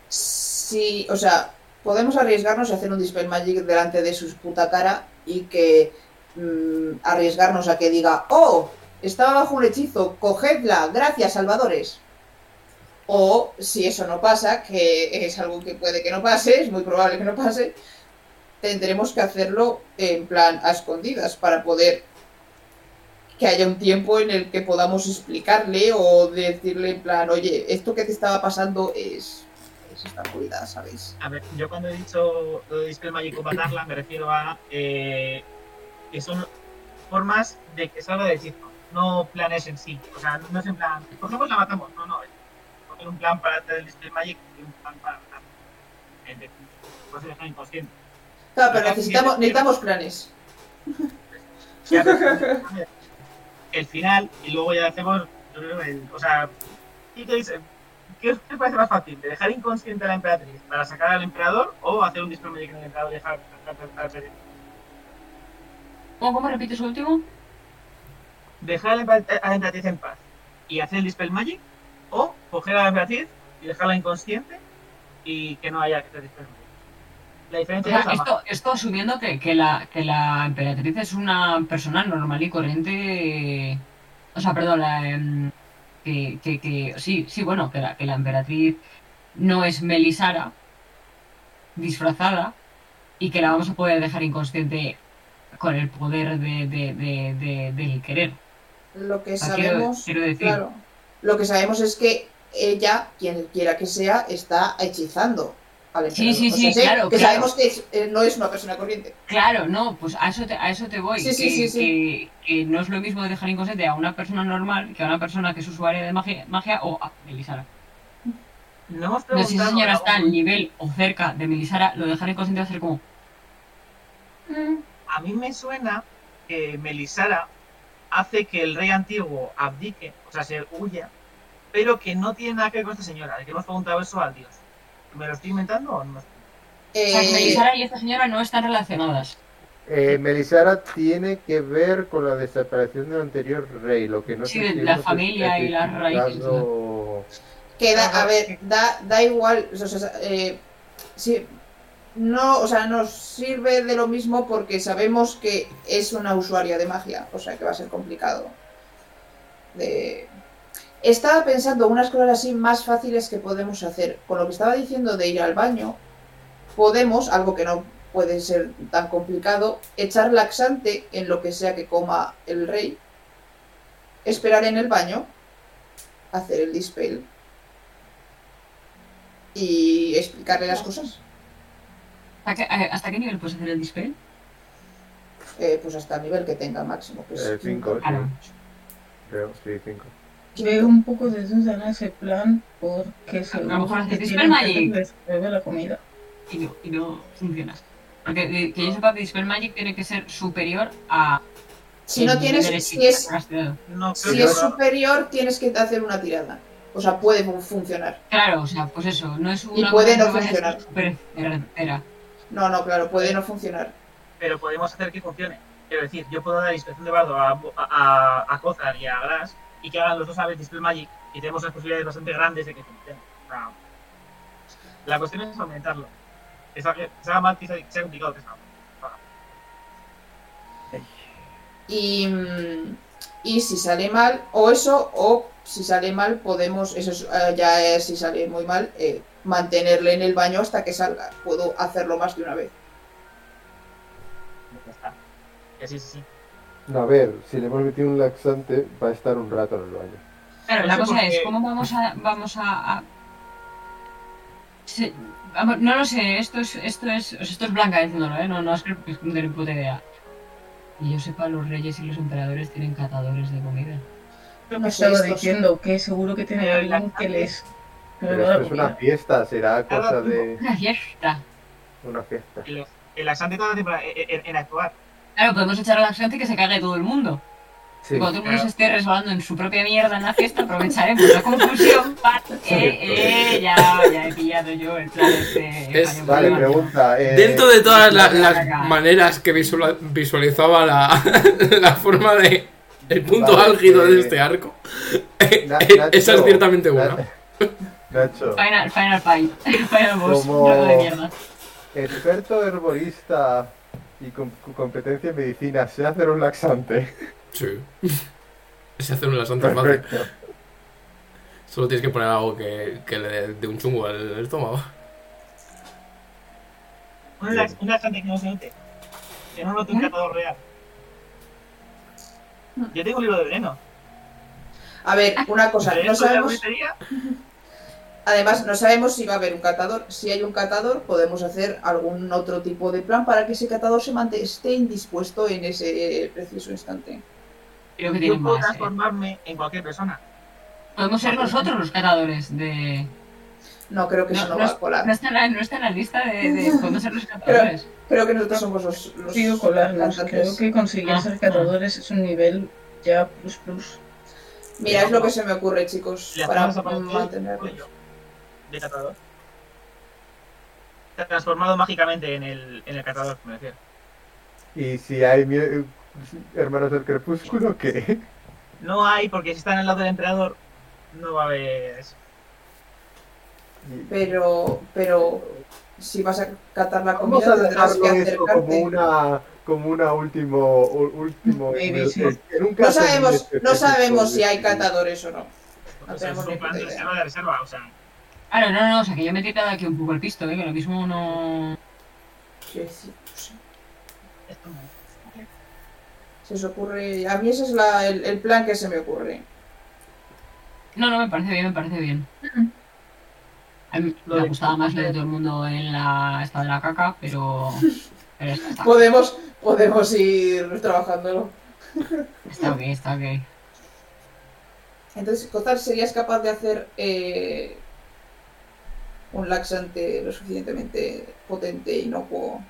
D: si, o sea, podemos arriesgarnos a hacer un Dispel Magic delante de su puta cara y que mm, arriesgarnos a que diga, oh, estaba bajo un hechizo, cogedla, gracias, salvadores. O si eso no pasa, que es algo que puede que no pase, es muy probable que no pase, tendremos que hacerlo en plan a escondidas para poder que haya un tiempo en el que podamos explicarle o decirle en plan, oye, esto que te estaba pasando es, es esta jodida, ¿sabes?
C: A ver, yo cuando he dicho lo de Dispel Magic o matarla, me refiero a eh, que son formas de que salga del hechizo, no planes en sí. O sea, no, no es en plan, cogemos la matamos, no, no. Es poner un plan para hacer el Dispel Magic y un plan para matarla. Eh, de- Pues dejar inconsciente.
D: Claro, pero necesitamos, necesitamos planes.
C: Ya, pero- el final y luego ya hacemos, yo creo, el- o sea, ¿qué queréis? ¿Qué os qué os parece más fácil? ¿De dejar inconsciente a la emperatriz para sacar al emperador o hacer un disparo médico al emperador y dejar al- al- al-
H: ¿Cómo, cómo repites su último?
C: dejar a la emper- a la emperatriz en paz y hacer el dispel magic o coger a la emperatriz y dejarla inconsciente y que no haya que hacer dispel magic? La
H: O
C: diferencia
H: sea,
C: es la magia.
H: esto, esto asumiendo que, que la, que la emperatriz es una persona normal y corriente. O sea, perdón, la, em, que, que, que- sí, sí, bueno, que la, que la emperatriz no es Melisara disfrazada y que la vamos a poder dejar inconsciente con el poder de, de- de- de- del querer.
D: Lo que
H: O sea, quiero-
D: sabemos,
H: quiero decir-
D: claro, lo que sabemos es que ella, quien quiera que sea, está hechizando al
H: Sí,
D: emperador.
H: sí,
D: O
H: sí,
D: sea,
H: claro,
D: Que
H: claro.
D: sabemos que es- eh, no es una persona corriente.
H: Claro, no, pues a eso te, a eso te voy.
D: Sí, sí,
H: que,
D: sí, sí.
H: que- que no es lo mismo dejar inconsciente a una persona normal que a una persona que es usuaria de magia, magia o a Melisara.
C: No hemos
H: No, si esa
C: preguntado
H: señora
C: a-
H: está al nivel o cerca de Melisara, lo dejaré consciente va a ser como.
C: A mí me suena que Melisara hace que el rey antiguo abdique, o sea, se huya, pero que no tiene nada que ver con esta señora, de que hemos preguntado eso al dios. ¿Me lo estoy inventando o no?
H: O sea, que
D: Eh,
H: Melisara y esta señora no están relacionadas.
B: Eh, Melisara tiene que ver con la desaparición del anterior rey, lo que no
H: Sí,
B: sé
H: de
B: si
H: la
B: hemos
H: familia y las
B: especificado.
H: raíces,
D: que da,
C: Ajá.
D: a ver, da, da igual, o sea, eh, sí, no, o sea, nos sirve de lo mismo porque sabemos que es una usuaria de magia, o sea, que va a ser complicado. De... Estaba pensando unas cosas así más fáciles que podemos hacer. Con lo que estaba diciendo de ir al baño, podemos, algo que no puede ser tan complicado, echar laxante en lo que sea que coma el rey, esperar en el baño, hacer el dispel y explicarle las cosas.
H: ¿Hasta qué, eh, hasta qué nivel puedes hacer el dispel?
D: Eh, pues hasta el nivel que tenga máximo. que es
B: Eh, cinco, sí,
H: Claro.
B: creo, sí, cinco.
E: Veo un poco de duda en ese plan porque
H: A lo
E: seguro que
H: mejor haces
E: tienen que
H: Dispel Magic.
E: después de la comida.
H: Y no, y no funciona. Porque de- que yo sepa que Dispel Magic tiene que ser superior a.
D: Si no
H: el nivel
D: tienes,
H: de
D: si
H: hechizo
D: es,
H: que has tirado.
C: No, creo
D: si
C: que
D: es
C: no.
D: superior, tienes que hacer una tirada. O sea, puede fun- funcionar.
H: Claro, o sea, pues eso, no es una.
D: puede no
H: cosa que vaya a ser
D: funcionar.
H: súper certera.
D: No, no, claro, puede no funcionar.
C: pero podemos hacer que funcione. Quiero decir, yo puedo dar inspección de bardo a, a, a Kozar y a Gras y que hagan los dos a vez Dispel Magic y tenemos las posibilidades bastante grandes de que funcione. O sea, La cuestión es aumentarlo. Que se haga- que se haga mal, que se- que sea complicado que se haga.
D: Y, mm, y si sale mal, o eso, o si sale mal, podemos, eso es, eh, ya es, si sale muy mal, eh, mantenerle en el baño hasta que salga. Puedo hacerlo más de una vez.
C: Ya está. Y así, sí, sí.
B: A ver, si le hemos metido un laxante, va a estar un rato en el baño.
H: Claro, la
C: Eso
H: cosa es,
C: porque-
H: ¿cómo vamos a... Vamos a, a- Se- vamos- no lo sé, esto es, esto es, o sea, esto es Blanca diciéndolo, ¿eh? No, no es que es que no tengo ni puta idea. Y yo sepa, los reyes y los emperadores tienen catadores de comida.
D: No
E: Yo me
D: sé,
E: estaba
D: estos-
E: diciendo que seguro que tiene
C: Pero
E: alguien
C: la-
E: que les.
B: Pero esto es una fiesta, será
C: Claro,
B: cosa de
H: Una fiesta.
B: una fiesta.
C: El, el laxante tarda temporada en, en- en actuar.
H: Claro, podemos echar a la gente que se cague todo el mundo.
B: Sí.
H: Cuando todo el
C: claro.
H: mundo se esté resbalando en su propia mierda en la fiesta, aprovecharemos la confusión para... Eh, eh, ya, ya he pillado yo el plan este...
A: Es-
H: fallo
B: Vale,
H: matemático.
B: pregunta. eh,
A: Dentro de todas la-
H: la-
A: las
H: la-
A: maneras que visual- visualizaba la, la forma de. El punto
B: Vale,
A: álgido de
B: eh,
A: este arco.
B: Na-
A: Esa es
B: Nacho,
A: ciertamente
B: Na-
A: una.
B: Nacho,
H: Final, final fight. Final boss.
B: Como-
H: Juego de mierda.
B: experto herbolista y con con competencia en medicina, sé hacer un laxante.
A: Sí. Se hacen unas santas madres.
B: Perfecto.
A: Solo tienes que poner algo que, que le dé dé un chungo al estómago.
C: Un, lax- un laxante que no se note. Que no note
H: ¿Eh?
C: un catador real. Yo tengo un libro de veneno.
D: A ver, una cosa,
C: ¿Veneno
D: no
C: de la
D: sabemos,
C: brujería?
D: además, no sabemos si va a haber un catador. Si hay un catador, podemos hacer algún otro tipo de plan para que ese catador se mante- esté indispuesto en ese eh, preciso instante.
H: Creo
C: Yo
H: que tienen
C: puedo
H: más. eh.
C: transformarme en cualquier persona.
H: Podemos ser nosotros los catadores de.
D: No, creo que eso no va a colar.
H: no está en la, no está en la lista de, de- Podemos ser los catadores.
D: Creo que nosotros somos los, los
E: Sigo con las dos. Creo
D: cantantes.
E: que conseguir
H: Ah,
E: ser catadores es un nivel ya plus plus.
D: Mira, es lo que se me ocurre, chicos,
C: Le
D: para
C: hacemos aparecer un
D: mantenerlos.
C: cuello de catador. Se ha transformado mágicamente en el, en el catador, me refiero.
B: Y si hay mie- hermanos del crepúsculo, ¿qué?
C: No hay, porque si están al lado del emperador, no va a haber eso.
D: Pero, pero si vas a catar la
B: Vamos
D: comida
B: a
D: tendrás
B: dejarlo
D: que
B: eso como
D: acercarte.
B: una como una último u- último
E: Maybe,
B: nivel,
E: sí.
B: porque nunca
D: No sabemos,
B: sabemos
D: no
B: este
D: sabemos
B: tipo
D: si
B: de-
D: hay catadores o no.
C: O sea,
D: tenemos
C: es
D: ni
C: un plan
D: puta
C: de
D: idea.
C: reserva de reserva, o sea,
H: Claro, Ah, no, no, o sea que yo me he tirado aquí un poco el pisto, ¿eh? que lo mismo no.
D: Quiero decir, no sé.
C: esto no.
D: Se os ocurre. A mí ese es la- el, el plan que se me ocurre.
H: No, no, me parece bien, me parece bien. A mí
C: Lo
H: me
C: de-
H: gustaba más lo de todo el mundo en la esta de la caca, pero. Pero está,
C: Ah.
H: está,
D: Podemos, podemos ir trabajándolo.
H: está ok, está ok.
D: Entonces, Cozar, ¿serías capaz de hacer eh, un laxante lo suficientemente potente e inocuo?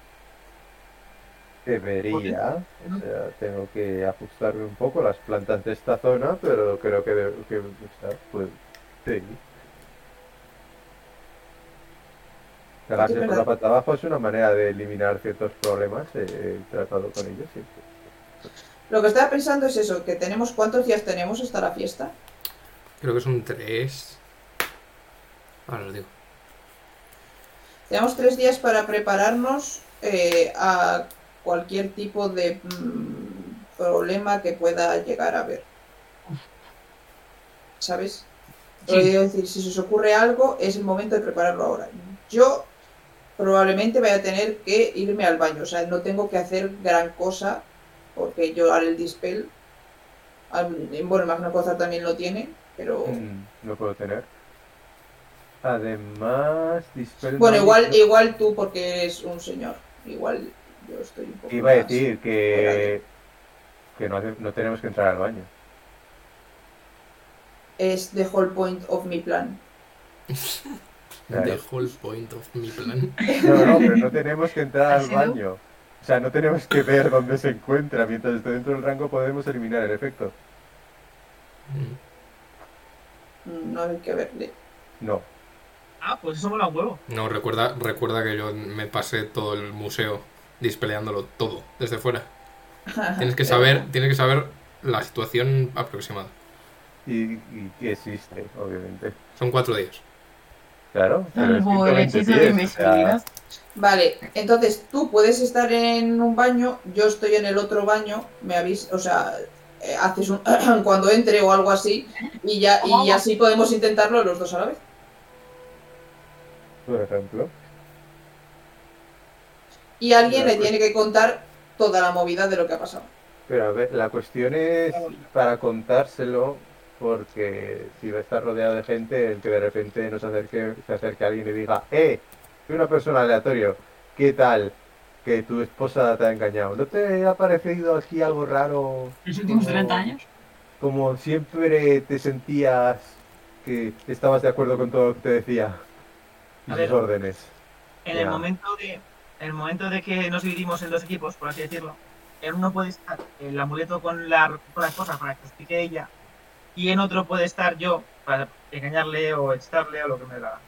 B: Debería, o sea, tengo que ajustarme un poco las plantas de esta zona, pero creo que, de- que o sea, pues, sí. Cagarse por la pata abajo es una manera de eliminar ciertos problemas, eh, he tratado con ellos siempre.
D: Lo que estaba pensando es eso, que tenemos cuántos días tenemos hasta la fiesta.
A: Creo que son tres. Ahora os digo.
D: Tenemos tres días para prepararnos eh, a cualquier tipo de mm, problema que pueda llegar a haber. ¿Sabes?
H: Sí.
D: Eh, es decir, si se os ocurre algo, es el momento de prepararlo ahora. Yo probablemente vaya a tener que irme al baño, o sea, no tengo que hacer gran cosa, porque yo haré el dispel. Al- Bueno, Magna Cosa también lo tiene, pero...
B: Mm, No puedo tener. Además, dispel
D: Bueno,
B: magic
D: igual,
B: no-
D: igual tú porque eres un señor. Igual yo estoy un poco.
B: Iba a
D: más.
B: decir que, que no, hace- no tenemos que entrar al baño.
D: Es the whole point of mi plan.
B: Claro.
A: The whole point of mi plan.
B: No, no, pero no tenemos que entrar al
H: ¿Así no?
B: baño. O sea, no tenemos que ver dónde se encuentra. Mientras esté dentro del rango podemos eliminar el efecto.
A: Mm,
D: Mm, No hay que verle.
B: No.
C: Ah, pues eso mola un huevo.
A: No, recuerda, recuerda que yo me pasé todo el museo dispeleándolo todo desde fuera. Tienes
D: Ah,
A: que
D: eh.
A: saber, tienes que saber la situación aproximada.
B: Y, y que existe, obviamente.
A: Son cuatro días.
B: Claro. pero es
E: Salvo el
B: 120
E: hechizo de
B: pies, o sea,
E: invisibilidad.
D: Vale, entonces tú puedes estar en un baño, yo estoy en el otro baño, me avis, o sea, eh, haces un cuando entre o algo así, y ya y así podemos intentarlo los dos a la vez.
K: Por ejemplo.
D: Y alguien le tiene que contar toda la movida de lo que ha pasado.
B: Pero a ver, la cuestión es para contárselo, porque si va a estar rodeado de gente, el que de repente nos acerque, se acerque a alguien y diga, ¡eh! Soy una persona aleatoria, ¿qué tal? Que tu esposa te ha engañado. ¿No te ha parecido aquí algo raro?
H: los últimos
B: Como-
H: 30 años.
B: Como siempre te sentías que estabas de acuerdo con todo lo que te decía. Y
C: A
B: sus
C: ver.
B: órdenes.
C: En
B: Ya.
C: el momento de en el momento de que nos dividimos en dos equipos, por así decirlo, en uno puede estar el amuleto con la, con la esposa para que explique ella, y en otro puede estar yo para engañarle o echarle o lo que me da.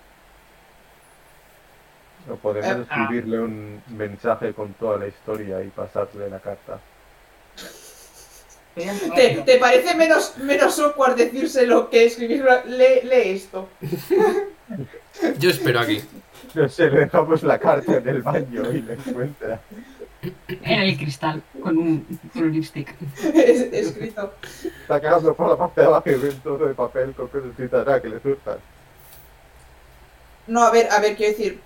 B: O podemos
C: Ah.
B: escribirle un mensaje con toda la historia y pasarle la carta.
D: ¿Te, te parece menos, menos awkward decírselo que escribirlo? Lee, lee esto.
A: Yo espero aquí.
B: No sé, le dejamos la carta en el baño y la encuentra.
H: Era el cristal con un, con un lipstick.
D: Es- escrito.
B: Está cagando por la parte de abajo y ve un trozo de papel con cosas atrás que le surtan.
D: No, a ver, a ver, quiero decir,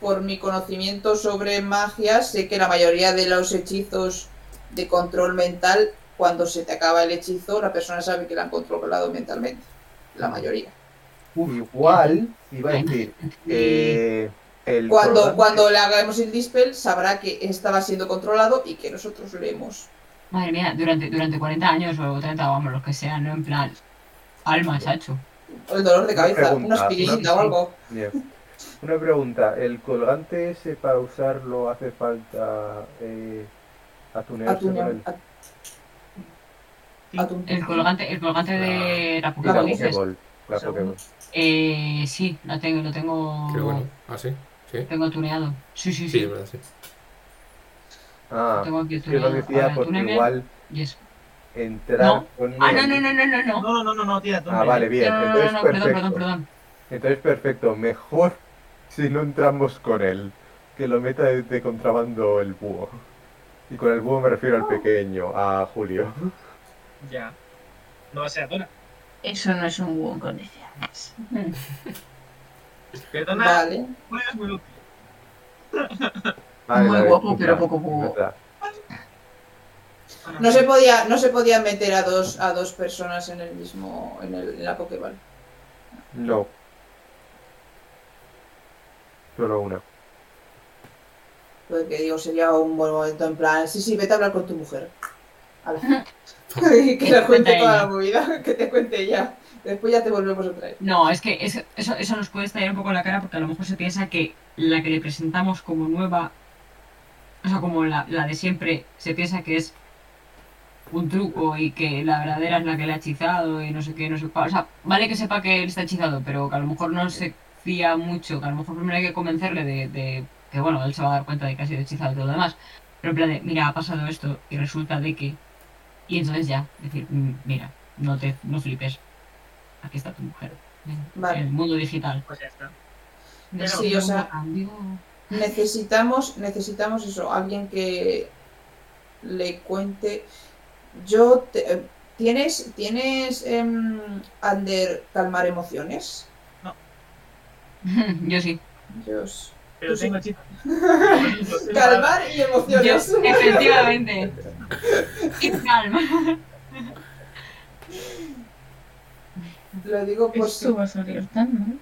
D: por mi conocimiento sobre magia, sé que la mayoría de los hechizos de control mental, cuando se te acaba el hechizo, la persona sabe que la han controlado mentalmente. La mayoría.
B: Igual iba a decir eh, el
D: Cuando,
B: programa-
D: cuando le hagamos el dispel, sabrá que estaba siendo controlado y que nosotros lo hemos.
H: Madre mía, durante, durante 40 años o 30, vamos, los que sean, ¿no? En plan, alma, chacho.
D: O El dolor de
B: Una
D: cabeza,
B: pregunta,
D: una aspirinita
B: una-
D: o algo.
B: Yeah. Una pregunta, ¿el colgante ese para usarlo hace falta eh, atunearse
D: Atún,
B: con él?
D: atún.
H: El colgante, el colgante de la
B: Y la
H: Pokéball, dices.
B: Pokéball, la Pokéball.
H: Eh, sí, lo tengo, lo tengo,
A: Creo que no. ¿Ah, sí? Sí.
H: tengo tuneado. Sí, sí,
A: Sí,
H: sí.
A: es verdad, sí.
B: Ah,
H: Lo tengo aquí
B: es que lo
H: tuneado.
B: decía
H: Ahora,
B: porque
H: túneme.
B: igual
H: Y eso.
B: entrar
H: No.
B: con
H: Ah, no,
B: él-
H: no, no, no,
C: No,
H: no, no.
C: no, no, no, no, tía, tú
B: Ah,
C: me-
B: vale, bien,
H: No, no, no,
B: entonces
H: no, no,
B: perfecto.
H: perdón, perdón, perdón.
B: Entonces perfecto, mejor si no entramos con él, que lo meta de, de contrabando el búho. Y con el búho me refiero al pequeño, a Julio.
C: Ya. No va a ser Dona.
E: Eso no es un buen condiciones.
C: Perdona,
D: Vale.
C: tú eres muy útil.
E: Muy
B: la
E: guapo,
B: disculpa,
E: pero poco búho.
B: verdad.
C: Ah,
D: No se podía, no se podía meter a dos, a dos personas en el mismo, en, el- en la Pokéball.
B: No. Solo una.
D: Porque digo, sería un buen momento en plan, sí, sí, vete a hablar con tu mujer. Hala. que te
H: te
D: cuente
H: cuente
D: toda la
H: ella.
D: movida, que te cuente ella. Después ya te volvemos a traer.
H: No, es que eso, eso, eso nos puede estallar un poco en la cara porque a lo mejor se piensa que la que le presentamos como nueva, o sea, como la, la de siempre, se piensa que es un truco y que la verdadera es la que le ha hechizado y no sé qué, no sé cuál. O sea, vale que sepa que él está hechizado, pero que a lo mejor no se fía mucho, que a lo mejor primero hay que convencerle de, de que, bueno, él se va a dar cuenta de que ha sido hechizado y todo lo demás. Pero en plan de, mira, ha pasado esto y resulta de que... Y entonces ya, decir, "Mm, mira, no te no flipes, aquí está tu mujer. Ven,
D: Vale.
H: El mundo digital.
C: Pues ya está.
H: Pero
D: Sí,
H: yo
D: o sea-
H: cambio.
D: Necesitamos, necesitamos eso, alguien que le cuente. Yo te- eh, tienes, tienes em, Ander calmar emociones.
H: Yo sí.
D: Dios.
C: Pero
D: Tú
C: tengo
D: sí.
C: chip.
D: Calmar y
H: Yo,
D: emociones.
H: efectivamente. Y calma.
D: Lo digo por si
E: Esto va a salir tan mal.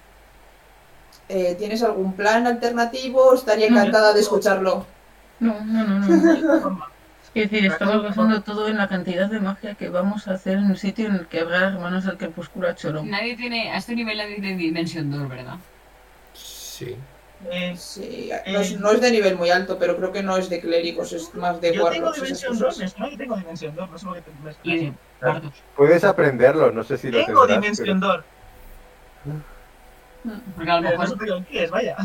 D: eh, tienes algún plan alternativo, estaría encantada de escucharlo.
E: No, no, no, no. no. Es decir,
C: Pero
E: estamos
C: no,
E: basando todo en la cantidad de magia que vamos a hacer en un sitio en el que habrá hermanos del crepúsculo a Cholón.
H: Nadie tiene. A este nivel nadie tiene dimensión 2, ¿verdad?
A: Sí.
C: Eh,
D: Sí, no es, no es de nivel muy alto, pero creo que no es de clérigos, es más de
C: yo tengo
D: warlocks. esas
C: Dimension
D: cosas.
C: 2, ¿no? Yo tengo Dimension 2, no sé por qué te me
H: Y de bardos.
B: Puedes aprenderlo, no sé si lo
C: Tengo
B: tendrás,
C: Dimension 2,
D: Mm.
H: Porque a lo
C: pero no sé
H: mejor.
C: por qué lo quieres, vaya.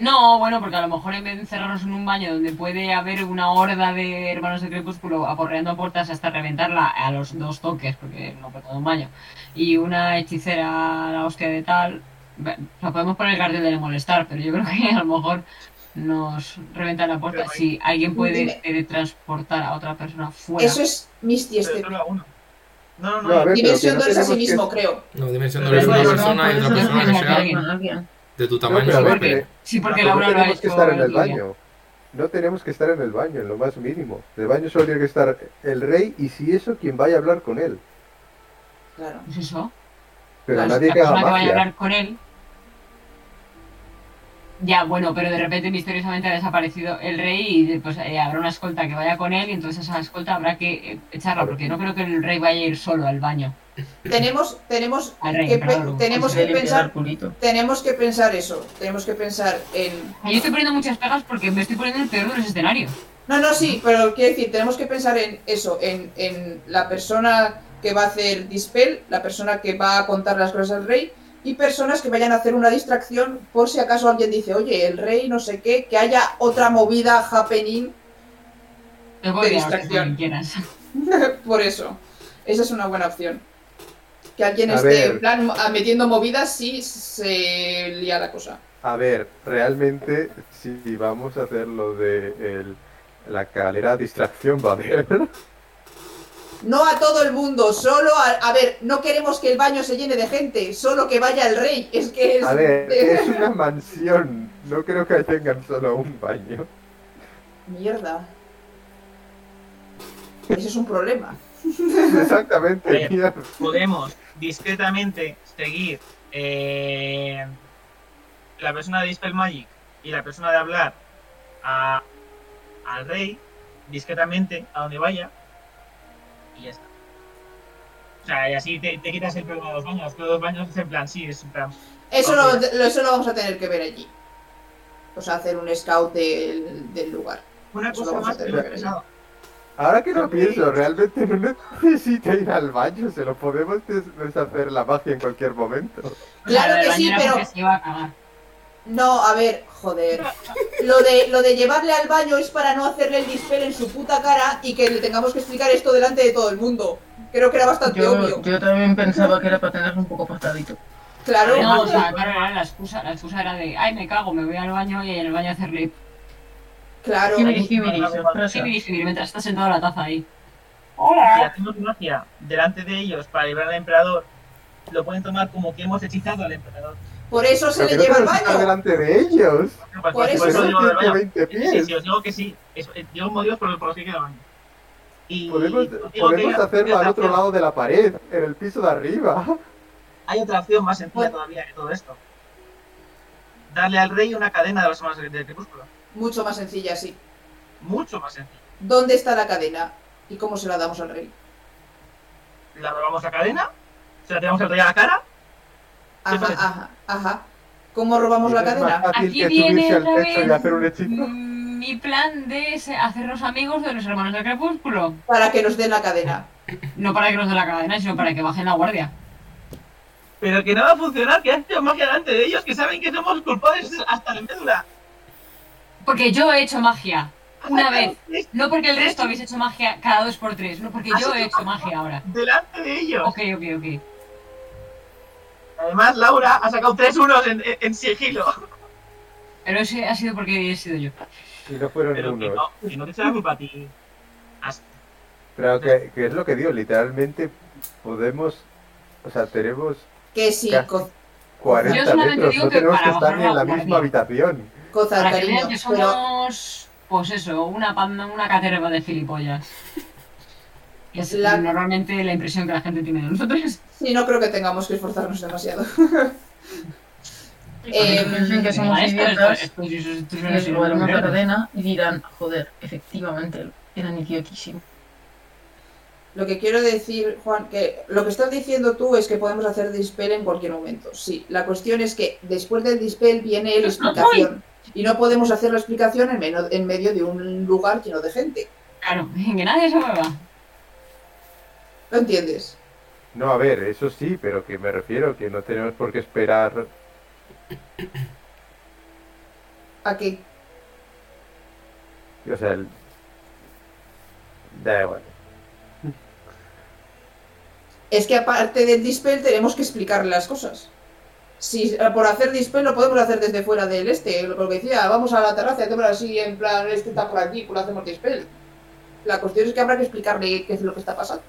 H: No, bueno, porque a lo mejor en vez de encerrarnos en un baño donde puede haber una horda de hermanos de crepúsculo aporreando puertas hasta reventarla a los dos toques, porque no puede todo un baño, y una hechicera, la hostia de tal, Bueno, lo podemos poner el cartel de molestar, pero yo creo que a lo mejor nos reventan la puerta
C: Pero ahí-
H: si alguien puede
D: Dime.
H: teletransportar a otra persona fuera.
D: Eso es Misty
C: Pero
D: Step.
C: solo a uno. No, no,
K: No, a
C: no.
K: ver,
D: Dimensión
K: pero que no
D: 2 es Este a sí
K: tenemos que-
D: mismo, creo.
A: No, Dimension
C: Pero
A: Door es
C: eso
A: una
C: no,
A: persona y
E: por
A: otra
E: eso no
A: persona que
E: tienes que
A: sea
E: hablar con alguien.
A: de tu
B: No,
A: tamaño.
B: pero a
A: o más
B: ver, eh,
H: Sí, porque,
A: pequeña.
H: sí, porque
B: No
H: Laura lo ha
B: tenemos que
H: hecho.
B: estar en el
H: otro día.
B: baño. No tenemos que estar en el baño, en lo más mínimo. En el baño solo tiene que estar el rey y si eso, quien vaya a hablar con él.
D: Claro.
H: ¿Es Pues eso?
B: Pero
D: Claro,
B: nadie
H: la
B: que haga
H: persona que vaya a
B: magia.
H: hablar con él. Ya, bueno, pero de repente misteriosamente ha desaparecido el rey y pues eh, habrá una escolta que vaya con él y entonces esa escolta habrá que eh, echarla porque no creo que el rey vaya a ir solo al baño.
D: Tenemos, tenemos,
H: Al rey,
D: que, pe-
H: claro.
D: tenemos
E: Se
D: que
E: le queda el
D: pensar,
E: culito.
D: tenemos que pensar eso. Tenemos que pensar en.
H: Yo estoy poniendo muchas pegas porque me estoy poniendo el peor de los escenarios.
D: No, no, sí, pero quiero decir, tenemos que pensar en eso, en, en la persona que va a hacer dispel, la persona que va a contar las cosas al rey y personas que vayan a hacer una distracción por si acaso alguien dice, oye, el rey no sé qué, que haya otra movida happening
H: Te voy a
D: De
H: liar con
D: distracción.
H: quien quieras.
D: por eso. Esa es una buena opción. Que alguien
B: A
D: esté
B: ver.
D: en plan a- metiendo movidas si se lía la cosa.
B: A ver, realmente, si vamos a hacer lo de el- la calera distracción, va a haber.
D: No a todo el mundo, solo a... A ver, no queremos que el baño se llene de gente, solo que vaya el rey. Es que es...
B: A ver, es una mansión. No creo que tengan solo un baño.
D: Mierda. Ese es un problema.
B: Exactamente,
C: Bien.
B: mira.
C: Podemos discretamente seguir eh, la persona de Dispel Magic y la persona de hablar a- al rey, discretamente, a donde vaya, y ya está. O sea, y así te, te quitas el problema de los baños. Pero los baños es en plan, sí, es en plan.
D: Eso,
C: Ok.
D: lo, lo- eso lo vamos a tener que ver allí. O sea, hacer un scout del, del lugar.
C: Una
D: Eso lo
C: cosa
D: vamos a
C: más que
D: tener
C: lo he
D: que ver.
C: pensado.
B: Ahora que lo pienso, realmente no necesita ir al baño. Se lo podemos des- deshacer la magia en cualquier momento.
H: O sea,
D: Claro
H: lo del
D: que sí,
H: baño era
D: pero-
H: porque se iba a cagar.
D: No, a ver, joder. Lo de, lo de llevarle al baño es para no hacerle el dispel en su puta cara y que le tengamos que explicar esto delante de todo el mundo. Creo que era bastante
E: Yo,
D: obvio.
E: yo también pensaba que era para tenerlo un poco apartadito.
D: Claro.
H: No, o sea, claro, era la excusa. La excusa era de, ay, me cago, me voy al baño y en el baño a hacerle
D: Claro.
E: Jibiri, jibiri, sorpresa.
H: sí, sí, mientras está sentado la taza ahí.
C: Si hacemos magia delante de ellos para librar al emperador, lo pueden tomar como que hemos hechizado al emperador.
D: Por eso se
B: Pero
D: le
B: que no
D: lleva al
B: tenemos que estar
D: baño.
B: delante de ellos.
D: Por
B: Pero
D: eso
B: no
D: no
C: digo del
B: tiene que
C: baño.
B: 20
C: Sí, sí,
B: pies.
C: sí, os digo que sí. Eso, eh, digo motivos por, por los que queda baño. Y
B: Podemos,
C: os digo que
B: podemos
C: hay otra-
B: hacerlo al
C: otra
B: otro
C: opción-
B: lado de la pared, en el piso de arriba.
C: Hay otra opción más sencilla
D: Bueno.
C: todavía que todo esto. Darle al rey una cadena de los hermanos del del crepúsculo.
D: Mucho más sencilla, sí.
C: Mucho más sencillo.
D: ¿Dónde está la cadena? ¿Y cómo se la damos al rey?
C: La robamos la cadena, se la tiramos al rey a la cara. ¿Qué
D: Ajá,
C: pasa?
D: ajá, ajá. ¿Cómo robamos la
B: Es más
D: cadena?
B: fácil
H: Aquí
B: que
H: viene
B: subirse al
H: otra
B: techo y
H: vez.
B: hacer un hechizo.
H: Mm, Mi plan de se- hacernos amigos de los hermanos del crepúsculo.
D: Para que nos den la cadena.
H: No para que nos den la cadena, sino para que bajen la guardia.
C: Pero que no va a funcionar, que han hecho magia delante de ellos, que saben que somos culpables hasta la médula.
H: Porque yo he hecho magia. Una vez.
C: Es
H: No porque el resto habéis hecho magia cada dos por tres. No porque yo he hecho magia ahora.
C: Delante de ellos.
H: Ok, ok, ok.
C: Además, Laura ha sacado tres unos en, en- en sigilo.
H: Pero ese ha sido porque he sido yo.
B: Y no fueron
C: Pero que
B: unos.
C: no, que no te echa la culpa a ti. Has-
B: Pero que, que es lo que digo, literalmente podemos. O sea, tenemos
D: Que sí,
B: Casi.
D: co-
B: 40
H: Yo solamente
B: metros,
H: digo
B: no
H: que
B: tenemos que
H: para
B: estar ni en la
H: bajar la
B: misma habitación.
D: cozar,
H: Para que
D: cariño.
H: vean que
D: Pero
H: somos, pues eso, una panda, una caterva de gilipollas. Y es
D: La-
H: normalmente la impresión que la gente tiene de nosotros.
D: sí, no creo que tengamos que esforzarnos demasiado.
E: Porque
D: Em,
E: piensen que somos
H: Venga, esto, esto,
E: idiotas,
H: esto, esto, esto, esto,
E: les
H: esto, esto,
E: robaremos la
H: esto.
E: cadena y dirán, joder, efectivamente, eran idiotísimos.
D: Lo que quiero decir, Juan, que lo que estás diciendo tú es que podemos hacer dispel en cualquier momento. Sí, la cuestión es que después del dispel viene la explicación. Y no podemos hacer la explicación en, meno- en medio de un lugar lleno de gente.
H: Claro, que nadie se mueva.
D: ¿Lo entiendes?
B: No, a ver, eso sí, pero que me refiero que no tenemos por qué esperar.
D: ¿A qué?
B: O sea, el... da igual.
D: Es que aparte del dispel tenemos que explicar las cosas. Si eh, por hacer display lo podemos hacer desde fuera del este, lo que decía, vamos a la terraza y tomar así, en plan, este está por aquí, pues lo hacemos dispel. La cuestión es que habrá que explicarle qué es lo que está pasando,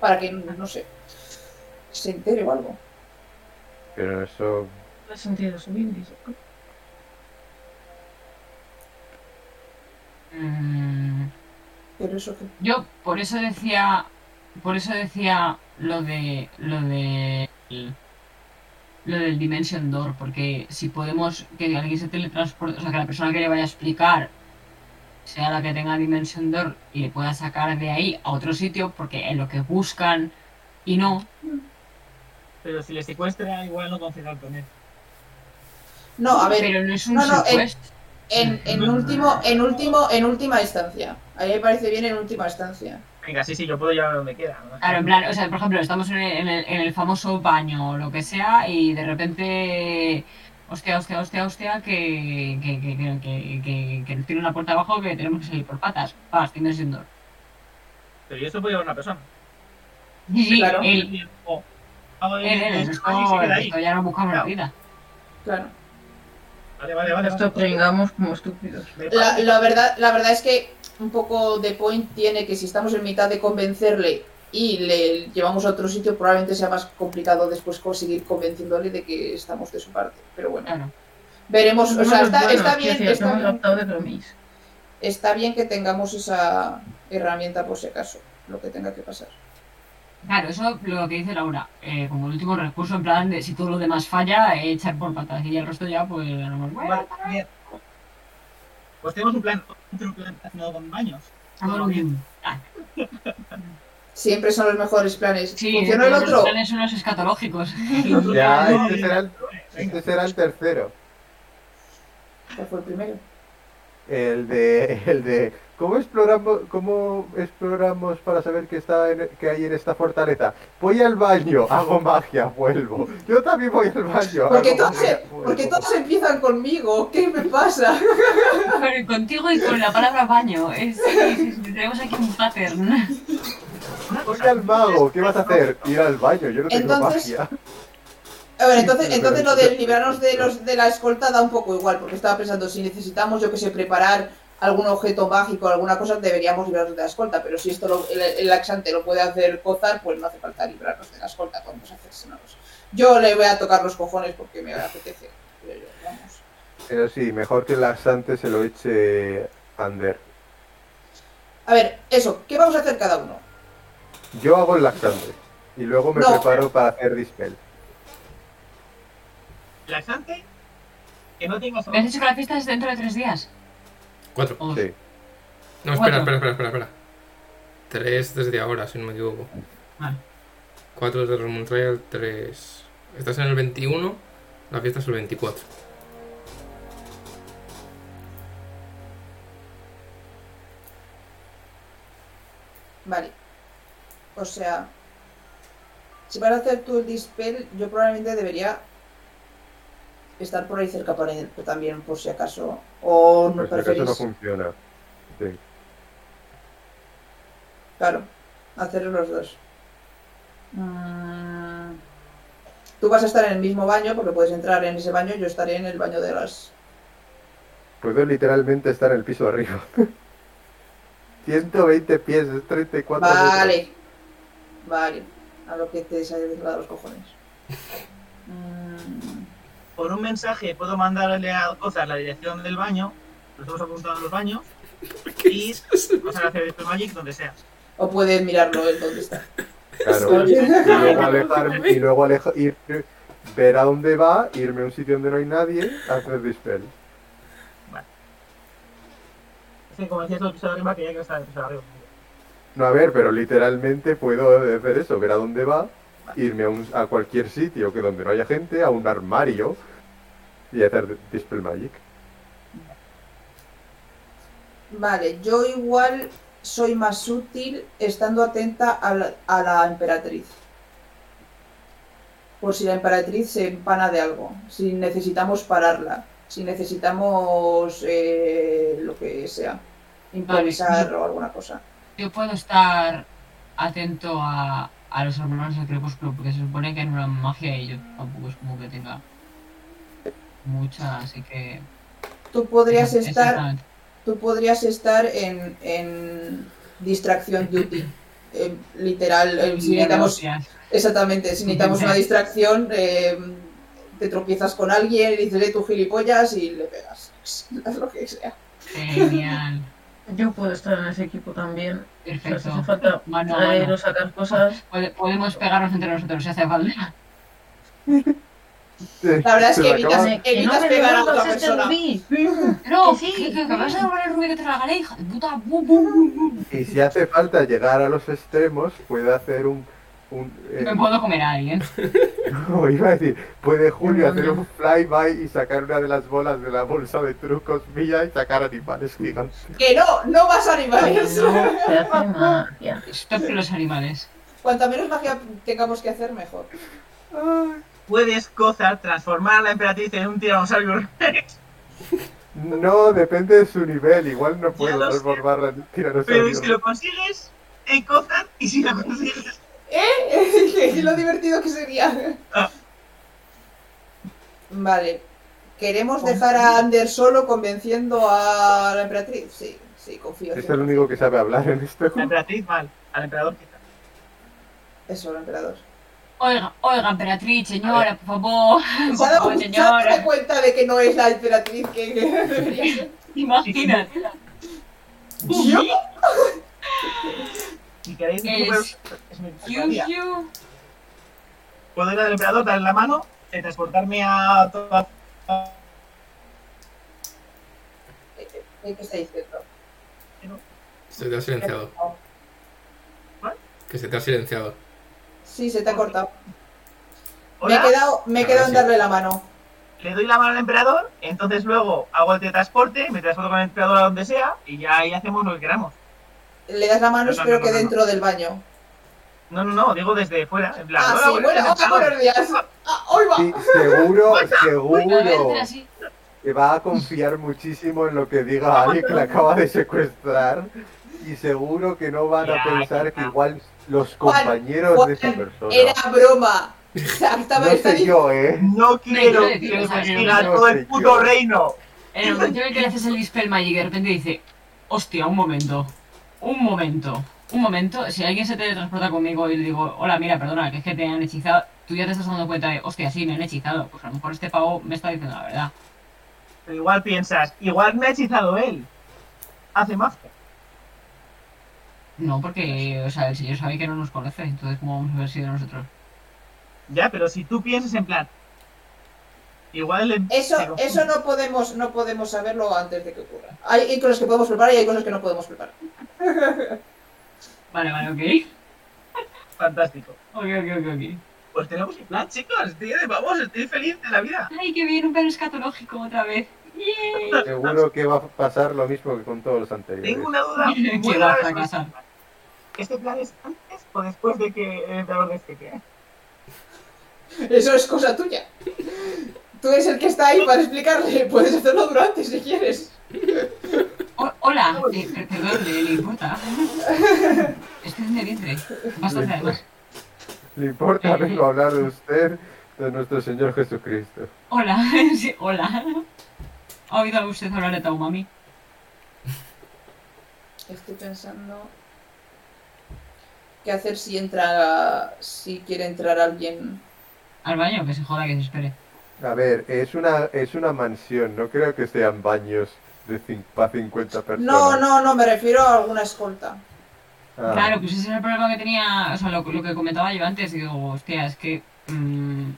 D: para que, no sé, se entere o algo.
B: Pero eso.
E: No he sentido su índice.
H: Mm,
D: Pero eso que.
H: Yo por eso decía, por eso decía lo de lo de lo del Dimension Door, porque si podemos que alguien se teletransporte, o sea, que la persona que le vaya a explicar sea la que tenga Dimension Door y le pueda sacar de ahí a otro sitio, porque es lo que buscan y no,
C: Pero si le secuestra, igual no confirman con él.
D: No, a ver,
H: pero no es un
D: no, eh, no, en-
H: secuestro.
D: en, en último, en último, en última instancia. A mí me parece bien en última instancia.
C: Venga, sí, sí, yo puedo llevar donde quiera. ¿no?
H: Claro, en plan, o sea, por ejemplo, estamos en el, en el- en el famoso baño o lo que sea y de repente, hostia, hostia, hostia, hostia, que, que, que, que, que, que- que tiene una puerta abajo que tenemos que salir por patas. Ah, Paz, tienes indoor.
C: Pero yo eso puedo llevar a una persona.
H: Sí, sí,
D: Claro.
H: el,
C: O hago el-
H: el, el,
C: el-
H: el,
C: así se queda
H: el-
C: ahí.
H: esto ya no buscamos la
C: Claro.
H: vida.
D: Claro.
C: Vale, vale, vale.
E: Esto
C: vale.
E: pringamos como estúpidos.
C: Me
D: La,
C: parece-
D: la verdad, la verdad es que un poco de point tiene que si estamos en mitad de convencerle y le llevamos a otro sitio, probablemente sea más complicado después conseguir convenciéndole de que estamos de su parte. Pero bueno,
H: Claro.
D: veremos. O sea,
E: Somos
D: está,
E: buenos,
D: está
E: quiero
D: bien,
E: decir,
D: está
E: somos
D: bien,
E: adaptados de bromis.
D: está bien que tengamos esa herramienta por si acaso, lo que tenga que pasar.
H: Claro, eso lo que dice Laura, eh, como último recurso, en plan, de, si todo lo demás falla, eh, echar por patas y el resto ya, pues, a lo mejor, bueno,
C: Vale, bien. Pues tenemos un plan, otro plan relacionado con baños.
H: todo Ah, bien.
D: Siempre son los mejores planes.
H: Sí,
D: ¿Funcionó el
H: los
D: otro?
H: planes son los escatológicos.
C: Otro
B: Ya,
C: plan,
B: este
C: no,
B: será el-
C: venga.
B: Este será el tercero.
D: ¿Cuál Pues fue el primero?
B: El de. El de. ¿Cómo exploramos, cómo exploramos para saber qué, está en- qué hay en esta fortaleza? Voy al baño, hago magia, vuelvo. Yo también voy al baño.
D: Porque
B: hago
D: todos, se-
B: magia, vuelvo.
D: porque todos empiezan conmigo. ¿Qué me pasa?
H: Pero contigo y con la palabra baño. Es, sí, sí, sí, tenemos aquí un pattern.
B: Voy al mago, ¿qué vas a hacer? Ir al baño, yo no tengo
D: Entonces,
B: magia.
D: A ver,
B: Sí,
D: entonces,
B: pero-
D: entonces lo de librarnos de los de la escolta da un poco igual, porque estaba pensando, si necesitamos, yo que sé, preparar algún objeto mágico, alguna cosa, deberíamos librarnos de la escolta, pero si esto lo- el, el laxante lo puede hacer Cozar, pues no hace falta librarnos de la escolta, podemos hacernos. Yo le voy a tocar los cojones porque me apetece. pero yo, vamos.
B: Pero sí, mejor que el laxante se lo eche Ander.
D: A ver, eso, ¿qué vamos a hacer cada uno?
B: Yo hago el laxante. Y luego me
D: No.
B: preparo para hacer dispel.
C: Laxante, que no tengo
H: Me has dicho que la fiesta es dentro de tres días. Pues
A: Cuatro.
H: O-
B: Sí.
A: No, espera,
H: Cuatro.
A: espera, espera, espera, espera. Tres desde ahora, si no me equivoco.
H: Vale.
A: Cuatro desde Ramon Trial, tres. Estás en el 21, la fiesta es el 24.
D: Vale. O sea, si vas a hacer tú el dispel, yo probablemente debería estar por ahí cerca para él pero también, por si acaso. O no
B: Pues si acaso
D: preferís.
B: no funciona. Sí.
D: Claro, hacer los dos.
H: Mm,
D: Tú vas a estar en el mismo baño porque puedes entrar en ese baño, yo estaré en el baño de las.
B: Puedo Pues literalmente estar en el piso de arriba. 120 pies, es 34 metros.
D: Vale. Vale. A lo que te sale de los cojones. Mm.
C: Por un mensaje puedo mandarle a Cozar la dirección del baño. Nos hemos apuntado a los baños. Y vas a hacer el Magic donde sea.
D: O puedes mirarlo él dónde está.
B: Claro. Y luego alejarme, y luego aleja- ir, ver a dónde va, irme a un sitio donde no hay nadie, hacer dispel.
C: Es que, como decías, el piso de arriba que ya que está el piso de arriba.
B: No, a ver, pero literalmente puedo hacer eso, ver a dónde va, irme a, un- a cualquier sitio que donde no haya gente, a un armario y hacer dispel magic.
D: Vale, yo igual soy más útil estando atenta a la, a la emperatriz. Por si la emperatriz se empana de algo, si necesitamos pararla, si necesitamos eh, lo que sea, improvisar o alguna cosa.
H: Yo puedo estar atento a, a los hermanos del crepúsculo porque se supone que hay una magia y yo tampoco es como que tenga mucha, así que.
D: Tú podrías
H: Exact-
D: estar,
H: exactamente.
D: tú podrías estar en, en distracción duty. Eh, literal, eh, si necesitamos,
H: Gracias.
D: exactamente, si necesitamos una distracción, eh, te tropiezas con alguien, dices, "Eh, tú gilipollas y le pegas. Haz lo que sea.
H: Genial.
E: Yo puedo estar en ese equipo también. O sea, si hace
H: Perfecto.
E: falta
H: Mano a
E: traer
H: mano.
E: o sacar cosas.
H: Pode- Podemos pegarnos entre nosotros si hace falta.
D: La verdad es
B: Se
D: que
B: le acaba-
D: evitas, evitas pegar a otra
E: este
D: persona.
H: No,
E: Que sí,
H: que, que,
E: que
H: vas
E: sí.
H: a poner el rubio que te regalé, hija de puta. Bu, bu, bu, bu.
B: Y si hace falta llegar a los extremos, puede hacer un. un eh,
H: Me puedo comer a alguien.
B: como iba a decir, puede Julio
E: No,
B: hacer
E: no.
B: un flyby y sacar una de las bolas de la bolsa de trucos mía y sacar animales gigantes.
D: Que no, no vas a animales.
E: No, se hace magia.
H: Stop los animales.
D: Cuanta menos magia tengamos que hacer, mejor.
C: Puedes, Cozar, transformar a la emperatriz en un tiranosaurio rex.
B: No, depende de su nivel, igual no puedo
C: lo sé.
B: transformarla en
C: Pero
B: tiranosaurio.
C: si lo consigues, en Cozar, y si lo consigues.
D: ¿Eh? lo divertido que sería.
C: Ah.
D: Vale. ¿Queremos dejar a Ander solo convenciendo a la emperatriz? Sí, sí, confío.
B: Este Es
D: sí.
B: el único que sabe hablar en este
C: La
B: juego.
C: emperatriz, mal. Al emperador, quizás.
D: Eso, el emperador.
H: Oiga, oiga, emperatriz, señora, por favor. Por
D: Se ha dado
H: favor,
D: se ha dado
H: señora.
D: cuenta de que no es la emperatriz que debería ser.
H: Imagínate.
D: ¿Yo?
C: Si queréis,
H: Es-
C: números- "Pues, es mi
H: Yu,
C: fantasía.
H: yu.
C: Puedo ir al emperador, darle la mano, eh, transportarme a toda. a-
D: ¿Qué está diciendo?
A: Se te ha silenciado.
C: ¿Cuál?
A: Que se te ha silenciado.
D: Sí, se te ha cortado. Me he
C: Hola,
D: quedado, me he quedado en
A: Ahora sí.
D: darle la mano.
C: le doy la mano al emperador, entonces luego hago el teletransporte, me transporto con el emperador a donde sea y ya ahí hacemos lo que queramos.
D: Le das la mano,
C: No, no,
D: espero
C: no,
D: que
C: no, no.
D: dentro del baño.
C: No, no, no, digo desde fuera. En plan,
D: ah,
C: hola,
D: sí,
C: buenas
D: bueno,
C: tardes,
D: hola,
C: emperador.
D: buenos días. Ah, hoy va.
B: Sí, seguro,
H: Me voy a hacer
B: seguro
H: así.
B: que va a confiar muchísimo en lo que diga alguien que le acaba de secuestrar y seguro que no van a
C: Ya,
B: pensar que
C: ya.
B: igual los
D: Juan,
B: compañeros de esa
D: Juan,
B: persona.
D: Era broma. O sea, estaba
B: No
D: está
B: sé
D: diciendo-
B: yo, ¿eh?
C: No quiero
H: No,
C: que
H: yo decía,
C: me
H: o sea,
C: siga
B: no
C: todo
B: sé
C: el puto
B: yo.
C: reino.
H: En el momento en el que le haces el Dispel Magic, de repente dice: Hostia, un momento. Un momento. Un momento. Si alguien se teletransporta conmigo y le digo: Hola, mira, perdona, que es que te han hechizado. Tú ya te estás dando cuenta de: Hostia, sí, me han hechizado. Pues a lo mejor este pavo me está diciendo la verdad.
C: Pero igual piensas, igual me ha hechizado él. Hace magia.
H: No, porque, o sea, el señor sabe que no nos conoce, entonces, ¿cómo vamos a haber sido nosotros?
C: Ya, pero si tú piensas en plan. Igual le. se
D: Eso,
C: confunde.
D: eso no podemos, no podemos saberlo antes de que ocurra. Hay, hay cosas que podemos preparar y hay cosas que no podemos preparar.
H: Vale, vale, ok.
C: Fantástico.
H: Ok, ok, ok, ok.
C: Pues tenemos un plan, chicos. Tío, vamos, estoy feliz de la vida.
H: Ay, qué bien, un plan escatológico otra vez. ¡Yay!
B: Seguro que va a pasar lo mismo que con todos los anteriores.
C: Tengo una duda.
H: Que
C: muy
H: va a
C: grave sobre
H: fracasar.
C: este plan. ¿Este plan es antes o después de este, eh? que el emperador despide?
D: Eso es cosa tuya. Tú eres el que está ahí para explicarle. Puedes hacerlo durante si quieres.
H: O- hola, eh, per- perdón, le, le importa. Estoy de vientre. Bastante además.
B: Le importa vengo a hablar de usted, de nuestro Señor Jesucristo.
H: Hola, sí, hola. ¿Ha oído usted hablar de Taumami?
D: Estoy pensando qué hacer si entra, si quiere entrar alguien.
H: Al baño, que se joda, que se espere.
B: A ver, es una, es una mansión, no creo que sean baños de cin- pa' 50 personas.
D: No, no, no. Me refiero a alguna escolta.
B: Ah,
H: Claro, pues ese es el problema que tenía, o sea, lo, lo que comentaba yo antes. Digo, hostia, es que mm,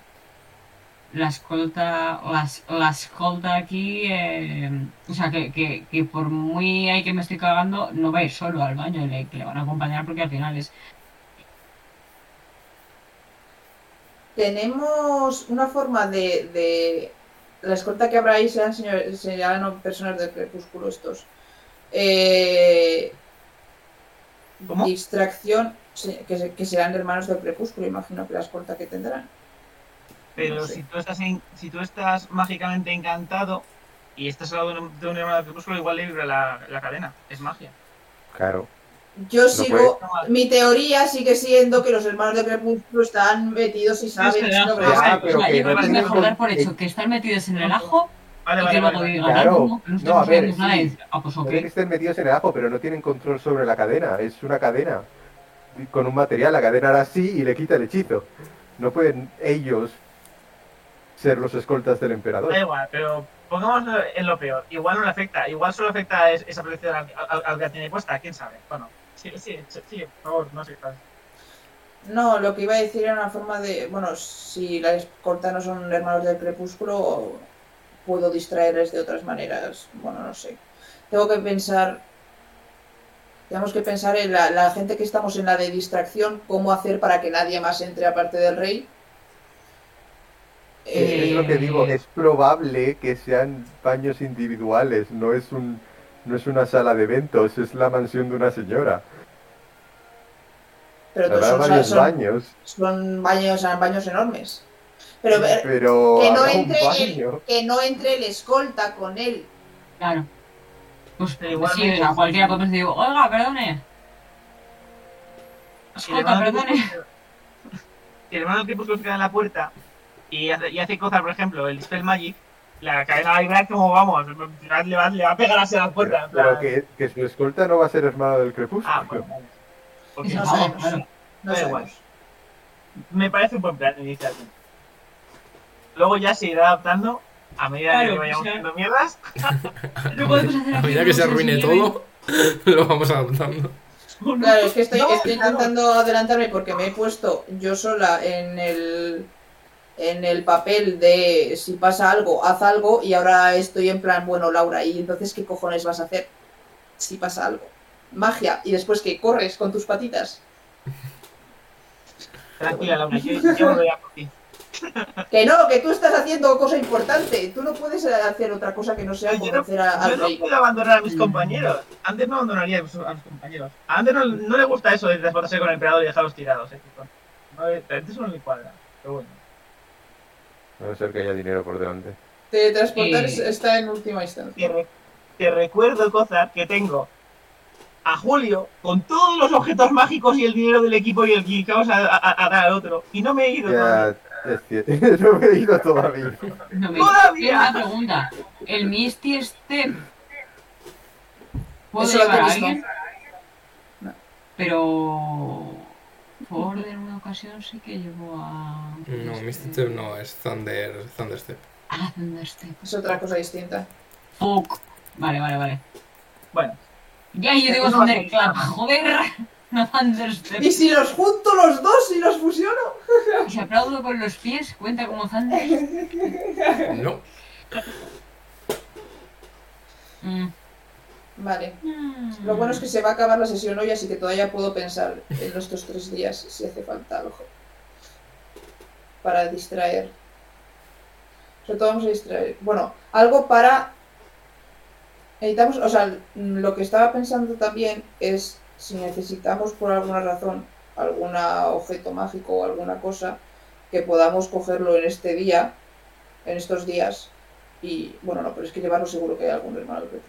H: la escolta, las la escolta aquí, eh, o sea, que, que, que por muy ahí que me estoy cagando, no va a ir solo al baño, le, que le van a acompañar porque al final es
D: Tenemos una forma de, de- la escolta que habrá ahí serán, señores, serán personas del crepúsculo estos. Eh,
C: ¿Cómo?
D: Distracción, se- que, se- que serán hermanos del crepúsculo, imagino que la escolta que tendrán.
C: Pero
D: No sé.
C: si, tú estás en- si tú estás mágicamente encantado y estás al lado de un, de un hermano de crepúsculo, igual le vibra la, la cadena. Es magia.
B: claro.
D: Yo sigo, mi teoría sigue siendo que los hermanos de Crepúsculo están metidos y saben.
H: Ya,
D: sobre
H: pero
D: esto.
H: que
D: Vale,
H: yo creo que es mejor dar por hecho que están metidos en el ajo y que luego digan,
B: Claro,
H: "No, no
B: no, a
H: estamos
B: ver,
H: haciendo nada de
B: sí,
H: esto". Ah, pues ok.
B: tienen que estar metidos en el ajo, pero no tienen control sobre la cadena, es una cadena Y con un material, la cadena hará así y le quita el hechizo. No pueden ellos ser los escoltas del emperador.
C: Da igual, pero pongámoslo en lo peor. Igual no le afecta, igual solo afecta a es- esa protección al, al- al que la tiene puesta, quién sabe. Bueno, sí, sí, sí, sí, por favor, no sé.
D: No, lo que iba a decir era una forma de. Bueno, si las cortanos son hermanos del crepúsculo, puedo distraerles de otras maneras. Bueno, no sé. Tengo que pensar. Tenemos que pensar en la, la gente que estamos en la de distracción, cómo hacer para que nadie más entre aparte del rey. Eh,
B: Es, es lo que digo, es probable que sean baños individuales, no es un no es una sala de eventos, es la mansión de una señora.
D: Pero todos
B: Habrá
D: son,
B: varios
D: son-
B: baños,
D: son baños, son baños enormes. Pero, ver-
B: pero
D: que, no
B: habrá un
D: entre
B: baño.
D: el, que no entre el escolta con él.
H: Claro. Pues
C: Pero igual
H: sí,
C: no-
H: o sea, cualquiera podemos decir, oiga, perdone.
C: Si el
H: Escolta,
C: hermano del
H: perdone.
C: crepúsculo- si el hermano del crepúsculo se queda en la puerta y hace, y hace cosas, por ejemplo, el Spell Magic, la cadena va a vibrar como vamos, le va, le va- le va a pegar hacia la puerta. en
B: Pero
C: plan-
B: que, que su escolta no va a ser hermano del crepúsculo.
C: Ah, bueno, vale. Porque
D: No
C: vamos,
D: sabemos,
C: claro,
D: No
C: da
D: sabemos.
C: igual. Me parece un buen plan inicialmente. Luego ya se irá adaptando a medida
H: Claro,
C: que vayamos
H: o sea-
C: haciendo mierdas.
H: No podemos hacer
A: A
H: aquí
A: medida que se
H: dulces
A: arruine
H: y
A: todo, lo vamos adaptando.
D: Claro, es que estoy,
C: No,
D: estoy
C: claro.
D: intentando adelantarme porque me he puesto yo sola en el en el papel de si pasa algo, haz algo y ahora estoy en plan, bueno, Laura, y entonces qué cojones vas a hacer si pasa algo? Magia y después que corres con tus patitas.
C: Tranquila, Laura, yo, yo volveré a por ti.
D: Que no, que tú estás haciendo cosa importante, tú no puedes eh, hacer otra cosa que no sea
C: Yo no-
D: convencer a-
C: Yo
D: al
C: no
D: rey.
C: puedo abandonar a mis compañeros. Antes no abandonaría a mis a mis compañeros. A Antes no, no le gusta eso de desbotarse con el emperador y dejarlos tirados. eh, chico. No, eh, antes no le cuadra. Pero bueno.
B: A no ser que haya dinero por delante.
D: Teletransportar
H: Sí.
D: está en última instancia.
C: Te, re- te recuerdo, Cozar, que tengo a Julio con todos los objetos mágicos y el dinero del equipo y el que vamos a, a- a dar al otro. Y no me he ido.
B: Ya, es cierto. no me he ido todavía.
H: No me
C: Todavía.
H: Tengo una pregunta. ¿El Misty Step puede
D: Eso lo
H: llevar a
D: hace Cristo.
H: alguien?
D: No.
H: Pero por en una ocasión sí que llevó a.
A: No, Mystic Step no, es Thunder, Thunder Step.
H: A Ah, Thunder Step.
D: Es otra cosa distinta.
H: Fuck. Vale, vale, vale.
C: Bueno,
H: Ya yo digo
C: No, no,
H: Thunderclap,
C: no.
H: joder. No Thunder Step.
D: Y si los junto los dos y los fusiono.
H: Si aplaudo con los pies, cuenta como Thunder.
A: No,
H: Mm.
D: Vale. Lo bueno es que se va a acabar la sesión hoy, así que todavía puedo pensar en estos tres días si hace falta algo. Para distraer. Sobre todo vamos a distraer. Bueno, algo para. Necesitamos. O sea, lo que estaba pensando también es si necesitamos por alguna razón algún objeto mágico o alguna cosa que podamos cogerlo en este día, en estos días. Y bueno, no, pero es que llevarlo seguro que hay algún hermano que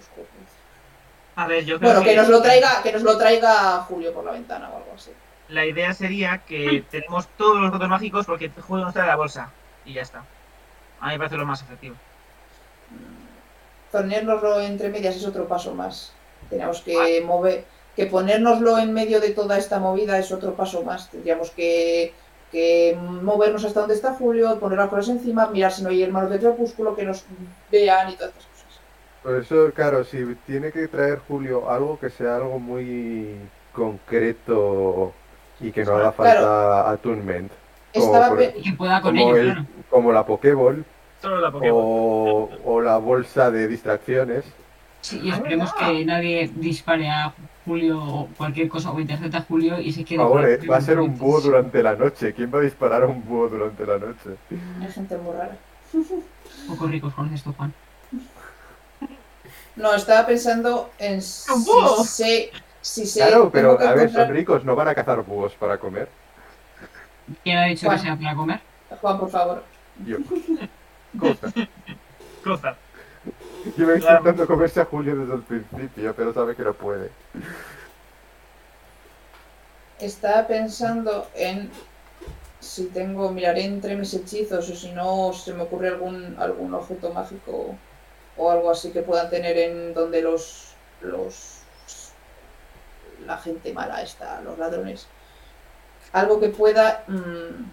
C: a ver, yo creo
D: bueno, que nos lo traiga, que nos lo traiga Julio por la ventana o algo así.
C: La idea sería que tenemos todos los votos mágicos porque Julio nos trae la bolsa. Y ya está. A mí me parece lo más efectivo.
D: Ponernoslo entre medias es otro paso más. Tenemos que
B: Ah.
D: mover, que ponernoslo en medio de toda esta movida es otro paso más. Tendríamos que, que movernos hasta donde está Julio, poner las cosas encima, mirar si no hay hermanos de crepúsculo que nos vean y todas estas cosas.
B: Por eso, claro, si tiene que traer Julio algo que sea algo muy concreto y que no haga falta attunement, Como
D: Estaba
B: Oh, por-
D: pe-
H: Y que pueda con
B: como,
H: ello,
B: el-
H: claro.
B: como la Pokéball
C: Solo la Pokémon.
B: o, o la bolsa de distracciones.
H: Sí,
B: Ah,
H: y esperemos que nadie dispare a Julio o cualquier cosa o intercepte a Julio y se
B: Por
H: quede.
B: favor,
H: con
B: eh,
H: los
B: va a ser un
H: momentos.
B: búho durante la noche. ¿Quién va a disparar a un búho durante la noche?
D: hay gente muy rara.
H: Un poco ricos con esto, Juan.
D: No, estaba pensando en si
C: ¡Un búho!
D: sé, si sé
B: Claro, pero
D: tengo que
B: a ver,
D: encontrar-
B: son ricos, no van a cazar búhos para comer.
H: ¿Quién ha dicho
D: Juan.
H: que sea para comer?
D: Juan, por favor.
B: Yo. Cosa.
C: Cozar.
B: Yo voy intentando comerse a Julio desde el principio, pero sabe que no puede.
D: Estaba pensando en si tengo, miraré entre mis hechizos o si no, se me ocurre algún, algún objeto mágico o algo así que puedan tener en donde los, los, la gente mala está, los ladrones. Algo que pueda mm,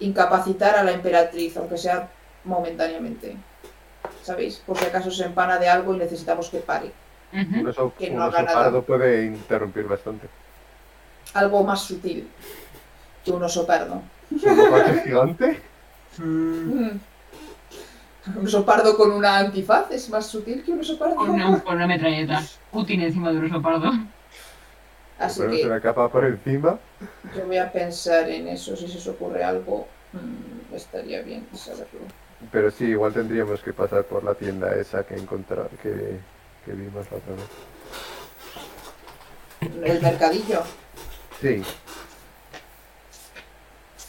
D: incapacitar a la emperatriz, aunque sea momentáneamente. ¿Sabéis? Por si acaso se empana de algo y necesitamos que pare.
B: Un oso,
D: Que
B: un
D: no haga
B: oso
D: nada.
B: pardo puede interrumpir bastante.
D: Algo más sutil que un oso pardo.
B: ¿Un cobarde gigante?
D: Mm. Un oso pardo con una antifaz es más sutil que un oso pardo.
H: Con una, con una metralleta. Putin encima de un oso pardo.
D: Así
B: Pero
D: que
B: se la capa por encima.
D: yo voy a pensar en eso. Si se os ocurre algo, mm, estaría bien saberlo.
B: Pero sí, igual tendríamos que pasar por la tienda esa que encontrar que, que vimos la otra vez.
D: El mercadillo.
B: Sí.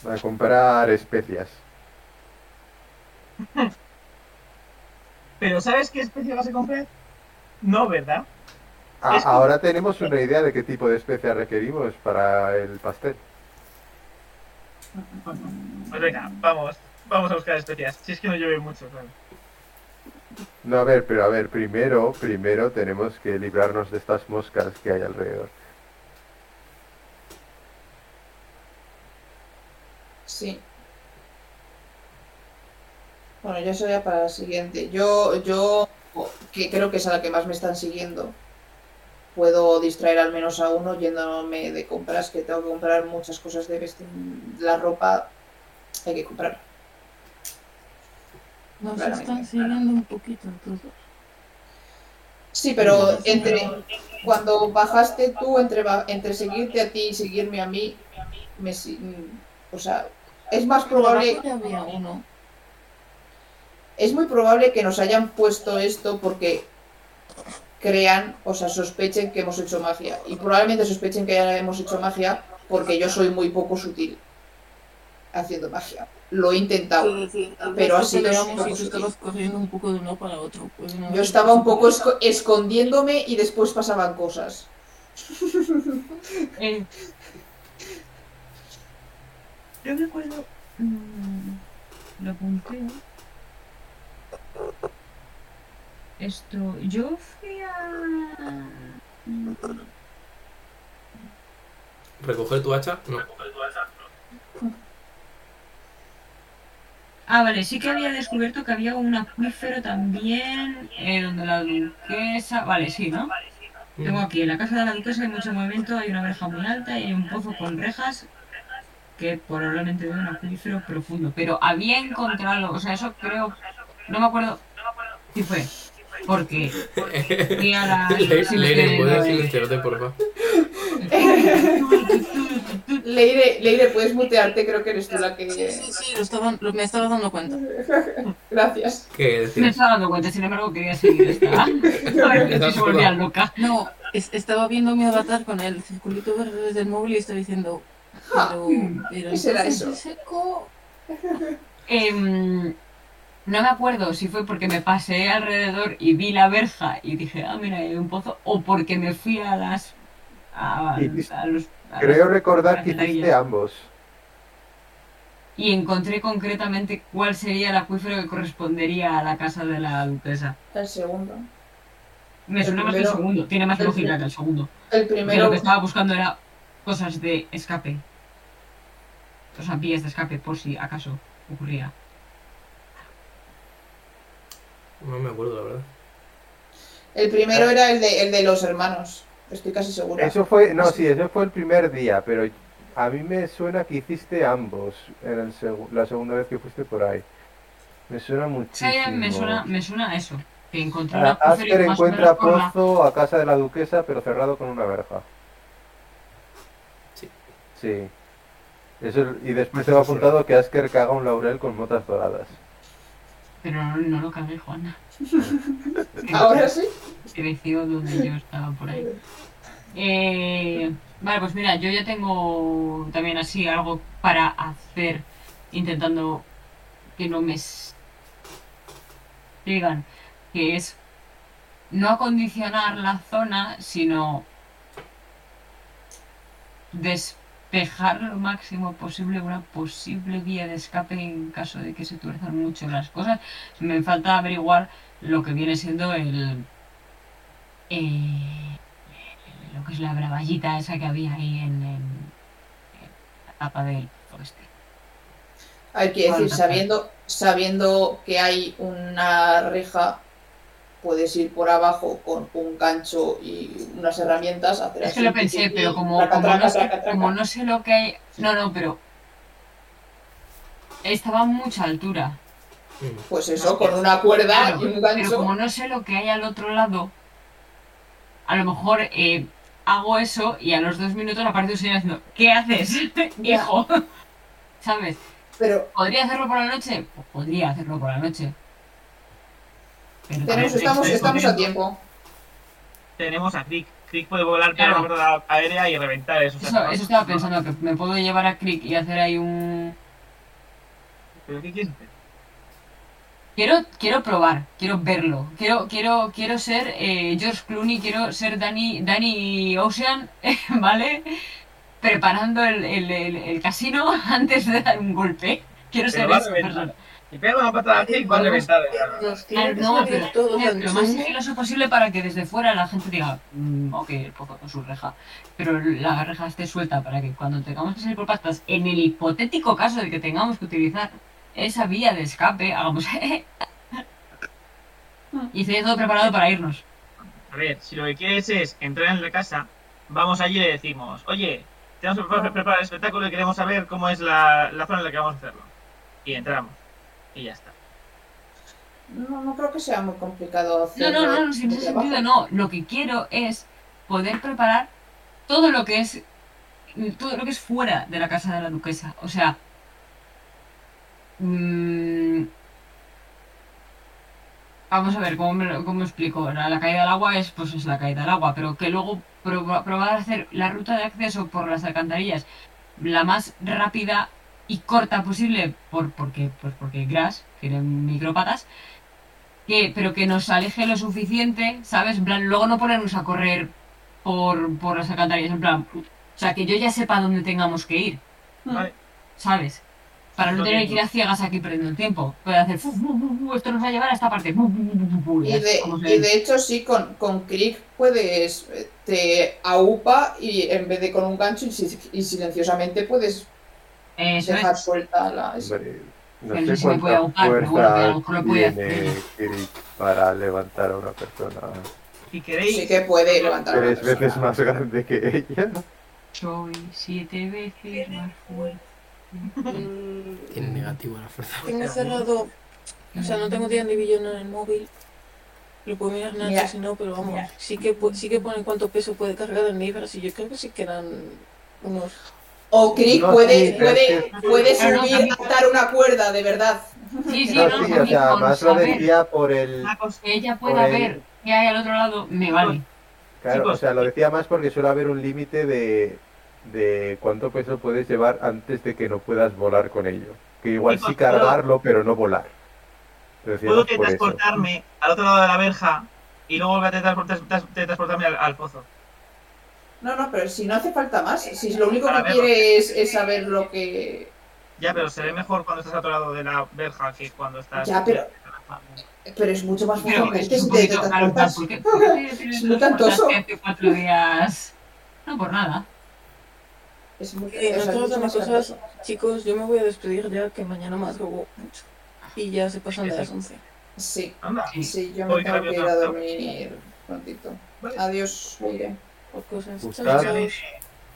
B: Para comprar especias.
C: Pero ¿sabes qué especie vas a comprar? No, ¿verdad?
B: A-
C: Es que-
B: ahora tenemos una idea de qué tipo de especias requerimos para el pastel.
C: Pues venga, vamos. Vamos a buscar especias. Si es que no llueve mucho, claro.
B: No, a ver, pero a ver, primero, primero tenemos que librarnos de estas moscas que hay alrededor.
D: Sí. Bueno, yo soy ya para la siguiente. Yo, yo, que creo que es a la que más me están siguiendo. Puedo distraer al menos a uno yéndome de compras, que tengo que comprar muchas cosas de vestir. La ropa hay que comprar.
E: Nos
D: Claramente,
E: están siguiendo un poquito todos.
D: Sí, pero entre cuando bajaste tú, entre, ba- entre seguirte a ti y seguirme a mí, me, si- mm, o sea, es más probable
E: Abajo había uno.
D: es muy probable que nos hayan puesto esto porque crean, o sea, sospechen que hemos hecho magia. Y probablemente sospechen que ya hemos hecho magia porque yo soy muy poco sutil haciendo magia. Lo he intentado. Pero así
E: así
D: los-
E: y tú estabas corriendo un poco de uno para otro. pues, no.
D: Yo estaba un poco esco- escondiéndome y después pasaban cosas.
H: Eh,
C: Yo recuerdo.
H: mm, lo apunté. Esto. Yo fui a.
A: ¿Recoger tu hacha? No.
H: Ah, vale, sí que había descubierto que había un acuífero también en donde la duquesa. Vale, sí, ¿no? Tengo aquí, en la casa de la duquesa hay mucho movimiento, hay una verja muy alta y hay un pozo con rejas que probablemente de un acuífero profundo. Pero había encontrado, o sea, eso creo, no me acuerdo si fue, porque fui a la...
A: Le- Leire, ¿puedes
H: Leire,
A: silenciarte, por favor?
D: Leire, Leire, puedes mutearte, creo que eres tú la que...
E: Sí, sí, lo estaban- lo- me estaba dando cuenta.
D: Gracias.
A: ¿Qué
H: me
A: decías?
H: estaba dando cuenta, sin embargo quería seguir esta. Entonces se volvía loca.
E: No, es- estaba viendo mi avatar con el circulito verde desde el móvil y estaba diciendo.
D: Ah.
E: Pero, pero
D: ¿qué será
E: entonces
D: eso?
E: es seco.
H: Em, no me acuerdo si fue porque me pasé alrededor y vi la verja y dije, ah, mira, ahí hay un pozo, o porque me fui a las. a,
B: Hiciste-
H: a los. a
B: Creo
H: los-
B: recordar que
H: a las
B: hiciste
H: lagunas.
B: ambos.
H: Y encontré concretamente cuál sería el acuífero que correspondería a la casa de la duquesa.
D: El segundo.
H: Me
D: El
H: suena más que el
D: primero-
H: segundo, tiene más
D: el
H: lógica
D: pri-
H: que el segundo.
D: El
H: Porque lo
D: primero...
H: que estaba buscando era cosas de escape. O sea, vías de escape, por si acaso ocurría.
A: No me acuerdo, la verdad.
D: El primero era el de, el de los hermanos. Estoy casi segura.
B: Eso fue, no, sí, eso fue el primer día, pero a mí me suena que hiciste ambos en el segu- la segunda vez que fuiste por ahí. Me suena
H: Sí,
B: muchísimo.
H: Eh, me suena, me suena a eso. Que encontré
B: A-
H: una
B: Asker
H: más o menos
B: Ah, encuentra
H: por la-
B: pozo a casa de la duquesa, pero cerrado con una verja.
A: Sí.
B: Sí. Eso, y después te va apuntado que Asker caga un laurel con motas doradas.
H: Pero no, no lo cagué, Juana.
D: Ahora sí.
H: Creció donde yo estaba por ahí. Eh, vale, pues mira, yo ya tengo también así algo para hacer, intentando que no me s- digan, que es no acondicionar la zona, sino despejar lo máximo posible una posible vía de escape en caso de que se tuerzan mucho las cosas. Me falta averiguar lo que viene siendo el... eh, lo que es la bravallita esa que había ahí en, en- en la tapa del oeste.
D: Hay que decir,
H: Falta.
D: sabiendo, sabiendo que hay una reja, puedes ir por abajo con un gancho y unas herramientas. Hacer
H: Es que
D: así,
H: lo pensé,
D: tiqui,
H: pero como,
D: traca,
H: como
D: traca,
H: no sé,
D: traca, traca.
H: como no sé lo que hay... No, no, pero... Estaba a mucha altura.
D: Pues eso, con una cuerda
H: Claro,
D: Ah, y un
H: Pero
D: gancho.
H: como no sé lo que hay al otro lado, a lo mejor eh, hago eso y a los dos minutos aparece un señor diciendo, ¿qué haces, hijo? ¿Sabes?
D: Pero
H: ¿Podría hacerlo por la noche? Pues podría hacerlo por la noche. Pero
D: tenemos,
H: también-
D: estamos,
C: estoy
D: estamos a
C: corriendo.
D: tiempo.
C: Tenemos a Crick. Crick puede volar por
H: Claro.
C: la cuerda aérea y reventar eso. o sea,
H: Eso,
C: no-
H: eso estaba pensando, que me puedo llevar a Crick y hacer ahí un...
C: ¿Pero qué quieres hacer?
H: Quiero, quiero probar, quiero verlo, quiero, quiero, quiero ser eh, George Clooney, quiero ser Danny, Danny Ocean, ¿vale? Preparando el, el- el- el casino antes de dar un golpe. Quiero
C: Pero
H: ser
C: va a
H: esa persona.
C: reventar. Si pega una patada a Crick, va a reventar.
J: Nos
H: Ah,
J: tienen que
H: No,
J: salir
H: pero,
J: todos
H: eh, lo más
J: al cine.
H: sigiloso posible para que desde fuera la gente diga, "Mm, ok, el pozo con su reja, pero la reja esté suelta para que cuando tengamos que salir por pastas, en el hipotético caso de que tengamos que utilizar esa vía de escape, hagamos... y esté todo preparado para irnos.
C: A ver, si lo que quieres es entrar en la casa, vamos allí y le decimos, oye, tenemos que preparar, preparar el espectáculo y queremos saber cómo es la, la zona en la que vamos a hacerlo. Y entramos. Y ya está.
D: No, no creo que sea muy complicado
H: No,
D: hacerlo.
H: no, no, no, sin ese
D: desde abajo.
H: sentido no. Lo que quiero es poder preparar todo lo que es todo lo que es fuera de la casa de la duquesa. O sea, mm, vamos a ver cómo me, lo- cómo explico. La, la caída al agua es pues es la caída al agua, pero que luego proba- probar a hacer la ruta de acceso por las alcantarillas la más rápida y corta posible por porque pues porque Grass tiene micrópatas que, pero que nos aleje lo suficiente, ¿sabes? En plan, luego no ponernos a correr por, por las alcantarillas, en plan, o sea, que yo ya sepa dónde tengamos que ir,
C: Vale.
H: ¿sabes? Para no
C: Lo
H: tener que ir
C: mismo.
H: a ciegas aquí perdiendo el tiempo. Puede hacer, "Fu, fu, fu, fu, esto nos va a llevar a esta parte. fu, fu, fu, fu, fu", y
D: Y
H: así,
D: de,
H: Pues como se-
D: y de hecho, sí, con, con Crick puedes. eh, Te aupa y en vez de con un gancho y, si- y silenciosamente puedes
H: Eso
D: dejar
H: es.
D: suelta la. eso.
B: Hombre, no
H: Pero no sé
B: sé
H: si me puede
B: cuánta
H: ahogar, pero bueno, que a lo
B: fuerza
H: mejor lo puede
B: tiene Kirik para levantar a una persona
C: Si queréis,
D: Sí que puede
H: Ah.
D: levantar a una
B: tres veces
D: persona.
B: más grande que ella.
H: Soy siete veces más fuerte.
J: Mm,
A: Tiene negativo la
C: pues,
A: fuerza.
J: Tengo cerrado. O sea, no tengo 10 ni billón en el móvil. Lo puedo mirar Nacho
D: Mira.
J: si no, pero vamos.
D: Mira.
J: Sí que pu- sí que pone cuánto peso puede cargar en libras y yo creo que sí que eran unos.
D: O Crick
B: No,
D: puede,
B: sí, pero es
D: puede,
B: que-
D: puede
H: Pero no,
D: subir,
H: también-
D: atar una cuerda, de verdad.
H: Sí, sí,
B: No,
H: no,
B: Ah, sí,
H: no,
B: o sea,
H: con Ah,
B: más lo
H: saber
B: decía por el.
C: una cosa,
H: Que ella
B: por
H: pueda
B: el-
H: ver qué hay al otro lado, me vale.
B: Claro,
C: Chicos.
B: o sea, lo decía más porque suele haber un límite de, de cuánto peso puedes llevar antes de que no puedas volar con ello. Que igual
C: Chicos,
B: sí cargarlo, pero no volar. Lo
C: puedo
B: decíamos
C: que
B: por eso.
C: transportarme al otro lado de la verja y luego volver a transportar- tras- te- transportarme al, al pozo.
D: No, no, pero si no hace falta más. Si lo único
C: Para
D: que
C: verlo.
D: quiere es, es saber lo que.
C: Ya, pero se ve mejor cuando estás al otro lado de la verja que cuando estás.
D: Ya, pero- Pero este es mucho más
H: Pero
D: fácil
H: que
D: que
H: es
D: te
H: un poquito
D: te
H: caro,
D: transportas.
H: porque es
D: muy cantoso.
H: hace cuatro días. No por nada.
D: Es muy-
J: Eh,
D: o sea,
J: no
D: es
J: todas
D: mucho
J: las
D: más
J: cosas,
D: fácil.
J: chicos, yo me voy a despedir ya que mañana madrugo mucho. Y ya se pasan de las 11.
D: Sí,
C: Anda.
D: sí, yo
C: Voy
D: me tengo que ir a
C: rápido.
D: dormir prontito.
C: Vale.
D: Adiós, Leire.
J: Por cosas.
B: Buscad.
J: Chao, chao.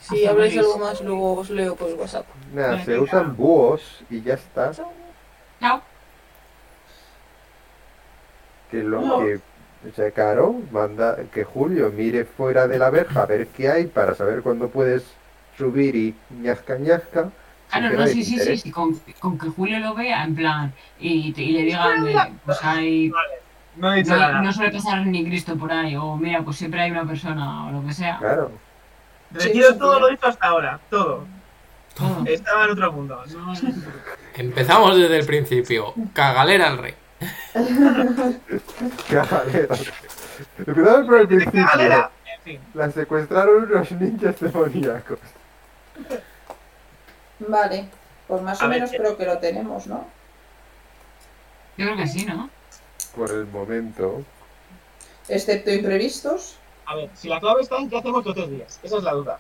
J: Si habláis algo más, luego os leo por WhatsApp.
B: Nada, se usan búhos y ya está.
H: Chao.
B: Que lo que. O sea, Caro manda que Julio mire fuera de la verja a ver qué hay para saber cuándo puedes subir y ñasca ñasca.
H: Claro,
B: que
H: Ah, no,
B: nadie
H: sí,
B: te
H: sí, sí,
B: interese.
H: sí, con, con que Julio lo vea, en plan, y, te- y le digan, eh, pues hay,
C: No he dicho
H: no,
C: nada.
H: no suele pasar ni Cristo por ahí, o mira, pues siempre hay una persona, o lo que sea.
B: Claro.
C: Retiro todo lo dicho hasta ahora. Todo.
H: Todo.
C: Estaba en otro mundo.
H: No, no,
A: Empezamos desde el principio. Cagalera al rey.
B: Cagalera.
D: Este
B: Empezamos por el principio.
C: En fin.
B: La secuestraron unos ninjas demoníacos.
D: Vale, pues más
C: A
D: o
C: ver,
D: menos
C: eh.
D: creo que lo tenemos, ¿no?
H: Yo creo que sí, ¿no?
B: Por el momento.
D: Excepto imprevistos.
C: A ver, si la clave está en qué hacemos los tres días. Esa es la duda.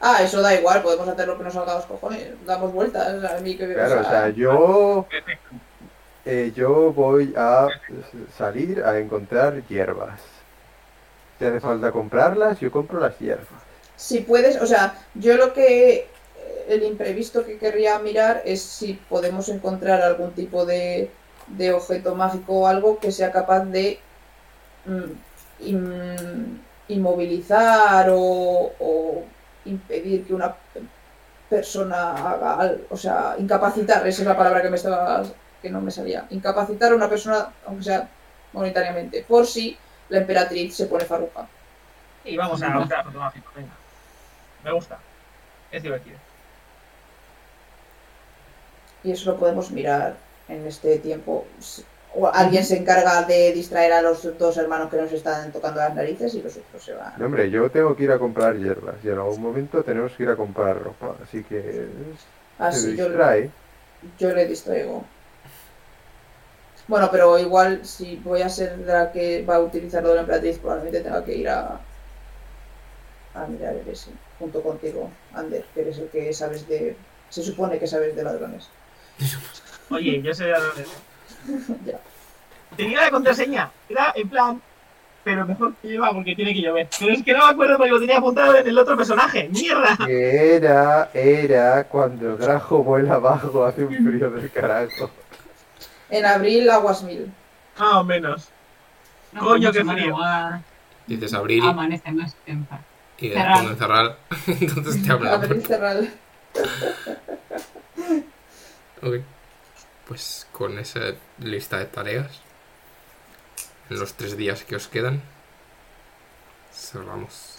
D: Ah, eso da igual, podemos hacer lo que nos salga a los cojones. Damos vueltas a mí que o
B: Claro, o
D: sea,
B: sea, yo. eh, yo voy a s- salir a encontrar hierbas. Si hace falta comprarlas, yo compro las hierbas.
D: Si puedes, o sea, yo lo que. eh, El imprevisto que querría mirar es si podemos encontrar algún tipo de, de objeto mágico o algo que sea capaz de mm, in- inmovilizar o, o impedir que una persona haga al- o sea, incapacitar, esa es la palabra que me estaba que no me salía, incapacitar a una persona, aunque sea monetariamente, por si la emperatriz se pone farruja.
C: Y vamos a buscar otro mágico. Venga. Me gusta. Es divertido.
D: y eso lo podemos mirar en este tiempo. O alguien se encarga de distraer a los dos hermanos que nos están tocando las narices y los otros se van.
B: No, hombre, yo tengo que ir a comprar hierbas y en algún momento tenemos que ir a comprar ropa, así que.
D: Así
B: se
D: yo,
B: distrae.
D: yo le distraigo. Bueno, pero igual si voy a ser la que va a utilizar lo de la emperatriz, probablemente tenga que ir a, a mirar el ese, junto contigo, Ander, que eres el que sabes de... Se supone que sabes de ladrones.
C: Oye, yo sé de dónde.
D: Ya.
C: Tenía la contraseña. Era en plan. Pero mejor que lleva porque tiene que llover. Pero es que no me acuerdo porque lo tenía apuntado en el otro personaje. ¡Mierda!
B: Que era, era cuando el grajo vuela abajo, hace un frío del carajo.
D: En abril, aguas mil.
C: Más o menos.
H: No,
C: Coño,
H: pues
C: qué
H: no,
C: frío.
H: igual
A: Dices abril
H: Amanece más temprano.
A: y
H: cerrar.
A: después de cerrar, entonces te habla.
D: Abril, cerral.
A: Ok. Pues con esa lista de tareas, en los tres días que os quedan, cerramos.